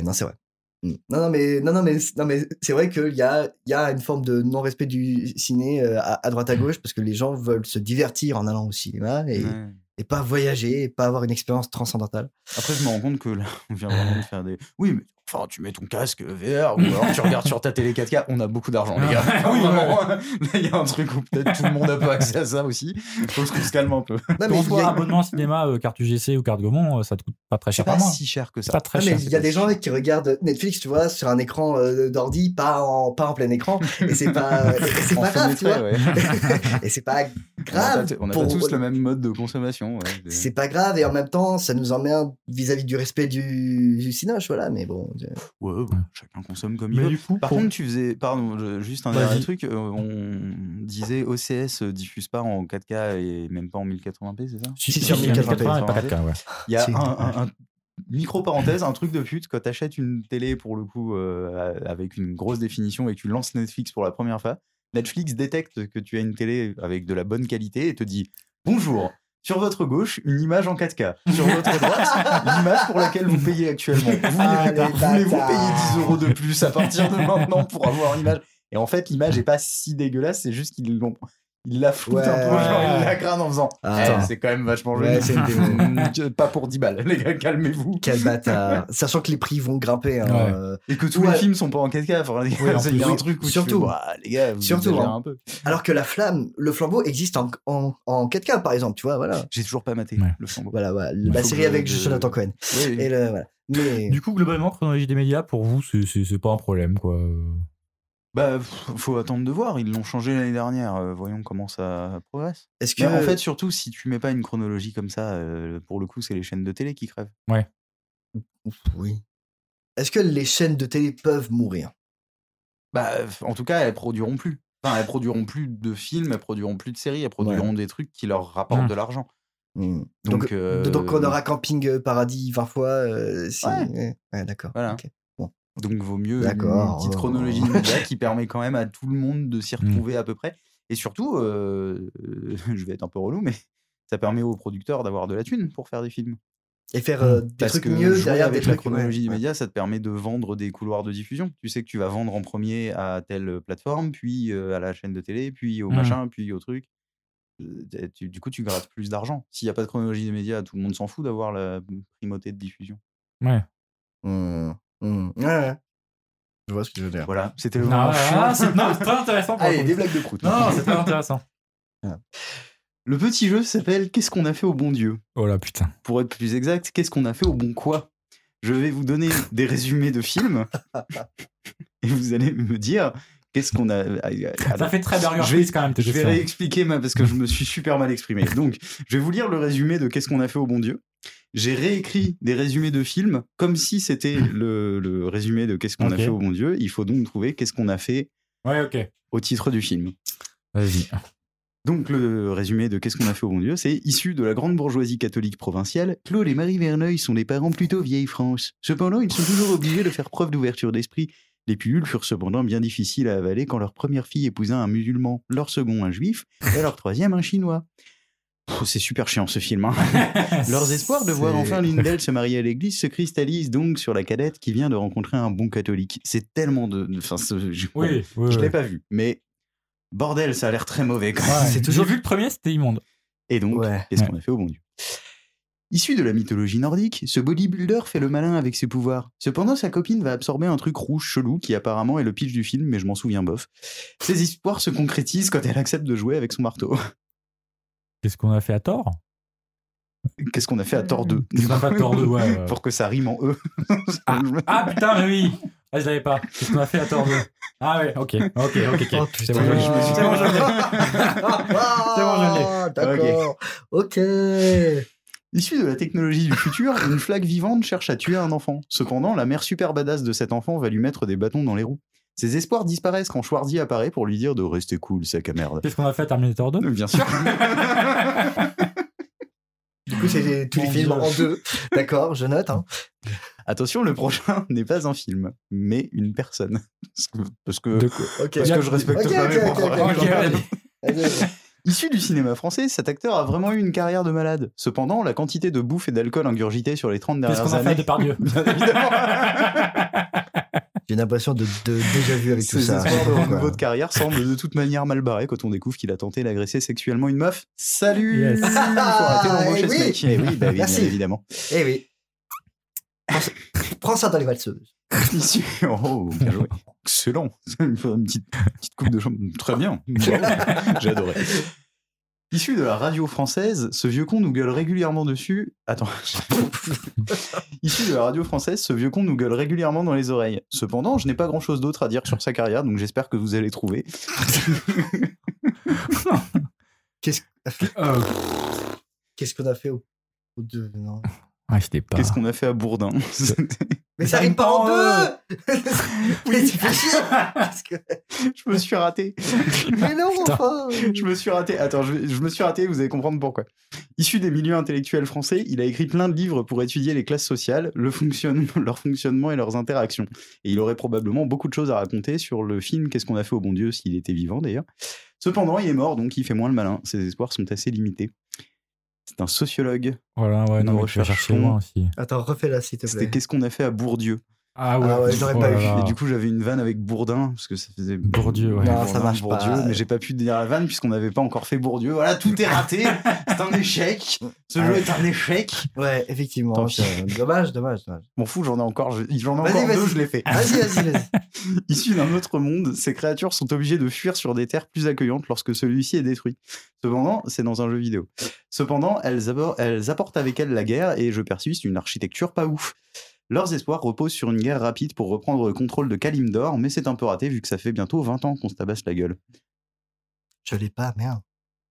Speaker 6: non, c'est vrai. Mm. Non, non, mais, non, non, mais, non, mais c'est vrai qu'il y a, il y a une forme de non-respect du ciné euh, à, à droite à gauche parce que les gens veulent se divertir en allant au cinéma et,
Speaker 9: Mmh. Ouais.
Speaker 6: et pas voyager et pas avoir une expérience transcendantale.
Speaker 9: Après, je me rends compte que là, on vient vraiment de faire des. Oui, mais enfin, tu mets ton casque VR ou alors tu regardes sur ta télé 4K. On a beaucoup d'argent, les gars.
Speaker 6: Ah.
Speaker 8: Oui,
Speaker 9: Vraiment, Là, il y a un truc où peut-être tout le monde a pas accès à ça aussi. Faut qu'on se calme un peu.
Speaker 6: Non, mais
Speaker 8: Quand on
Speaker 6: il y
Speaker 8: soit
Speaker 6: a,
Speaker 8: abonnement cinéma, euh, carte UGC ou carte Gaumont, euh, ça te coûte pas très
Speaker 9: C'est
Speaker 8: cher
Speaker 9: pas
Speaker 8: par mois.
Speaker 9: si cher que
Speaker 8: C'est
Speaker 9: ça.
Speaker 8: pas
Speaker 9: Ah,
Speaker 8: très
Speaker 6: non, Ah, mais
Speaker 8: cher.
Speaker 6: il y a des gens qui regardent Netflix, tu vois, sur un écran euh, d'ordi, pas en, pas en plein écran, et c'est pas, et c'est
Speaker 9: En
Speaker 6: pas
Speaker 9: fin
Speaker 6: grave, tu vois.
Speaker 9: d'effet, ouais.
Speaker 6: et c'est pas
Speaker 9: On a pas
Speaker 6: grave.
Speaker 9: t- On a
Speaker 6: pour-
Speaker 9: pas tous le même mode de consommation. ouais.
Speaker 6: C'est pas grave et en même temps, ça nous emmerde vis-à-vis du respect du, du cinoche, voilà. Mais bon, je-
Speaker 9: Ouais, ouais, chacun consomme comme il
Speaker 8: Mais
Speaker 9: veut.
Speaker 8: du coup,
Speaker 9: Par
Speaker 8: pour-
Speaker 9: contre, tu faisais, pardon, je- juste un
Speaker 8: Vas-y.
Speaker 9: dernier truc. euh, on disait OCS diffuse pas en 4K et même pas en 1080p, c'est ça
Speaker 8: si,
Speaker 6: si,
Speaker 8: si,
Speaker 6: sur
Speaker 8: si, 1080
Speaker 9: 1080,
Speaker 8: et pas 4K, ouais.
Speaker 9: Il y a
Speaker 6: Si.
Speaker 9: un, un- un- micro parenthèse, un truc de pute quand t'achètes une télé pour le coup euh, avec une grosse définition et que tu lances Netflix pour la première fois. Netflix détecte que tu as une télé avec de la bonne qualité et te dit bonjour. Sur votre gauche, une image en 4K. Sur votre droite, l'image pour laquelle vous payez actuellement. Vous
Speaker 6: Ah, les
Speaker 9: Voulez-vous
Speaker 6: bâtards.
Speaker 9: payer 10 euros de plus à partir de maintenant pour avoir une image Et en fait, l'image est pas si dégueulasse, c'est juste qu'ils l'ont. Ils la floutent un peu,
Speaker 6: Ouais.
Speaker 9: genre ils la crânent en faisant.
Speaker 6: Ah.
Speaker 9: Eh, c'est quand même vachement joli.
Speaker 6: Ouais, c'est une
Speaker 9: Mm, pas pour 10 balles, les gars, calmez-vous.
Speaker 6: quel bâtard. Sachant que les prix vont grimper. hein,
Speaker 8: Ouais.
Speaker 6: euh.
Speaker 9: Et que tous
Speaker 6: Ouais.
Speaker 9: les films sont pas en 4K. enfin, les
Speaker 8: Ouais, en
Speaker 9: gars, c'est- Il y a
Speaker 6: plus,
Speaker 9: un
Speaker 6: oui.
Speaker 9: truc où tu
Speaker 6: Surtout.
Speaker 9: fais, Ouah, les gars, vous
Speaker 6: Surtout,
Speaker 9: exagérez
Speaker 6: hein.
Speaker 9: un peu.
Speaker 6: Alors que la flamme, le flambeau existe en, en, en 4K par exemple, tu vois, voilà.
Speaker 9: J'ai toujours pas maté
Speaker 8: Ouais.
Speaker 9: le flambeau.
Speaker 6: Voilà, voilà.
Speaker 8: Il
Speaker 6: La
Speaker 9: faut
Speaker 6: série
Speaker 9: que
Speaker 6: avec
Speaker 9: je-
Speaker 6: Jonathan Cohen.
Speaker 9: Bah, Oui, oui.
Speaker 6: Et le, voilà. Mais
Speaker 8: Du coup, globalement, chronologie des médias, pour vous, c'est- c'est c'est pas un problème, quoi.
Speaker 9: Bah, pff, faut attendre de voir. Ils l'ont changé l'année dernière. euh, voyons comment ça progresse.
Speaker 6: est-ce que.
Speaker 9: Mais en fait, surtout, si tu mets pas une chronologie comme ça, euh, pour le coup, c'est les chaînes de télé qui crèvent.
Speaker 6: Oui. Est-ce que les chaînes de télé peuvent mourir
Speaker 9: Bah, f- en tout cas, elles produiront plus. Enfin, elles produiront plus de films, elles produiront plus de séries, elles produiront des trucs qui leur rapportent
Speaker 8: Mm.
Speaker 9: de l'argent.
Speaker 6: Hmm.
Speaker 9: Mmh. Donc,
Speaker 6: Donc,
Speaker 9: euh,
Speaker 6: donc on aura Camping Paradis 20 fois. euh, si- Ouais, d'accord.
Speaker 9: Voilà.
Speaker 6: ok.
Speaker 9: Donc vaut mieux une
Speaker 6: D'accord. oh.
Speaker 9: petite chronologie des médias qui permet quand même à tout le monde de s'y
Speaker 8: Mm.
Speaker 9: retrouver à peu près. Et surtout, euh, euh, je vais être un peu relou, mais ça permet aux producteurs d'avoir de la thune pour faire des films.
Speaker 6: Et faire euh, des
Speaker 9: Mmh. Parce
Speaker 6: trucs
Speaker 9: que
Speaker 6: mieux
Speaker 9: jouer
Speaker 6: derrière
Speaker 9: avec
Speaker 6: des
Speaker 9: la
Speaker 6: trucs. ouais,
Speaker 9: chronologie des
Speaker 6: ouais.
Speaker 9: médias, ça te permet de vendre des couloirs de diffusion. Tu sais que tu vas vendre en premier à telle plateforme, puis euh, à la chaîne de télé, puis au
Speaker 8: Mm.
Speaker 9: machin, puis au truc. Euh, t'as- tu- du coup, tu grattes plus d'argent. S'il n'y a pas de chronologie des médias, tout le monde s'en fout d'avoir la primauté de diffusion.
Speaker 8: Ouais.
Speaker 6: Hmm. Hmm. Mmh. Ouais, ouais. Je vois ce que je veux dire.
Speaker 9: Voilà, c'était le
Speaker 8: Non,
Speaker 9: moment
Speaker 8: ah,
Speaker 9: chiant.
Speaker 8: c'est non, c'est très intéressant. par
Speaker 9: Allez,
Speaker 8: contre.
Speaker 9: des blagues de croûte.
Speaker 8: Non, c'est très intéressant.
Speaker 9: Le petit jeu s'appelle Qu'est-ce qu'on a fait au bon Dieu
Speaker 8: Oh là putain.
Speaker 9: Pour être plus exact, qu'est-ce qu'on a fait au bon quoi Je vais vous donner des résumés de films et vous allez me dire qu'est-ce qu'on a. euh,
Speaker 8: Ça fait très Burger
Speaker 9: Ah bah, Je vais-
Speaker 8: Quiz quand même, tes
Speaker 9: Je vais
Speaker 8: questions.
Speaker 9: réexpliquer ma, parce que je me suis super mal exprimé. Donc, je vais vous lire le résumé de Qu'est-ce qu'on a fait au bon Dieu. J'ai réécrit des résumés de films comme si c'était le, le résumé de Qu'est-ce qu'on
Speaker 8: Ok.
Speaker 9: a fait au bon Dieu. Il faut donc trouver qu'est-ce qu'on a fait
Speaker 8: Ouais, ok.
Speaker 9: au titre du film.
Speaker 8: Vas-y.
Speaker 9: Donc, le résumé de Qu'est-ce qu'on a fait au bon Dieu, c'est issu de la grande bourgeoisie catholique provinciale, Claude et Marie Verneuil sont des parents plutôt vieille France. Cependant, ils sont toujours obligés de faire preuve d'ouverture d'esprit. Les pilules furent cependant bien difficiles à avaler quand leur première fille épousa un musulman, leur second un juif et leur troisième un chinois. Pff, C'est super chiant ce film. hein. Leurs espoirs de voir
Speaker 6: C'est-
Speaker 9: enfin Lindel se marier à l'église se cristallisent donc sur la cadette qui vient de rencontrer un bon catholique. C'est tellement de. Enfin, ce- je,
Speaker 8: Oui, oui.
Speaker 9: je l'ai
Speaker 8: oui.
Speaker 9: pas vu, mais bordel, ça a l'air très mauvais quand même.
Speaker 8: Ouais.
Speaker 6: C'est
Speaker 8: J'ai
Speaker 6: toujours-
Speaker 8: vu le premier, c'était immonde.
Speaker 9: Et donc,
Speaker 6: Ouais.
Speaker 9: qu'est-ce qu'on a fait au bon Dieu Issu de la mythologie nordique, ce bodybuilder fait le malin avec ses pouvoirs. Cependant, sa copine va absorber un truc rouge chelou qui apparemment est le pitch du film, mais je m'en souviens bof. Ses espoirs se concrétisent quand elle accepte de jouer avec son marteau.
Speaker 8: Qu'est-ce qu'on a fait à tort
Speaker 9: Qu'est-ce qu'on a fait à tort 2
Speaker 8: Qu'est-ce qu'on a fait à tort deux, ouais, ouais.
Speaker 9: Pour que ça rime en E.
Speaker 8: Ah putain, mais oui Ah, je l'avais pas. Qu'est-ce qu'on a fait à tort deux Ah ouais, ok, ok, ok. ok.
Speaker 6: Oh,
Speaker 8: C'est bon,
Speaker 6: putain.
Speaker 8: je me suis- c'est bon, je l'ai.
Speaker 6: Ah,
Speaker 9: je l'ai.
Speaker 6: D'accord. Ok.
Speaker 9: Issu de la technologie du futur, une flaque vivante cherche à tuer un enfant. Cependant, la mère super badass de cet enfant va lui mettre des bâtons dans les roues. Ses espoirs disparaissent quand Schwarzy apparaît pour lui dire de rester cool, sac à merde.
Speaker 8: Qu'est-ce qu'on a fait à Terminator 2
Speaker 9: Bien sûr.
Speaker 6: Du coup, c'est tous les
Speaker 8: Mon
Speaker 6: films
Speaker 8: Dieu.
Speaker 6: en deux. D'accord, je note. Hein.
Speaker 9: Attention, le prochain n'est pas un film, mais une personne. Parce que, parce que,
Speaker 8: De quoi
Speaker 6: Ok.
Speaker 9: parce que je respecte
Speaker 6: Ok,
Speaker 9: pas
Speaker 6: ok,
Speaker 9: mes
Speaker 6: ok,
Speaker 9: propres
Speaker 6: ok,
Speaker 9: règles.
Speaker 6: ok.
Speaker 8: allez.
Speaker 6: Allez, allez.
Speaker 9: Issu du cinéma français, cet acteur a vraiment eu une carrière de malade. Cependant, la quantité de bouffe et d'alcool ingurgitée sur les 30
Speaker 8: Qu'est-ce
Speaker 9: dernières
Speaker 8: qu'on a fait à
Speaker 9: années.
Speaker 8: Depardieu
Speaker 9: Bien évidemment,
Speaker 6: J'ai l'impression de, de déjà vu avec tout
Speaker 9: ses
Speaker 6: ça.
Speaker 9: espoirs de
Speaker 6: Ouais.
Speaker 9: renouveau de carrière semblent de toute manière mal barrés quand on découvre qu'il a tenté d'agresser sexuellement une meuf. Salut
Speaker 8: Yes.
Speaker 9: Faut arrêter d'embaucher
Speaker 6: Eh
Speaker 9: ce
Speaker 6: oui.
Speaker 9: mec. Eh oui, bah oui, bien
Speaker 6: Merci.
Speaker 9: évidemment.
Speaker 6: Eh oui. Prends ça, prends ça dans les valseuses.
Speaker 9: Issu- Oh, bien joué. Excellent. Une petite, petite coupe de chambre. Très bien. J'ai adoré. Issu de la radio française, ce vieux con nous gueule régulièrement dessus. Attends. Issu de la radio française, ce vieux con nous gueule régulièrement dans les oreilles. Cependant, je n'ai pas grand chose d'autre à dire sur sa carrière, donc j'espère que vous allez trouver.
Speaker 8: Euh,
Speaker 6: Qu'est-ce qu'on a fait au, au deux non.
Speaker 8: Ah, j'étais pas.
Speaker 9: Qu'est-ce qu'on a fait à Bourdin
Speaker 6: Mais ça rime pas en deux Mais tu fais chier Qu'est-ce que-
Speaker 9: Je me suis raté.
Speaker 6: Mais non,
Speaker 8: Putain.
Speaker 6: enfin
Speaker 9: Je me suis raté. Attends, je, vais- je me suis raté, vous allez comprendre pourquoi. Issu des milieux intellectuels français, il a écrit plein de livres pour étudier les classes sociales, le fonctionne- leur fonctionnement et leurs interactions. Et il aurait probablement beaucoup de choses à raconter sur le film Qu'est-ce qu'on a fait au bon Dieu s'il était vivant d'ailleurs. Cependant, il est mort, donc il fait moins le malin. Ses espoirs sont assez limités. C'est un sociologue.
Speaker 8: Voilà, Oh ouais, non,
Speaker 9: Nous
Speaker 8: mais tu vas chercher
Speaker 9: recherchons.
Speaker 8: loin aussi.
Speaker 6: Attends, refais-la s'il te
Speaker 9: C'était
Speaker 6: plaît.
Speaker 9: Qu'est-ce qu'on a fait à Bourdieu
Speaker 8: Ah ouais,
Speaker 6: Ah ouais,
Speaker 8: pff,
Speaker 6: je l'aurais
Speaker 8: oh
Speaker 6: pas
Speaker 8: là
Speaker 6: eu.
Speaker 8: là.
Speaker 9: Et du coup, j'avais une vanne avec Bourdin, parce que ça faisait.
Speaker 8: Bourdieu, ouais.
Speaker 6: Non, ça marche pas.
Speaker 9: Bourdieu, mais j'ai pas pu dire la vanne puisqu'on n'avait pas encore fait Bourdieu. Voilà, tout est raté. C'est un échec. Ce jeu
Speaker 6: Ouais.
Speaker 9: est un échec.
Speaker 6: Ouais, effectivement.
Speaker 9: Tant pis.
Speaker 6: c'est- Dommage, dommage, dommage.
Speaker 9: M'en fous, j'en ai encore, je- j'en ai
Speaker 6: Vas-y,
Speaker 9: encore
Speaker 6: vas-y.
Speaker 9: deux, je l'ai fait.
Speaker 6: Vas-y, vas-y, vas-y.
Speaker 9: Issus d'un autre monde, ces créatures sont obligées de fuir sur des terres plus accueillantes lorsque celui-ci est détruit. Cependant, c'est dans un jeu vidéo. Cependant, elles, abor- elles apportent avec elles la guerre et je persiste une architecture pas ouf. Leurs espoirs reposent sur une guerre rapide pour reprendre le contrôle de Kalimdor, mais c'est un peu raté vu que ça fait bientôt 20 ans qu'on se tabasse la gueule.
Speaker 6: Je l'ai pas, merde.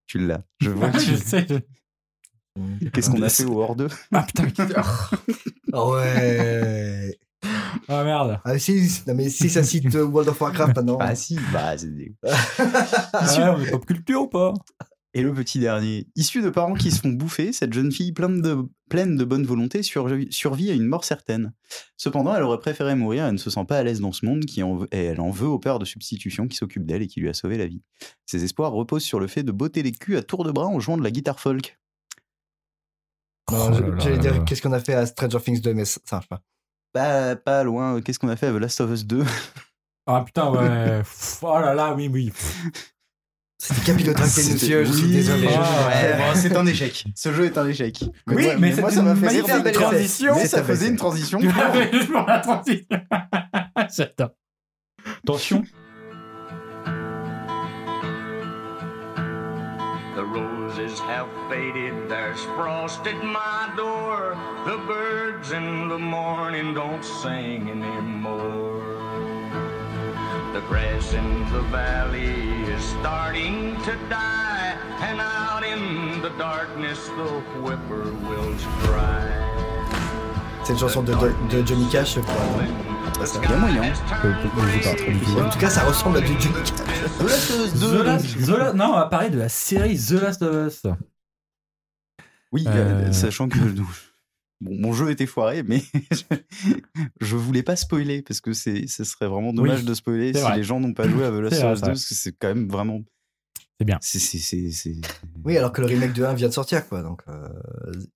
Speaker 9: Tu l'as. Je vois que
Speaker 8: Je
Speaker 9: tu-
Speaker 8: sais. je-
Speaker 9: Qu'est-ce qu'on a fait au hors 2
Speaker 8: Ah putain, mais qu'est-ce que-
Speaker 6: Ah ouais
Speaker 8: Ah merde.
Speaker 6: Ah si, non, mais si ça cite euh, World of Warcraft maintenant.
Speaker 9: Bah si, bah c'est des-
Speaker 8: Ah ouais, on est pop culture ou pas
Speaker 9: Et le petit dernier. Issu de parents qui se font bouffer, cette jeune fille pleine de, pleine de bonne volonté survi- survit à une mort certaine. Cependant, elle aurait préféré mourir, elle ne se sent pas à l'aise dans ce monde qui en veut- et elle en veut au père de substitution qui s'occupe d'elle et qui lui a sauvé la vie. Ses espoirs reposent sur le fait de botter les culs à tour de bras en jouant de la guitare folk.
Speaker 6: Non,
Speaker 8: Oh
Speaker 6: je-
Speaker 8: là là
Speaker 6: J'allais
Speaker 8: là là.
Speaker 6: dire qu'est-ce qu'on a fait à Stranger Things 2, mais ça ça marche pas.
Speaker 9: Pas, pas loin, euh, qu'est-ce qu'on a fait à The Last of Us 2
Speaker 8: Ah putain, ouais. Pff, Oh là là, oui, oui.
Speaker 6: C'était Capitotrack
Speaker 9: C'était-
Speaker 6: Pénitieux, je suis
Speaker 9: oui,
Speaker 6: désolé.
Speaker 9: ouais,
Speaker 8: Ah, Ouais.
Speaker 9: bon, c'est un échec. Ce jeu est un échec.
Speaker 8: Oui,
Speaker 9: moi-
Speaker 8: mais
Speaker 9: moi,
Speaker 8: c'est
Speaker 9: ça m'a
Speaker 8: une
Speaker 9: fait rire.
Speaker 6: magnifique
Speaker 9: Mais
Speaker 6: transition.
Speaker 9: ça
Speaker 6: C'est un
Speaker 9: faisait
Speaker 6: échec.
Speaker 9: une transition.
Speaker 8: Je m'en attendais. J'adore. Attention.
Speaker 2: The roses have faded, there's frost at my door. The birds in the morning don't sing anymore. The grass in the valley is starting to die, and out in the darkness the whippoorwills cry.
Speaker 6: C'est une chanson de, de- de Johnny Cash, je crois.
Speaker 2: C'est
Speaker 9: bien moyen.
Speaker 6: En tout cas, ça ressemble à du Johnny Cash.
Speaker 9: The Last of Us
Speaker 8: The
Speaker 9: 2,
Speaker 8: Last-
Speaker 9: donc.
Speaker 8: The La- non, on va parler de la série The Last of Us.
Speaker 9: Oui,
Speaker 8: Euh.
Speaker 9: euh, sachant que donc, bon, mon jeu était foiré, mais je, je voulais pas spoiler parce que c'est, ce serait vraiment dommage
Speaker 8: Oui,
Speaker 9: de spoiler
Speaker 8: c'est
Speaker 9: si
Speaker 8: vrai.
Speaker 9: les gens n'ont pas joué à The Last
Speaker 8: C'est vrai,
Speaker 9: of Us
Speaker 8: c'est
Speaker 9: 2
Speaker 8: vrai.
Speaker 9: parce que c'est quand même vraiment.
Speaker 8: C'est bien.
Speaker 9: C'est, c'est, c'est, c'est-
Speaker 6: Oui, alors que le remake de 1 vient de sortir, quoi. Donc, euh,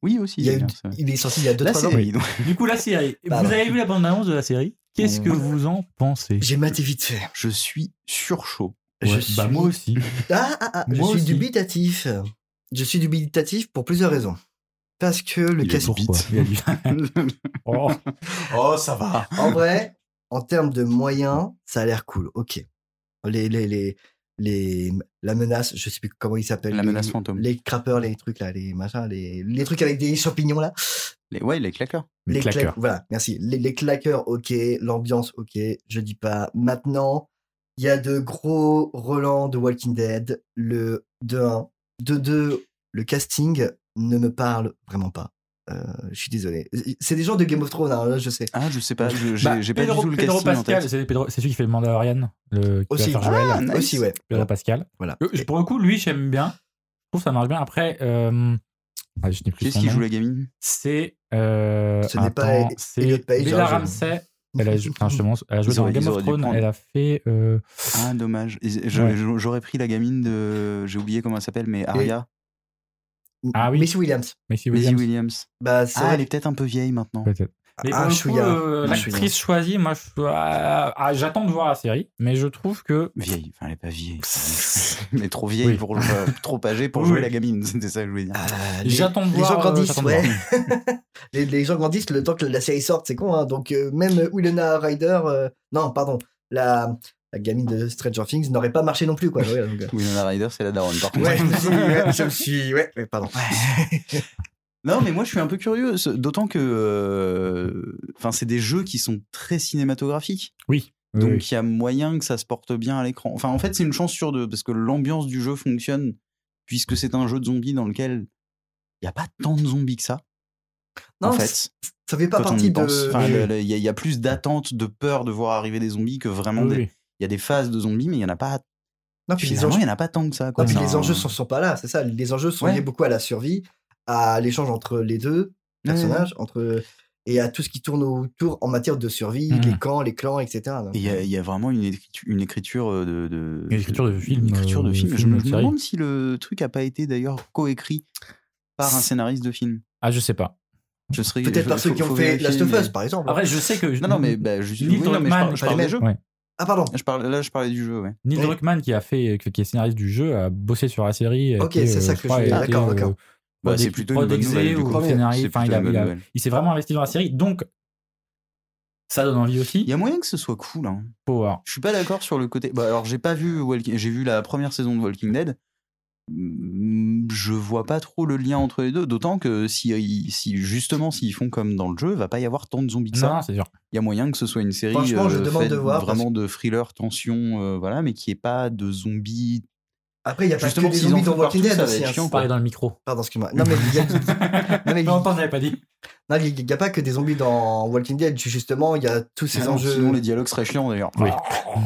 Speaker 9: Oui, aussi.
Speaker 6: il, y a
Speaker 9: hein, c'est
Speaker 6: eu-
Speaker 9: bien, ça.
Speaker 6: il est sorti il y a
Speaker 9: La
Speaker 6: 2-3 ans.
Speaker 9: série, donc.
Speaker 8: Du coup, la série.
Speaker 6: Pardon.
Speaker 8: Vous avez vu la bande-annonce de la série Qu'est-ce que
Speaker 9: Ouais.
Speaker 8: vous en pensez
Speaker 6: J'ai maté vite fait.
Speaker 9: je suis surchaud.
Speaker 6: Je
Speaker 8: Ouais,
Speaker 6: suis...
Speaker 8: Bah, moi aussi.
Speaker 6: Ah, ah, ah, je
Speaker 8: Moi
Speaker 6: suis
Speaker 8: aussi.
Speaker 6: dubitatif. Je suis dubitatif pour plusieurs raisons. Parce que le
Speaker 9: Il est
Speaker 6: casse
Speaker 9: pour-
Speaker 8: Pourquoi Il y a du- Oh.
Speaker 9: oh, ça va.
Speaker 6: En vrai, en termes de moyens, ça a l'air cool. Ok. Les, les, les, les, la menace, je sais plus comment il s'appelle.
Speaker 9: La
Speaker 6: les-
Speaker 9: menace fantôme.
Speaker 6: Les crappers, les trucs là, les machins, les, les trucs avec des champignons là.
Speaker 9: Les- ouais, les claqueurs.
Speaker 8: Les
Speaker 6: cla-
Speaker 8: claqueurs.
Speaker 6: Voilà, merci. Les, les claqueurs, ok. L'ambiance, ok. Je dis pas. Maintenant, il y a de gros relents de Walking Dead. Le de 1. De 2, le casting ne me parle vraiment pas. Euh, je suis désolé. C'est des gens de Game of Thrones, hein, là, je sais.
Speaker 9: Ah, je sais pas, je- j'ai,
Speaker 8: Bah,
Speaker 9: j'ai pas
Speaker 8: Pedro-
Speaker 9: du tout le
Speaker 8: Pedro
Speaker 9: casting en
Speaker 8: Pascal,
Speaker 9: tête.
Speaker 8: c'est Pedro- c'est celui qui fait le Mandalorian, le, qui va
Speaker 6: Aussi.
Speaker 8: faire Joël.
Speaker 9: Ah, nice.
Speaker 6: Aussi, ouais.
Speaker 8: Pedro Pascal.
Speaker 6: Voilà.
Speaker 8: Euh, je- Pour le coup, lui, j'aime bien. Je trouve que ça marche bien. Après, euh, ah, je n'ai plus
Speaker 9: Qu'est-ce
Speaker 8: son
Speaker 9: qui
Speaker 8: nom.
Speaker 9: joue la gamine
Speaker 8: C'est. euh,
Speaker 6: Ce n'est pas
Speaker 8: attends,
Speaker 6: Elliot
Speaker 8: c'est
Speaker 6: Page,
Speaker 8: Bella
Speaker 6: hein, je-
Speaker 8: Ramsey. Elle a, jou- enfin, justement, elle a joué
Speaker 9: Ils
Speaker 8: dans
Speaker 9: auraient-
Speaker 8: Game
Speaker 9: ils
Speaker 8: of
Speaker 9: auraient dû
Speaker 8: Thrones.
Speaker 9: prendre.
Speaker 8: Elle a fait. euh,
Speaker 9: Ah, dommage. Et je-
Speaker 8: Ouais.
Speaker 9: je- J'aurais pris la gamine de. J'ai oublié comment elle s'appelle, mais Aria.
Speaker 8: Ah oui.
Speaker 6: Missy Williams.
Speaker 8: Maisie
Speaker 9: Maisie
Speaker 8: Williams.
Speaker 9: Williams.
Speaker 6: Bah, c'est
Speaker 9: Ah, elle est peut-être un peu vieille maintenant.
Speaker 8: Peut-être. Mais
Speaker 6: Ah,
Speaker 8: pour le coup,
Speaker 6: chouïa.
Speaker 8: euh,
Speaker 6: Ah, chouïa.
Speaker 8: l'actrice choisie, moi, je- ah, ah, j'attends de voir la série, mais je trouve que.
Speaker 9: Vieille, enfin elle est pas vieille, mais trop vieille
Speaker 8: Oui.
Speaker 9: pour euh, trop âgée pour
Speaker 8: Oui,
Speaker 9: jouer
Speaker 8: oui.
Speaker 9: la gamine, c'était ça que je voulais dire.
Speaker 6: Ah, les-
Speaker 8: J'attends de
Speaker 6: les gens
Speaker 8: voir. euh,
Speaker 6: grandissent,
Speaker 8: j'attends de
Speaker 6: ouais.
Speaker 8: voir.
Speaker 6: les, les gens grandissent le temps que la série sorte, c'est con. Hein. Donc, euh, même Willena Ryder, euh, non, pardon, la, la gamine de Stranger Things n'aurait pas marché non plus, quoi. Ouais, donc, euh,
Speaker 9: Winona Ryder, c'est la daronne. Par contre.
Speaker 6: ouais, je me suis- ouais, je me suis, ouais, mais pardon.
Speaker 9: Non, mais moi je suis un peu curieux, ce- d'autant que, euh, enfin, c'est des jeux qui sont très cinématographiques,
Speaker 8: Oui. oui,
Speaker 9: donc
Speaker 8: oui.
Speaker 9: il y a moyen que ça se porte bien à l'écran. Enfin, en fait, c'est une chance sur deux parce que l'ambiance du jeu fonctionne puisque c'est un jeu de zombies dans lequel il n'y a pas tant de zombies que ça.
Speaker 6: Non,
Speaker 9: en
Speaker 6: c-
Speaker 9: fait,
Speaker 6: ça fait pas
Speaker 9: quand on y
Speaker 6: partie
Speaker 9: pense.
Speaker 6: de.
Speaker 9: Enfin, le- le- il y, a- il y a plus d'attente, de peur de voir arriver des zombies que vraiment.
Speaker 8: Ah, Oui,
Speaker 9: des-
Speaker 8: oui.
Speaker 9: Il y a des phases de zombies, mais il y en a pas
Speaker 6: non, Ah, puis les
Speaker 9: Finalement, il
Speaker 6: enjeux,
Speaker 9: n'y en a pas tant que ça. Quoi.
Speaker 6: non, puis
Speaker 9: Enfin,
Speaker 6: les enjeux sont, sont pas là, c'est ça. Les enjeux sont
Speaker 9: Ouais.
Speaker 6: liés beaucoup à la survie, à l'échange entre les deux
Speaker 9: Ouais, ouais.
Speaker 6: personnages, entre et à tout ce qui tourne autour en matière de survie,
Speaker 8: Mhm.
Speaker 6: les camps, les clans, etc. Donc,
Speaker 9: Et Il y, a- il y a vraiment une écriture, une écriture euh, de, de.
Speaker 8: Une écriture de film,
Speaker 9: Une écriture de
Speaker 8: euh,
Speaker 9: film.
Speaker 8: de
Speaker 9: Je me
Speaker 8: film, de série.
Speaker 9: demande si le truc n'a pas été d'ailleurs coécrit par un scénariste de film.
Speaker 8: Ah, je sais pas.
Speaker 9: Je serais-
Speaker 6: Peut-être
Speaker 9: je-
Speaker 6: par
Speaker 9: faut-
Speaker 6: ceux qui
Speaker 9: faut
Speaker 6: ont fait
Speaker 9: vérifier,
Speaker 6: Last of
Speaker 9: mais-
Speaker 6: Us, par exemple.
Speaker 8: Après, je sais que.
Speaker 9: Non, non, mais bah, je,
Speaker 8: Neil
Speaker 9: oui, non, mais je
Speaker 8: Druckmann,
Speaker 9: parle, je parle
Speaker 6: pas
Speaker 9: des
Speaker 6: les
Speaker 9: jeux.
Speaker 8: Ouais.
Speaker 6: Ah, pardon.
Speaker 9: Je parle, là, je parlais du jeu, ouais.
Speaker 8: Neil
Speaker 6: Oui.
Speaker 8: Druckmann qui a fait, euh, qui qui est scénariste du jeu, a bossé sur la série. a
Speaker 6: Ok,
Speaker 8: été,
Speaker 6: c'est
Speaker 8: euh,
Speaker 6: ça
Speaker 8: je
Speaker 6: que
Speaker 8: crois,
Speaker 6: je-
Speaker 8: a été,
Speaker 6: d'accord, d'accord.
Speaker 8: euh,
Speaker 9: Bah,
Speaker 8: prod-
Speaker 9: c'est plutôt une bonne
Speaker 8: prod-exé
Speaker 9: nouvelle. Du
Speaker 8: ou
Speaker 9: coup.
Speaker 8: scénariste.
Speaker 9: C'est
Speaker 8: Enfin,
Speaker 9: plutôt
Speaker 8: il a-
Speaker 9: une bonne
Speaker 8: il a-
Speaker 9: nouvelle.
Speaker 8: il s'est vraiment investi dans la série, donc ça donne envie aussi.
Speaker 9: Il y a moyen que ce soit cool. Hein.
Speaker 8: Power.
Speaker 9: Je suis pas d'accord sur le côté. Bah, alors, j'ai pas vu Walking... j'ai vu la première saison de Walking Dead. Mm, Je vois pas trop le lien entre les deux, d'autant que si, si justement s'ils font comme dans le jeu, va pas y avoir tant de zombies que
Speaker 8: Non,
Speaker 9: ça.
Speaker 8: non, c'est sûr.
Speaker 9: Il y a moyen que ce soit une série euh,
Speaker 6: Franchement, je demande
Speaker 9: faite
Speaker 6: de voir,
Speaker 9: vraiment de thriller, tension, euh, voilà, mais qui est pas de zombies.
Speaker 6: Après, il n'y a pas
Speaker 9: Justement,
Speaker 6: que des
Speaker 9: s'ils en
Speaker 6: zombies
Speaker 9: foutent
Speaker 6: dans
Speaker 9: partout,
Speaker 6: Walking Dead
Speaker 9: ça va
Speaker 6: aussi.
Speaker 9: être
Speaker 6: hein.
Speaker 9: chiant,
Speaker 8: On parlait dans le micro.
Speaker 6: Pardon, excuse-moi. Non, mais il y a- non, mais il y a-
Speaker 8: Longtemps, je l'avais pas dit.
Speaker 6: non, il n'y a, pas que des zombies dans Walking Dead. Justement, il y a tous ces
Speaker 9: Ah non,
Speaker 6: enjeux.
Speaker 9: Sinon, les dialogues seraient chiants d'ailleurs.
Speaker 8: Oui.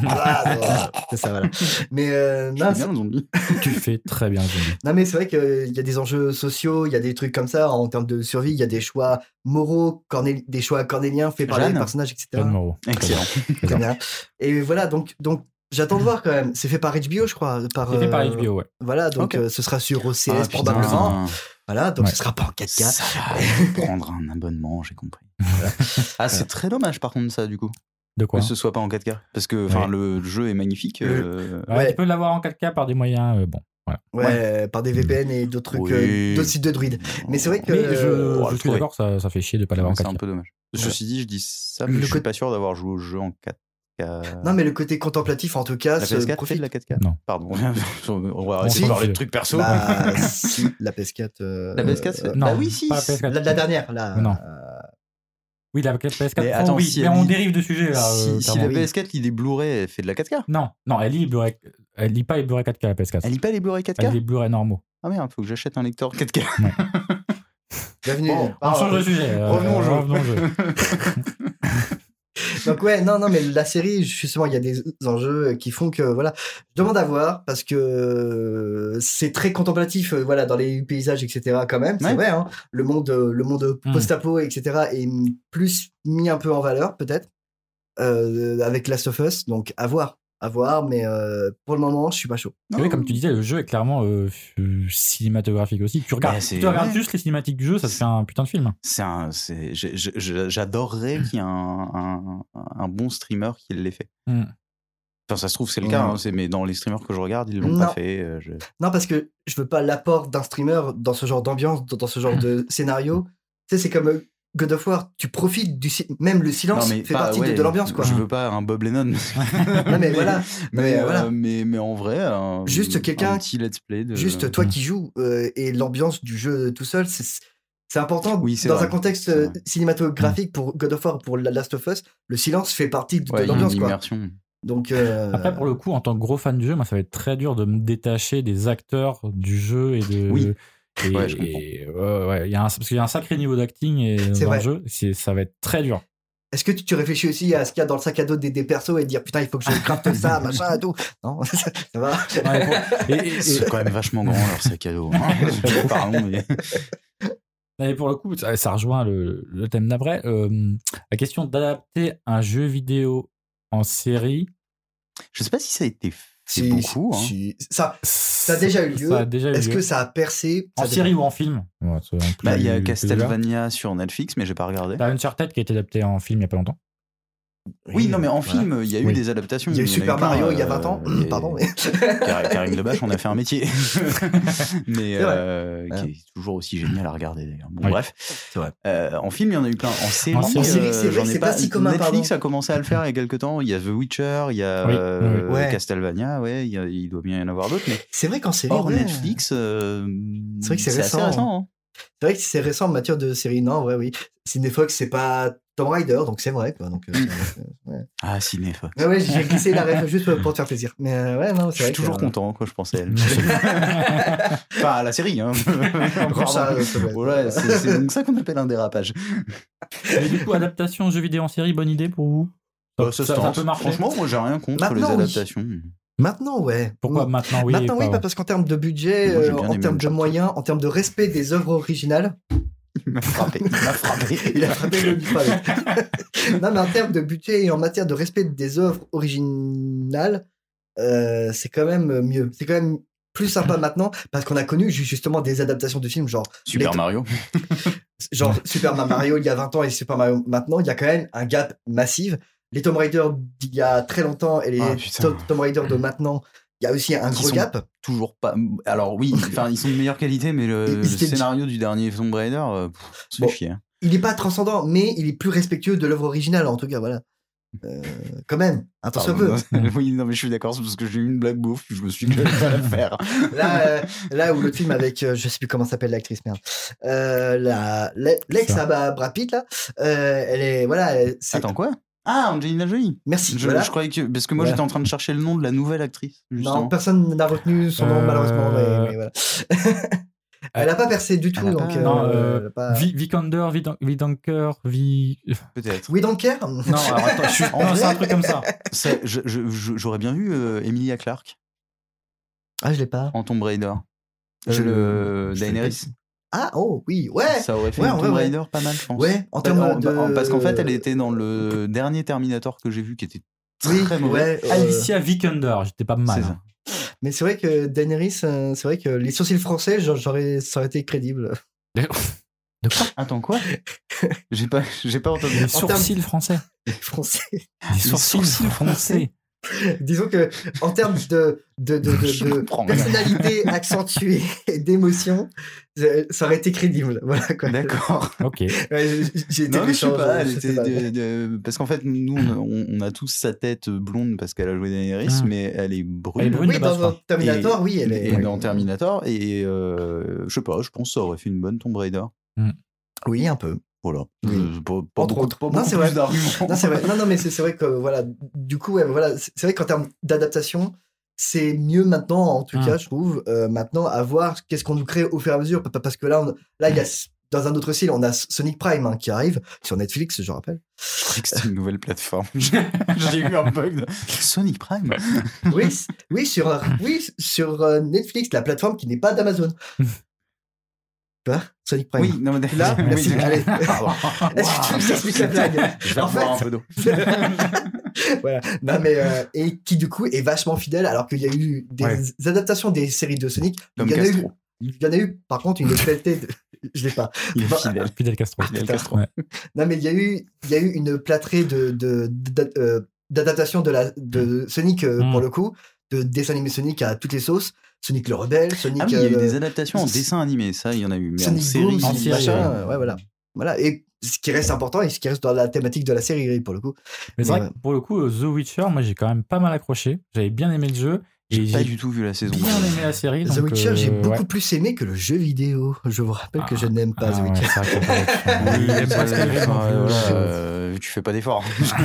Speaker 6: Voilà, voilà. c'est ça, voilà. Mais, euh,
Speaker 9: Je fais
Speaker 6: non, c'est-
Speaker 9: bien le zombie.
Speaker 8: tu fais très bien, Jimmy.
Speaker 6: non, mais c'est vrai qu'il y a des enjeux sociaux, il y a des trucs comme ça en termes de survie, il y a des choix moraux, corné- des choix cornéliens faits par les
Speaker 9: Jeanne.
Speaker 6: personnages, etc.
Speaker 8: John Moreau.
Speaker 9: Excellent.
Speaker 6: Très bien. Et voilà, donc, donc j'attends de voir quand même. C'est fait par HBO, je crois. Par,
Speaker 8: C'est fait par
Speaker 6: euh,
Speaker 8: HBO, ouais.
Speaker 6: Voilà, donc
Speaker 9: Ok.
Speaker 6: euh, ce sera sur OCS
Speaker 9: Ah, putain,
Speaker 6: probablement. Voilà, donc
Speaker 8: Ouais.
Speaker 6: ce sera pas en 4K.
Speaker 9: Ça va, je vais prendre un abonnement, j'ai compris. Voilà. Ah, c'est très dommage par contre ça du coup.
Speaker 8: De quoi
Speaker 9: que ce soit pas en 4K parce que enfin
Speaker 8: Ouais.
Speaker 9: le jeu est magnifique euh,
Speaker 8: Ouais,
Speaker 6: Ouais.
Speaker 8: Tu peux l'avoir en 4K par des moyens. euh, bon.
Speaker 6: Ouais, par des VPN et d'autres trucs,
Speaker 9: Oui.
Speaker 6: euh, d'autres sites de druides. Mais c'est vrai que
Speaker 8: Mais je,
Speaker 6: euh,
Speaker 9: on va
Speaker 8: je
Speaker 9: oh, le
Speaker 8: suis
Speaker 9: trouver.
Speaker 8: d'accord, ça, ça fait chier de pas l'avoir en
Speaker 9: c'est un
Speaker 8: 4K.
Speaker 9: peu dommage
Speaker 6: Voilà.
Speaker 9: ceci dit je dis ça mais
Speaker 6: Le
Speaker 9: je suis
Speaker 6: côté-
Speaker 9: pas sûr d'avoir joué au jeu en 4 qu'à-
Speaker 6: Non, mais le côté contemplatif, en tout cas,
Speaker 9: la
Speaker 6: se
Speaker 9: PS4 fait
Speaker 6: profite.
Speaker 9: de la 4K
Speaker 8: Non.
Speaker 9: Pardon, on va
Speaker 8: On
Speaker 9: arrêter
Speaker 8: s'en
Speaker 9: de parler
Speaker 8: fiche.
Speaker 9: de trucs perso.
Speaker 6: Bah, si, la PS4. euh,
Speaker 9: La PS4, c'est-
Speaker 6: euh,
Speaker 8: Non,
Speaker 9: bah oui, si.
Speaker 8: pas la PS4.
Speaker 6: la, la dernière, là.
Speaker 8: Non.
Speaker 6: euh,
Speaker 8: Oui, la PS4
Speaker 9: Mais
Speaker 8: Pro,
Speaker 9: attends,
Speaker 8: Oh oui,
Speaker 9: si
Speaker 8: mais
Speaker 9: elle
Speaker 8: on
Speaker 9: lit-
Speaker 8: dérive de sujet là.
Speaker 9: si
Speaker 8: euh,
Speaker 9: si
Speaker 8: clairement.
Speaker 9: la PS4 lit des Blu-ray, elle fait de la 4K.
Speaker 8: Non, non, elle lit, Blu-ray- elle lit pas les Blu-ray 4K, la PS4.
Speaker 9: Elle lit pas les Blu-ray
Speaker 8: Elle
Speaker 9: 4K
Speaker 8: lit Blu-ray normaux.
Speaker 9: Ah merde, faut que j'achète un lecteur 4K.
Speaker 6: bienvenue.
Speaker 9: Bon,
Speaker 8: On
Speaker 9: Ah,
Speaker 8: change de
Speaker 9: ouais.
Speaker 8: sujet. euh,
Speaker 9: Revenons au jeu.
Speaker 8: au jeu.
Speaker 6: Donc ouais, non, non, mais la série, justement, il y a des enjeux euh, qui font que voilà, je demande à voir parce que euh, c'est très contemplatif, euh, voilà, dans les paysages, etc. Quand même, c'est
Speaker 9: Ouais. Hmm.
Speaker 6: vrai. hein. le monde, euh, le monde
Speaker 8: Mm.
Speaker 6: post-apo, etc. est m- plus mis un peu en valeur, peut-être, euh, avec Last of Us. Donc à voir, à voir. Mais euh, pour le moment, je suis pas chaud.
Speaker 8: Et oui, comme tu disais, le jeu est clairement euh, euh, cinématographique aussi. Tu regardes,
Speaker 9: Bah, c'est-
Speaker 8: tu regardes
Speaker 9: ouais.
Speaker 8: juste les cinématiques du jeu, ça te fait un putain de film.
Speaker 9: C'est un- c'est- j'ai- j'ai- j'ai- J'adorerais qu'il y ait un, un- un bon streamer qui l'ait fait.
Speaker 8: Hmm.
Speaker 9: Enfin, ça se trouve, c'est le
Speaker 6: Ouais.
Speaker 9: cas, hein, c'est- mais dans les streamers que je regarde, ils l'ont
Speaker 6: Hmm. Non.
Speaker 9: pas fait. euh, je-
Speaker 6: Non, parce que je veux pas l'apport d'un streamer dans ce genre d'ambiance, dans dans ce
Speaker 9: Hmm.
Speaker 6: genre de scénario. Tu sais, c'est comme euh, God of War, tu profites du si- même le silence fait
Speaker 9: pas-
Speaker 6: partie de-
Speaker 9: ouais,
Speaker 6: de, l'ambiance quoi.
Speaker 9: Je veux pas un Bob Lennon.
Speaker 6: Non mais voilà,
Speaker 9: Mais,
Speaker 6: mais
Speaker 9: euh,
Speaker 6: voilà.
Speaker 9: mais, mais en vrai, un-
Speaker 6: Juste quelqu'un
Speaker 9: un petit let's play de.
Speaker 6: juste toi
Speaker 8: Mm.
Speaker 6: qui joues euh, et l'ambiance du jeu tout seul, c'est c'est important
Speaker 9: Oui, c'est
Speaker 6: dans
Speaker 9: vrai,
Speaker 6: un contexte
Speaker 9: c'est
Speaker 6: euh,
Speaker 9: vrai. Mm.
Speaker 6: cinématographique pour God of War, pour La- Last of Us, le silence fait partie de, de
Speaker 9: Ouais, il y a
Speaker 6: l'ambiance
Speaker 9: une
Speaker 6: quoi.
Speaker 9: immersion.
Speaker 6: Donc euh,
Speaker 8: Après, pour le coup, en tant que gros fan du jeu, moi, ça va être très dur de me détacher des acteurs du jeu et de.
Speaker 9: Oui.
Speaker 8: Et,
Speaker 9: Ouais, je comprends.
Speaker 8: et, ouais, ouais, il y a un- parce qu'il y a un sacré niveau d'acting et dans
Speaker 6: vrai.
Speaker 8: le jeu, c'est- ça va être très dur.
Speaker 6: est-ce que tu, tu réfléchis aussi à ce qu'il y a dans le sac à dos des, des persos et dire putain il faut que je crafte ça machin et tout Non, ça va.
Speaker 8: Ouais, pour- et, et- et-
Speaker 9: C'est quand même vachement grand leur sac à dos. hein. Pardon, mais-
Speaker 8: et pour le coup, ça, ça rejoint le, le thème d'après. euh, la question d'adapter un jeu vidéo en série,
Speaker 9: Je sais pas si ça a été fait
Speaker 6: Si,
Speaker 9: beaucoup. hein.
Speaker 6: si- ça,
Speaker 8: ça
Speaker 6: a déjà eu lieu.
Speaker 8: ça a déjà eu
Speaker 6: est-ce
Speaker 8: lieu.
Speaker 6: que ça a percé
Speaker 8: en
Speaker 6: Ça
Speaker 8: série ou en film Ouais, c'est un
Speaker 9: Bah, Il y a
Speaker 8: plus- plus ouvert.
Speaker 9: Castlevania sur Netflix, mais j'ai pas regardé.
Speaker 6: Bah,
Speaker 8: T'as Uncharted qui a été adapté en film il y a pas longtemps.
Speaker 6: dépend.
Speaker 9: Oui, non, mais en
Speaker 6: Voilà.
Speaker 9: film, il y a eu
Speaker 8: Oui.
Speaker 9: des adaptations.
Speaker 6: Il y a eu
Speaker 9: en
Speaker 6: Super
Speaker 9: eu plein,
Speaker 6: Mario il y a
Speaker 9: euh,
Speaker 6: 20 ans.
Speaker 9: il y a-
Speaker 6: Pardon. mais-
Speaker 9: Car- Karim Debache, on a fait un métier. mais
Speaker 6: C'est vrai.
Speaker 9: euh, qui est toujours aussi génial à regarder d'ailleurs. Bon,
Speaker 8: Oui.
Speaker 9: bref.
Speaker 6: vrai.
Speaker 9: Euh, en film, il y en a eu plein. En série, euh,
Speaker 8: En série,
Speaker 6: c'est vrai,
Speaker 9: j'en ai
Speaker 6: c'est pas si commun,
Speaker 9: Netflix a
Speaker 6: pardon.
Speaker 9: commencé à le faire il y a quelques temps. Il y a The Witcher, il y a
Speaker 8: Oui,
Speaker 9: euh,
Speaker 6: oui, oui. Ouais.
Speaker 9: Castlevania, ouais, il, y a- il doit bien y en avoir d'autres. Mais
Speaker 6: C'est vrai qu'en série.
Speaker 9: hors
Speaker 6: ouais.
Speaker 9: Netflix, euh,
Speaker 6: C'est vrai que c'est
Speaker 9: assez
Speaker 6: récent.
Speaker 9: récent. hein.
Speaker 6: C'est vrai que c'est récent en matière de série. Non, en vrai, oui. Cinefox, c'est pas Tom Rider, donc c'est vrai. Quoi. Donc, euh,
Speaker 9: Mm.
Speaker 6: euh, ouais.
Speaker 9: Ah, Cinéf.
Speaker 6: Ah ouais, j'ai glissé la ref juste pour te faire plaisir. Mais euh, ouais, non,
Speaker 9: Je
Speaker 6: c'est vrai.
Speaker 9: suis toujours
Speaker 6: que, euh,
Speaker 9: content quand je pense à elle. Pas à la série, hein.
Speaker 6: Encore ça,
Speaker 9: Pardon.
Speaker 6: euh, ça doit être-
Speaker 9: Voilà, c'est c'est donc ça qu'on appelle un dérapage.
Speaker 8: Mais du coup, adaptation jeu vidéo en série, bonne idée pour vous
Speaker 9: Bah,
Speaker 8: ça, ça peut marcher.
Speaker 9: Franchement, moi, j'ai rien contre
Speaker 6: Maintenant,
Speaker 9: les
Speaker 6: oui.
Speaker 9: adaptations.
Speaker 6: Maintenant, ouais.
Speaker 8: Pourquoi maintenant oui
Speaker 6: Maintenant,
Speaker 8: et
Speaker 6: oui,
Speaker 8: pas-
Speaker 6: pas parce qu'en termes de budget,
Speaker 9: Moi, j'ai
Speaker 6: euh,
Speaker 9: bien
Speaker 6: en
Speaker 9: aimé
Speaker 6: termes de
Speaker 9: Uncharted.
Speaker 6: moyens, en termes de respect des œuvres originales,
Speaker 9: Il m'a frappé. Il m'a frappé.
Speaker 6: Il a frappé le bif avec. non, mais en termes de budget et en matière de respect des œuvres originales, euh, c'est quand même mieux. C'est quand même plus sympa maintenant parce qu'on a connu ju- justement des adaptations de films genre,
Speaker 9: Super
Speaker 6: Les-
Speaker 9: Mario.
Speaker 6: genre Super Mario il y a 20 ans et Super Mario maintenant. Il y a quand même un gap massif. Les Tomb Raider d'il y a très longtemps et les
Speaker 9: Ah, putain.
Speaker 6: Tom- Tomb Raider de maintenant, il y a aussi un
Speaker 9: Qui
Speaker 6: gros
Speaker 9: sont-
Speaker 6: gap.
Speaker 9: Toujours pas. Alors oui, enfin, ils sont de meilleure qualité, mais le,
Speaker 6: Ils- ils
Speaker 9: le
Speaker 6: étaient-
Speaker 9: scénario du dernier Tomb Raider, euh, pff, c'est
Speaker 6: Bon.
Speaker 9: chier. hein.
Speaker 6: Il n'est pas transcendant, mais il est plus respectueux de l'œuvre originale en tout cas. Voilà. Euh, quand même, un tant soit peu.
Speaker 9: Pardon. oui, non, mais je suis d'accord, c'est parce que j'ai eu une blague bouffe, je me suis dit que j'allais pas la faire.
Speaker 6: là, euh, là où le film avec, euh, je sais plus comment s'appelle l'actrice, merde, euh, la- la- l'ex
Speaker 8: Ça.
Speaker 6: à Brad Pitt, là, euh, elle est, voilà, elle- c'est,
Speaker 9: Attends, quoi Ah, Angelina Jolie.
Speaker 6: merci.
Speaker 9: Je,
Speaker 6: voilà.
Speaker 9: je croyais que. Parce que moi,
Speaker 6: Voilà.
Speaker 9: j'étais en train de chercher le nom de la nouvelle actrice, justement.
Speaker 6: non, personne n'a retenu son nom,
Speaker 8: Euh,
Speaker 6: malheureusement, mais, mais voilà. elle a pas percé du tout,
Speaker 9: elle a
Speaker 6: donc,
Speaker 9: pas-
Speaker 6: euh,
Speaker 8: Non,
Speaker 6: elle
Speaker 8: euh,
Speaker 6: a pas-
Speaker 8: Vi- Vikander, Vidan- Vidanker, Vi.
Speaker 9: Peut-être.
Speaker 6: We don't care
Speaker 8: Non, alors attends, je suis- non, c'est un truc comme ça.
Speaker 9: C'est- je- je- je- J'aurais bien vu euh, Emilia Clarke
Speaker 6: Ah, je l'ai pas.
Speaker 9: en Tomb Raider.
Speaker 6: Euh,
Speaker 9: le
Speaker 6: je sais
Speaker 9: Daenerys.
Speaker 6: Ah, oh, oui, ouais,
Speaker 9: ça aurait fait
Speaker 6: ouais,
Speaker 9: un
Speaker 6: ouais,
Speaker 9: Tomb
Speaker 6: ouais.
Speaker 9: Raider pas mal, je pense.
Speaker 6: ouais, en
Speaker 9: Bah,
Speaker 6: termes
Speaker 9: en-
Speaker 6: de-
Speaker 9: bah, en- Parce qu'en fait, elle était dans le dernier Terminator que j'ai vu, qui était
Speaker 6: Oui,
Speaker 9: très mauvais.
Speaker 6: ouais, euh,
Speaker 8: Alicia Vikander, j'étais pas mal.
Speaker 9: C'est ça.
Speaker 8: hein.
Speaker 6: Mais c'est vrai que Daenerys, euh, c'est vrai que les sourcils français, genre, j'aurais, ça aurait été crédible.
Speaker 8: De quoi
Speaker 9: Attends, quoi J'ai pas, j'ai pas entendu.
Speaker 8: Des sourcils français.
Speaker 6: français.
Speaker 8: Des sourcils
Speaker 9: sourcils
Speaker 8: français.
Speaker 6: Disons que en termes de, de, de, de-
Speaker 9: Je
Speaker 6: de
Speaker 9: comprends rien.
Speaker 6: personnalité accentuée et d'émotion, euh, ça aurait été crédible. Voilà quoi.
Speaker 9: D'accord.
Speaker 8: Ok.
Speaker 6: Ouais, j'ai- j'ai été
Speaker 9: Non, mais je sais
Speaker 6: méchant,
Speaker 9: pas.
Speaker 6: je-
Speaker 9: elle
Speaker 6: je sais
Speaker 9: était
Speaker 6: pas.
Speaker 9: de- de- parce qu'en fait, nous, on, on a tous sa tête blonde parce qu'elle a joué dans Iris,
Speaker 8: Ah.
Speaker 9: mais elle est brune.
Speaker 8: Elle est brune
Speaker 6: Oui,
Speaker 8: de base,
Speaker 6: dans un
Speaker 8: quoi.
Speaker 6: Terminator,
Speaker 9: Et-
Speaker 6: oui, elle est.
Speaker 9: Et dans Terminator, et euh, je sais pas, je pense que ça aurait fait une bonne Tomb Raider.
Speaker 6: Oui, un peu.
Speaker 9: Voilà.
Speaker 6: Oui.
Speaker 9: Euh, Pas, pas
Speaker 6: Entre
Speaker 9: beaucoup,
Speaker 6: autres.
Speaker 9: pas
Speaker 6: Non,
Speaker 9: beaucoup
Speaker 6: c'est vrai.
Speaker 9: plus d'arguments.
Speaker 6: Non, c'est vrai. Non, non, mais c'est c'est vrai que voilà. Du coup, ouais, voilà, c'est c'est vrai qu'en termes d'adaptation, c'est mieux maintenant, en tout
Speaker 9: Hum.
Speaker 8: Hmm.
Speaker 6: cas, je trouve. euh, maintenant, à voir qu'est-ce qu'on nous crée au fur et à mesure, Pa- pa- parce que là, on- là,
Speaker 9: Hum.
Speaker 6: il y a dans un autre style, on a Sonic Prime hein, qui arrive sur Netflix, je rappelle.
Speaker 9: C'est une nouvelle plateforme. J'ai eu un bug. de- Sonic Prime
Speaker 6: Oui, c- oui, sur euh, oui sur euh, Netflix, la plateforme qui n'est pas d'Amazon. tu vois, Sonic Prime.
Speaker 9: Hum. Oui, non, mais
Speaker 6: Là,
Speaker 9: oui,
Speaker 6: merci.
Speaker 9: d'accord.
Speaker 6: Allez.
Speaker 9: Pardon.
Speaker 6: Est-ce que tu veux que j'explique la blague
Speaker 9: Je vais
Speaker 6: En
Speaker 9: revoir
Speaker 6: fait-
Speaker 9: un peu d'eau.
Speaker 6: voilà. Non, mais, euh, et qui du coup est vachement fidèle, alors qu'il y a eu des
Speaker 8: Ouais.
Speaker 6: adaptations des séries de Sonic.
Speaker 9: Tom
Speaker 6: il, y en a eu,
Speaker 9: Castro.
Speaker 6: il y en a eu, par contre, une qualité de. Je l'ai pas.
Speaker 9: Il est
Speaker 6: Bah,
Speaker 9: fidèle.
Speaker 8: Fidel Castro.
Speaker 9: Fidel Castro.
Speaker 8: Ouais.
Speaker 6: Non, mais il y a eu, il y a eu une plâtrée de, de, d'a- euh, d'adaptations de, la,
Speaker 9: Hmm.
Speaker 6: de Sonic, euh,
Speaker 8: Mm.
Speaker 6: pour le coup, de dessins animés Sonic à toutes les sauces. Sonic le rebelle, Sonic.
Speaker 9: Ah oui, il y a eu
Speaker 6: euh,
Speaker 9: des adaptations en
Speaker 6: c'est-
Speaker 9: dessin animé, ça, il y en a eu. Mais en
Speaker 6: Sonic
Speaker 9: série,
Speaker 6: Boom,
Speaker 8: en
Speaker 6: Sonic
Speaker 8: série,
Speaker 6: machin,
Speaker 9: ouais.
Speaker 6: euh, ouais, voilà. voilà. Et ce qui reste important et ce qui reste dans la thématique de la série, pour le coup.
Speaker 8: Mais c'est
Speaker 6: Ouais,
Speaker 8: vrai
Speaker 6: ouais.
Speaker 8: que pour le coup, euh, The Witcher, moi j'ai quand même pas mal accroché. J'avais bien aimé le jeu. Et
Speaker 9: J'ai pas
Speaker 8: j'ai
Speaker 9: du tout vu la saison.
Speaker 8: bien aimé la série.
Speaker 6: The
Speaker 8: donc,
Speaker 6: Witcher, j'ai
Speaker 8: euh,
Speaker 6: beaucoup
Speaker 8: ouais.
Speaker 6: plus aimé que le jeu vidéo. Je vous rappelle que je n'aime pas
Speaker 8: Ah
Speaker 6: The
Speaker 8: ouais,
Speaker 6: Witcher.
Speaker 8: c'est vrai que t'as pas-
Speaker 9: Oui,
Speaker 8: Il aime
Speaker 9: ça,
Speaker 8: pas ce qu'il aime,
Speaker 9: enfin,
Speaker 8: donc, euh,
Speaker 9: voilà, euh, tu fais pas d'efforts.
Speaker 8: Ah,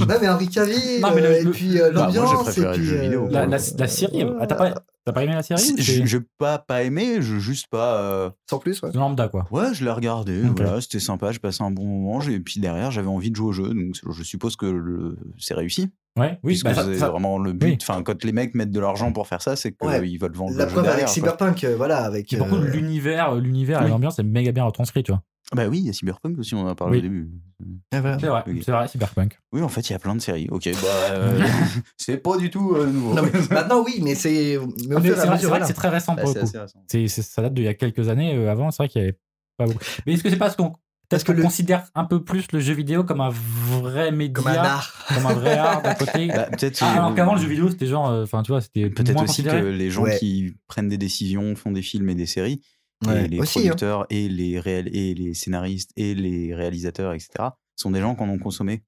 Speaker 6: Non, Bah, mais Henri Cavill,
Speaker 8: Non, mais le-
Speaker 6: euh, et
Speaker 8: le-
Speaker 6: puis euh,
Speaker 9: Bah, moi, j'ai
Speaker 6: l'ambiance, et
Speaker 9: préféré le
Speaker 6: puis.
Speaker 9: jeu vidéo,
Speaker 6: euh,
Speaker 8: La, la-
Speaker 6: euh,
Speaker 8: la série,
Speaker 6: ouais,
Speaker 8: ah, t'as pas, t'as pas aimé la série ou
Speaker 9: Je
Speaker 8: c'est
Speaker 9: je pas pas aimé, je juste pas. euh,
Speaker 6: Sans plus, ouais.
Speaker 8: c'est lambda quoi.
Speaker 9: Ouais, je l'ai regardé,
Speaker 8: Ok.
Speaker 9: voilà, c'était sympa, j'ai passé un bon moment, j'ai- et puis derrière, j'avais envie de jouer au jeu, donc je suppose que le- c'est réussi.
Speaker 8: Ouais, oui,
Speaker 9: puisque
Speaker 8: bah, ça-
Speaker 9: c'est
Speaker 8: ça-
Speaker 9: vraiment le
Speaker 8: Oui.
Speaker 9: but. Enfin, quand les mecs mettent de l'argent pour faire ça, c'est qu'ils
Speaker 6: Ouais.
Speaker 9: veulent vendre
Speaker 6: La
Speaker 9: le jeu
Speaker 6: preuve avec
Speaker 9: derrière, quoi.
Speaker 6: Cyberpunk, euh, voilà, avec.
Speaker 8: Et par contre,
Speaker 6: euh,
Speaker 8: l'univers, euh, l'univers et
Speaker 9: Oui.
Speaker 8: l'ambiance est méga bien retranscrit, tu vois.
Speaker 9: Bah oui, il y a Cyberpunk aussi, on en a parlé
Speaker 8: Oui.
Speaker 9: au début.
Speaker 6: ah, voilà.
Speaker 8: C'est vrai,
Speaker 9: Ok.
Speaker 8: c'est vrai, Cyberpunk.
Speaker 9: Oui, en fait, il y a plein de séries. Ok, bah, euh, c'est pas du tout euh, nouveau.
Speaker 6: Non, mais maintenant, oui, mais c'est. Mais au
Speaker 8: Ah, Mais
Speaker 6: fur
Speaker 8: c'est vrai,
Speaker 6: et à mesure,
Speaker 8: c'est vrai
Speaker 6: voilà.
Speaker 8: que c'est très récent
Speaker 9: Bah,
Speaker 8: pour
Speaker 9: c'est
Speaker 8: le coup.
Speaker 9: assez récent.
Speaker 8: C'est- c'est- ça date d'il y a quelques années. euh, avant, c'est vrai qu'il y avait pas beaucoup. Mais est-ce que c'est parce qu'on
Speaker 6: Parce
Speaker 8: parce
Speaker 6: que
Speaker 8: qu'on
Speaker 6: le-
Speaker 8: considère un peu plus le jeu vidéo comme un vrai média,
Speaker 6: Comme un art.
Speaker 8: comme un vrai art d'un côté
Speaker 9: Bah, peut-être.
Speaker 8: Ah,
Speaker 9: euh,
Speaker 8: alors qu'avant le jeu vidéo, c'était genre, euh, enfin tu vois, c'était
Speaker 9: Peut-être
Speaker 8: moins
Speaker 9: aussi que
Speaker 8: considéré.
Speaker 9: les gens
Speaker 6: Ouais.
Speaker 9: qui prennent des décisions, font des films et des séries, et
Speaker 6: Ouais.
Speaker 9: les
Speaker 6: Aussi, hein.
Speaker 9: producteurs et, les réel- et les scénaristes et les réalisateurs, etc., sont des gens qu'on ont consommé.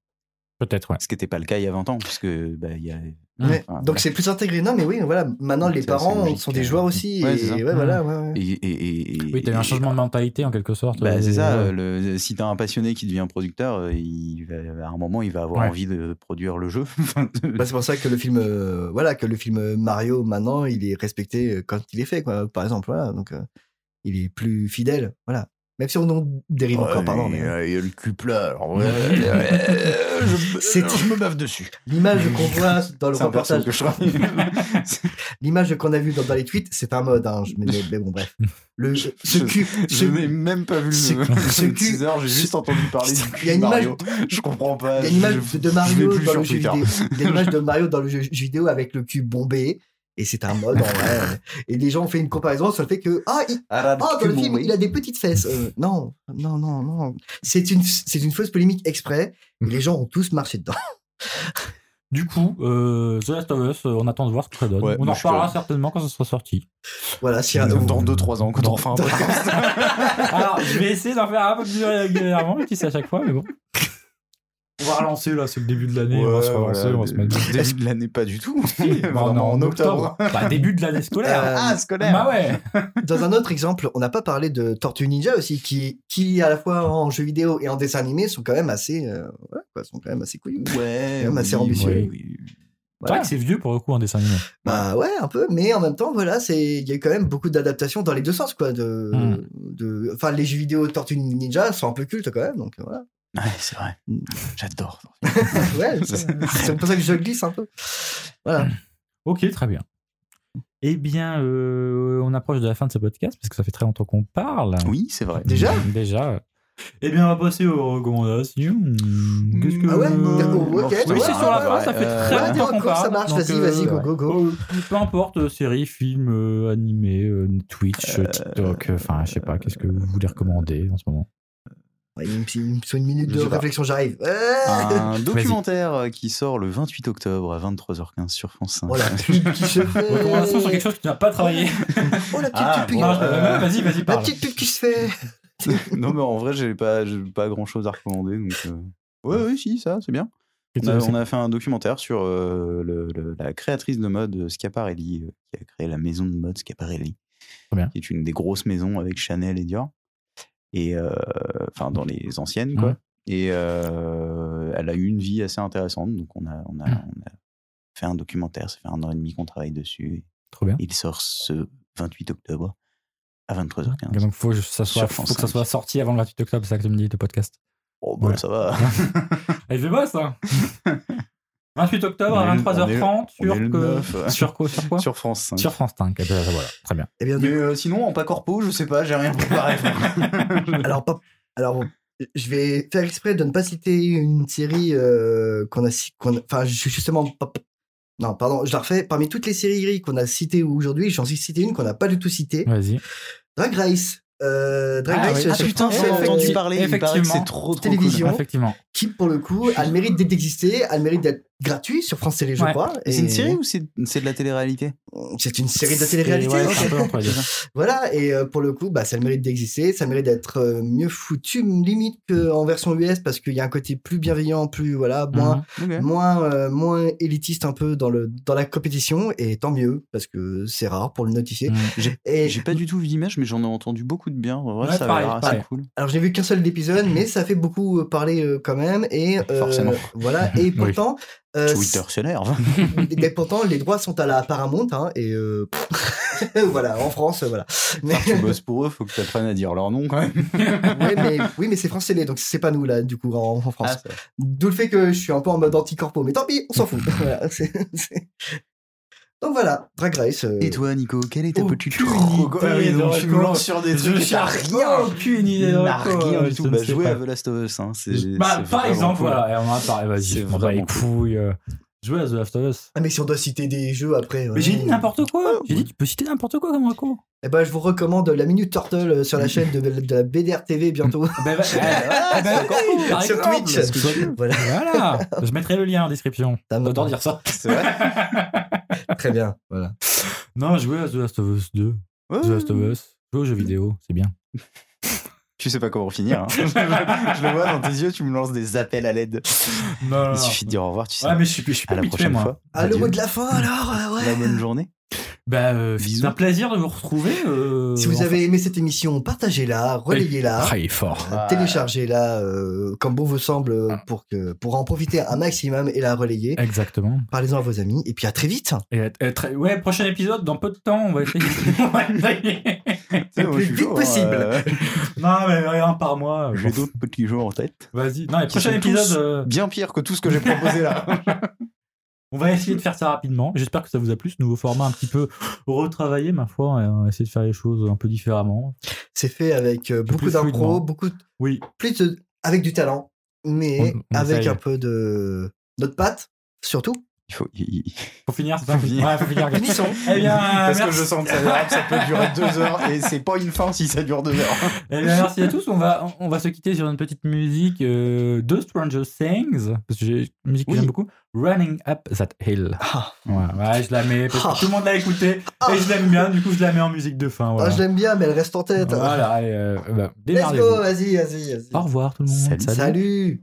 Speaker 8: Peut-être, ouais.
Speaker 9: Ce qui n'était pas le cas il y a 20 ans, puisque bah, il y a.
Speaker 6: Ouais.
Speaker 9: Enfin,
Speaker 6: hein. Donc
Speaker 9: voilà.
Speaker 6: c'est plus intégré. Non, mais oui, voilà. Maintenant,
Speaker 9: Donc,
Speaker 6: les
Speaker 9: c'est assez
Speaker 6: parents
Speaker 9: logique,
Speaker 6: sont des
Speaker 9: euh,
Speaker 6: joueurs aussi.
Speaker 9: ouais,
Speaker 6: et-
Speaker 9: c'est ça.
Speaker 6: ouais, voilà, ouais, ouais.
Speaker 9: Et, et- et-
Speaker 8: Oui, t'as eu un
Speaker 9: et-
Speaker 8: changement de mentalité en quelque sorte.
Speaker 9: Bah,
Speaker 8: euh,
Speaker 9: c'est ça,
Speaker 8: ouais.
Speaker 9: euh, le, si t'as un passionné qui devient producteur, euh, il va- à un moment, il va avoir
Speaker 8: Ouais.
Speaker 9: envie de produire le jeu.
Speaker 6: Bah, c'est pour ça que le film, euh, voilà, que le film euh, Mario maintenant, il est respecté euh, quand il est fait, quoi. Par exemple, voilà, donc euh, il est plus fidèle, voilà. Même si on en dérive encore, pardon. mais, euh,
Speaker 9: y a le cul plat, alors euh,
Speaker 8: ouais,
Speaker 6: C'est- je
Speaker 9: me bave dessus.
Speaker 6: L'image qu'on voit dans le
Speaker 9: C'est un
Speaker 6: reportage,
Speaker 9: personnage que je travaille.
Speaker 6: l'image qu'on a vue dans, dans les tweets, c'est un mode, hein, je- mais, mais bon, bref. Le, ce
Speaker 9: Je-
Speaker 6: cul, ce-
Speaker 9: Je n'ai même pas vu
Speaker 6: ce-
Speaker 9: le,
Speaker 6: ce
Speaker 9: le
Speaker 6: cul-
Speaker 9: teaser, j'ai juste entendu parler du
Speaker 6: Il y a
Speaker 9: cul de
Speaker 6: une image-
Speaker 9: Mario. Je comprends pas.
Speaker 6: il y a une image
Speaker 9: je-
Speaker 6: de
Speaker 9: je vais
Speaker 6: Mario
Speaker 9: plus
Speaker 6: dans
Speaker 9: sur
Speaker 6: le jeu
Speaker 9: Twitter.
Speaker 6: vidéo. Il y a une image de Mario dans le jeu, jeu vidéo avec le cul bombé. Et c'est un mode en vrai. Et les gens ont fait une comparaison sur le fait que, ah, il-
Speaker 9: Arabe
Speaker 6: Ah, dans
Speaker 9: cul
Speaker 6: le film,
Speaker 9: bombé.
Speaker 6: il a des petites fesses. Euh, non, non, non, non. C'est une, c'est une fausse polémique exprès. Et les gens ont tous marché dedans.
Speaker 8: Du coup, euh, The Last of Us, euh, on attend de voir ce que ça donne.
Speaker 9: Ouais,
Speaker 8: on en
Speaker 9: moi, je
Speaker 8: reparlera
Speaker 9: peux-
Speaker 8: certainement quand ça sera sorti.
Speaker 6: Voilà, si un-
Speaker 9: Dans 2-3 ans, quand on refait un podcast.
Speaker 8: Alors, je vais essayer d'en faire un peu plus régulièrement, même si c'est à chaque fois, mais bon. On va relancer là, c'est le début de l'année, on va se
Speaker 9: Ouais,
Speaker 8: relancer,
Speaker 9: voilà,
Speaker 8: on va se mettre.
Speaker 9: début de l'année, pas du tout.
Speaker 8: Si, bah, on est
Speaker 9: Vraiment, en octobre.
Speaker 8: Bah, début de l'année
Speaker 6: Euh,
Speaker 8: scolaire.
Speaker 9: Ah, scolaire.
Speaker 8: bah ouais.
Speaker 6: dans un autre exemple, on n'a pas parlé de Tortue Ninja aussi, qui, qui à la fois en jeu vidéo et en dessin animé sont quand même assez, euh, voilà, quoi, sont quand même assez couillus.
Speaker 9: Ouais,
Speaker 6: Même assez
Speaker 9: oui,
Speaker 6: ambitieux.
Speaker 9: oui, oui, oui.
Speaker 8: C'est vrai
Speaker 6: Voilà.
Speaker 8: que c'est vieux pour le coup en dessin animé.
Speaker 6: Bah ouais, un peu, mais en même temps, voilà, c'est, il y a eu quand même beaucoup d'adaptations dans les deux sens, quoi. De,
Speaker 8: Hmm.
Speaker 6: de, enfin, les jeux vidéo Tortue Ninja sont un peu cultes quand même, donc voilà.
Speaker 9: Ouais, c'est vrai. J'adore.
Speaker 6: ouais, c'est c'est pour ça que je le glisse un peu. Voilà.
Speaker 8: Ok, très bien. Eh bien, euh, on approche de la fin de ce podcast parce que ça fait très longtemps qu'on parle.
Speaker 9: Oui, c'est vrai.
Speaker 6: Déjà
Speaker 8: Déjà. Eh bien, on va passer aux recommandations. Qu'est-ce que Euh,
Speaker 6: Ah ouais, oh, ok.
Speaker 8: Oui, c'est
Speaker 6: Ouais,
Speaker 8: sur la
Speaker 6: ouais,
Speaker 8: fin, ça fait très
Speaker 6: ouais,
Speaker 8: longtemps
Speaker 6: ouais,
Speaker 8: qu'on
Speaker 6: encore, ça
Speaker 8: parle.
Speaker 6: marche,
Speaker 8: donc,
Speaker 6: vas-y, vas-y, go,
Speaker 8: ouais.
Speaker 6: go, go.
Speaker 8: Euh, Peu importe, euh, série, film, euh, animé, euh, Twitch, euh, TikTok, euh, enfin, je sais pas, qu'est-ce que vous voulez recommander en ce moment
Speaker 6: Ouais, Il me il me faut une minute
Speaker 9: Je
Speaker 6: de
Speaker 9: sais pas.
Speaker 6: réflexion, j'arrive. Ah
Speaker 9: Un documentaire euh, qui sort le 28 octobre à 23h15 sur France 5.
Speaker 6: oh la pub qui se fait.
Speaker 8: Retour en instant sur quelque chose que tu n'as pas travaillé.
Speaker 6: Oh la petite
Speaker 9: Ah,
Speaker 6: pub.
Speaker 9: bon,
Speaker 8: Non, je-
Speaker 9: euh,
Speaker 8: Vas-y, vas-y,
Speaker 6: La
Speaker 8: parle.
Speaker 6: petite pub qui se fait.
Speaker 9: non, mais en vrai, j'ai pas, j'ai pas grand chose à recommander. Donc, euh, Ouais, oui, si, ça, c'est bien. Bah, On
Speaker 8: Euh,
Speaker 9: a, on a fait un documentaire sur euh, le- le- la créatrice de mode euh, Schiaparelli, euh, qui a créé la maison de mode Schiaparelli,
Speaker 8: Très bien.
Speaker 9: qui est une des grosses maisons avec Chanel et Dior, et euh, enfin dans les anciennes quoi.
Speaker 8: Mhm.
Speaker 9: Et euh, elle a eu une vie assez intéressante, donc on a, on a,
Speaker 8: Mhm.
Speaker 9: on a fait un documentaire. Ça fait un an et demi qu'on travaille dessus.
Speaker 8: Trop bien.
Speaker 9: Il sort ce 28 octobre à 23h15.
Speaker 8: Donc, faut, que ça soit,
Speaker 9: Sur
Speaker 8: faut
Speaker 9: France
Speaker 8: que ça
Speaker 9: 5.
Speaker 8: soit sorti avant le 28 octobre, c'est ça que tu me dis, le podcast.
Speaker 9: Oh, bon,
Speaker 8: Ouais.
Speaker 9: ça va.
Speaker 8: Elle fait pas ça 28 octobre
Speaker 9: On est
Speaker 8: à
Speaker 9: le-
Speaker 8: 23h30
Speaker 9: on est le- on est
Speaker 8: sur,
Speaker 9: le
Speaker 8: que-
Speaker 9: neuf.
Speaker 8: sur quoi Sur quoi
Speaker 9: Sur France 5.
Speaker 8: Sur France 5. Voilà, très bien.
Speaker 6: Eh bien,
Speaker 9: Mais euh, sinon, en pas corpo, je sais pas, j'ai rien préparé.
Speaker 6: Alors, pas... Alors, bon, je vais faire exprès de ne pas citer une série euh, qu'on a, ci- qu'on a- Enfin, je suis justement. pas- Non, pardon, je la refais. Parmi toutes les séries qu'on a citées aujourd'hui, j'en ai cité une qu'on n'a pas du tout citée.
Speaker 8: Vas-y.
Speaker 6: Drag Race. Euh, Drag
Speaker 8: Ah
Speaker 6: Race
Speaker 8: oui.
Speaker 6: sur
Speaker 8: Ah, putain,
Speaker 6: France
Speaker 8: j'en ai
Speaker 6: Info,
Speaker 8: entendu parler. Effectivement.
Speaker 9: trop trop
Speaker 6: Télévision.
Speaker 8: Effectivement.
Speaker 6: Qui, pour le coup, a le mérite d'être existé, a le mérite d'être gratuit sur France Télé, je
Speaker 8: Ouais.
Speaker 6: crois.
Speaker 9: cool. C'est une série ou c'est c'est de la télé-réalité
Speaker 6: C'est une série de télé-réalité.
Speaker 8: Ouais,
Speaker 6: ok.
Speaker 8: c'est un peu entre les deux.
Speaker 6: Voilà, et euh, pour le coup, bah, ça a le mérite d'exister, ça mérite d'être euh, mieux foutu, limite qu'en version US, parce qu'il y a un côté plus bienveillant, plus, voilà, moins,
Speaker 8: Mhm.
Speaker 6: moins, euh, moins élitiste un peu dans, le, dans la compétition, et tant mieux, parce que c'est rare pour le notifier.
Speaker 8: Mhm.
Speaker 6: Et,
Speaker 9: J'ai pas du tout vu l'image, mais j'en ai entendu beaucoup de bien. En vrai,
Speaker 8: Ouais,
Speaker 9: ça
Speaker 8: pareil,
Speaker 9: a l'air
Speaker 8: pareil.
Speaker 9: assez cool.
Speaker 6: alors, j'ai vu qu'un seul épisode, mais ça fait beaucoup euh, parler euh, quand même, et euh,
Speaker 9: Forcément.
Speaker 6: voilà, et pourtant, euh,
Speaker 9: Twitter s'énerve.
Speaker 6: c- mais pourtant, les droits sont à la Paramount, hein, et euh, voilà, en France, voilà. Mais-
Speaker 9: tu bosses pour eux, faut que t'apprennes à dire leur nom quand même.
Speaker 6: Ouais, mais, oui, mais c'est France Télé, donc c'est pas nous, là, du coup, en, en France.
Speaker 9: Ah, ça-
Speaker 6: D'où le fait que je suis un peu en mode anti-corpo, mais tant pis, on s'en fout. Voilà, c'est- c'est- Donc voilà, Drag Race. euh,
Speaker 9: Et toi, Nico, quelle est ta
Speaker 8: Aucune
Speaker 9: petite
Speaker 8: idée de
Speaker 9: Tu me
Speaker 8: quoi.
Speaker 9: lances sur des trucs.
Speaker 8: Je
Speaker 9: et
Speaker 8: n'ai
Speaker 9: t'as
Speaker 8: rien, aucune idée. de
Speaker 9: T'as
Speaker 8: quoi, euh,
Speaker 9: rien
Speaker 8: je
Speaker 9: du tout.
Speaker 8: ne
Speaker 9: Bah,
Speaker 8: sais
Speaker 9: jouer
Speaker 8: pas.
Speaker 9: à The Last of Us, hein, c'est.
Speaker 8: Bah,
Speaker 9: c'est
Speaker 8: par
Speaker 9: vraiment
Speaker 8: exemple,
Speaker 9: cool.
Speaker 8: voilà, et on en a parlé, vas-y,
Speaker 9: C'est
Speaker 8: je m'en bats les
Speaker 9: vraiment cool.
Speaker 8: couilles. euh. Jouer à The Last of Us. Oh.
Speaker 6: Ah, mais si on doit citer des jeux après.
Speaker 8: Mais j'ai dit n'importe quoi. J'ai
Speaker 6: ouais.
Speaker 8: dit, tu peux citer n'importe quoi comme recours.
Speaker 6: Et ben, je vous recommande la Minute Turtle euh, sur la chaîne de, de la BDR TV bientôt.
Speaker 8: Ben, ben, eh, ben, oui, par
Speaker 6: sur
Speaker 8: exemple.
Speaker 6: Twitch. Voilà,
Speaker 8: Voilà, je mettrai le lien en description.
Speaker 6: Ça me
Speaker 8: J'adore
Speaker 6: parle.
Speaker 8: dire ça.
Speaker 9: C'est vrai.
Speaker 6: très bien. Voilà.
Speaker 8: Non, Ah. jouer à The Last of Us 2. The Last of Us. Jouer aux jeux vidéo, c'est bien.
Speaker 9: Tu sais pas comment finir. hein. Je le vois dans tes yeux, tu me lances des appels à l'aide.
Speaker 8: Non,
Speaker 9: Il suffit de dire au revoir, tu sais.
Speaker 8: Ouais, mais je suis, je suis pas
Speaker 9: à la
Speaker 8: habitué,
Speaker 9: prochaine
Speaker 8: moi.
Speaker 9: fois.
Speaker 6: Ah, le
Speaker 9: Adieu.
Speaker 6: mot de la fin alors euh, ouais.
Speaker 9: La bonne journée.
Speaker 8: Bah, euh,
Speaker 9: Bisous.
Speaker 8: c'est un plaisir de vous retrouver. euh,
Speaker 6: Si vous
Speaker 8: enfin.
Speaker 6: avez aimé cette émission, partagez-la, relayez-la.
Speaker 8: Ah, il est fort.
Speaker 6: euh, Téléchargez-la euh, comme bon vous semble euh,
Speaker 8: Ah.
Speaker 6: pour, que, pour en profiter un maximum et la relayer.
Speaker 8: Exactement.
Speaker 6: Parlez-en à vos amis et puis à très vite.
Speaker 8: Et, euh, très- Ouais, prochain épisode, dans peu de temps, on va essayer. On va essayer.
Speaker 9: Tu sais, moi,
Speaker 6: Le
Speaker 9: je suis
Speaker 6: plus vite
Speaker 9: chaud,
Speaker 6: possible.
Speaker 9: euh,
Speaker 8: non, mais euh, un par mois.
Speaker 9: J'ai d'autres petits jeux en tête.
Speaker 8: Vas-y. Non, et
Speaker 9: Qui
Speaker 8: prochain
Speaker 9: sont tous-
Speaker 8: épisode, euh,
Speaker 9: Bien pire que tout ce que j'ai proposé là.
Speaker 8: on va essayer de faire ça rapidement. J'espère que ça vous a plu, ce nouveau format un petit peu retravaillé, ma foi. On va essayer de faire les choses un peu différemment.
Speaker 6: C'est fait avec euh, beaucoup
Speaker 8: plus
Speaker 6: d'impro,
Speaker 8: fluidement.
Speaker 6: beaucoup de-
Speaker 8: Oui,
Speaker 6: plus de- avec du talent, mais
Speaker 8: On- on
Speaker 6: avec
Speaker 8: essaye.
Speaker 6: un peu de notre patte surtout.
Speaker 9: Il faut. il- il-
Speaker 8: faut finir, c'est ça
Speaker 9: Faut finir.
Speaker 8: Ouais, faut finir.
Speaker 6: Finissons.
Speaker 8: Eh bien,
Speaker 9: Parce que
Speaker 8: merci.
Speaker 9: je sens que ça, dure- ça peut durer deux heures et c'est pas une fin si ça dure deux heures.
Speaker 8: Eh bien, merci à tous. On va, on va se quitter sur une petite musique euh, de Stranger Things, parce que j'ai une musique que
Speaker 6: Oui.
Speaker 8: j'aime beaucoup. Running Up That Hill.
Speaker 6: Ah,
Speaker 8: Ouais, ouais, je la mets parce
Speaker 6: Ah.
Speaker 8: que tout le monde l'a écouté et je l'aime bien. Du coup, je la mets en musique de fin.
Speaker 6: ah,
Speaker 8: Voilà.
Speaker 6: je l'aime bien, mais elle reste en tête.
Speaker 8: voilà et, euh, bah,
Speaker 6: Let's
Speaker 8: démerdez-vous.
Speaker 6: go, vas-y, vas-y, vas-y.
Speaker 8: Au revoir tout le monde.
Speaker 9: Salut.
Speaker 6: Salut.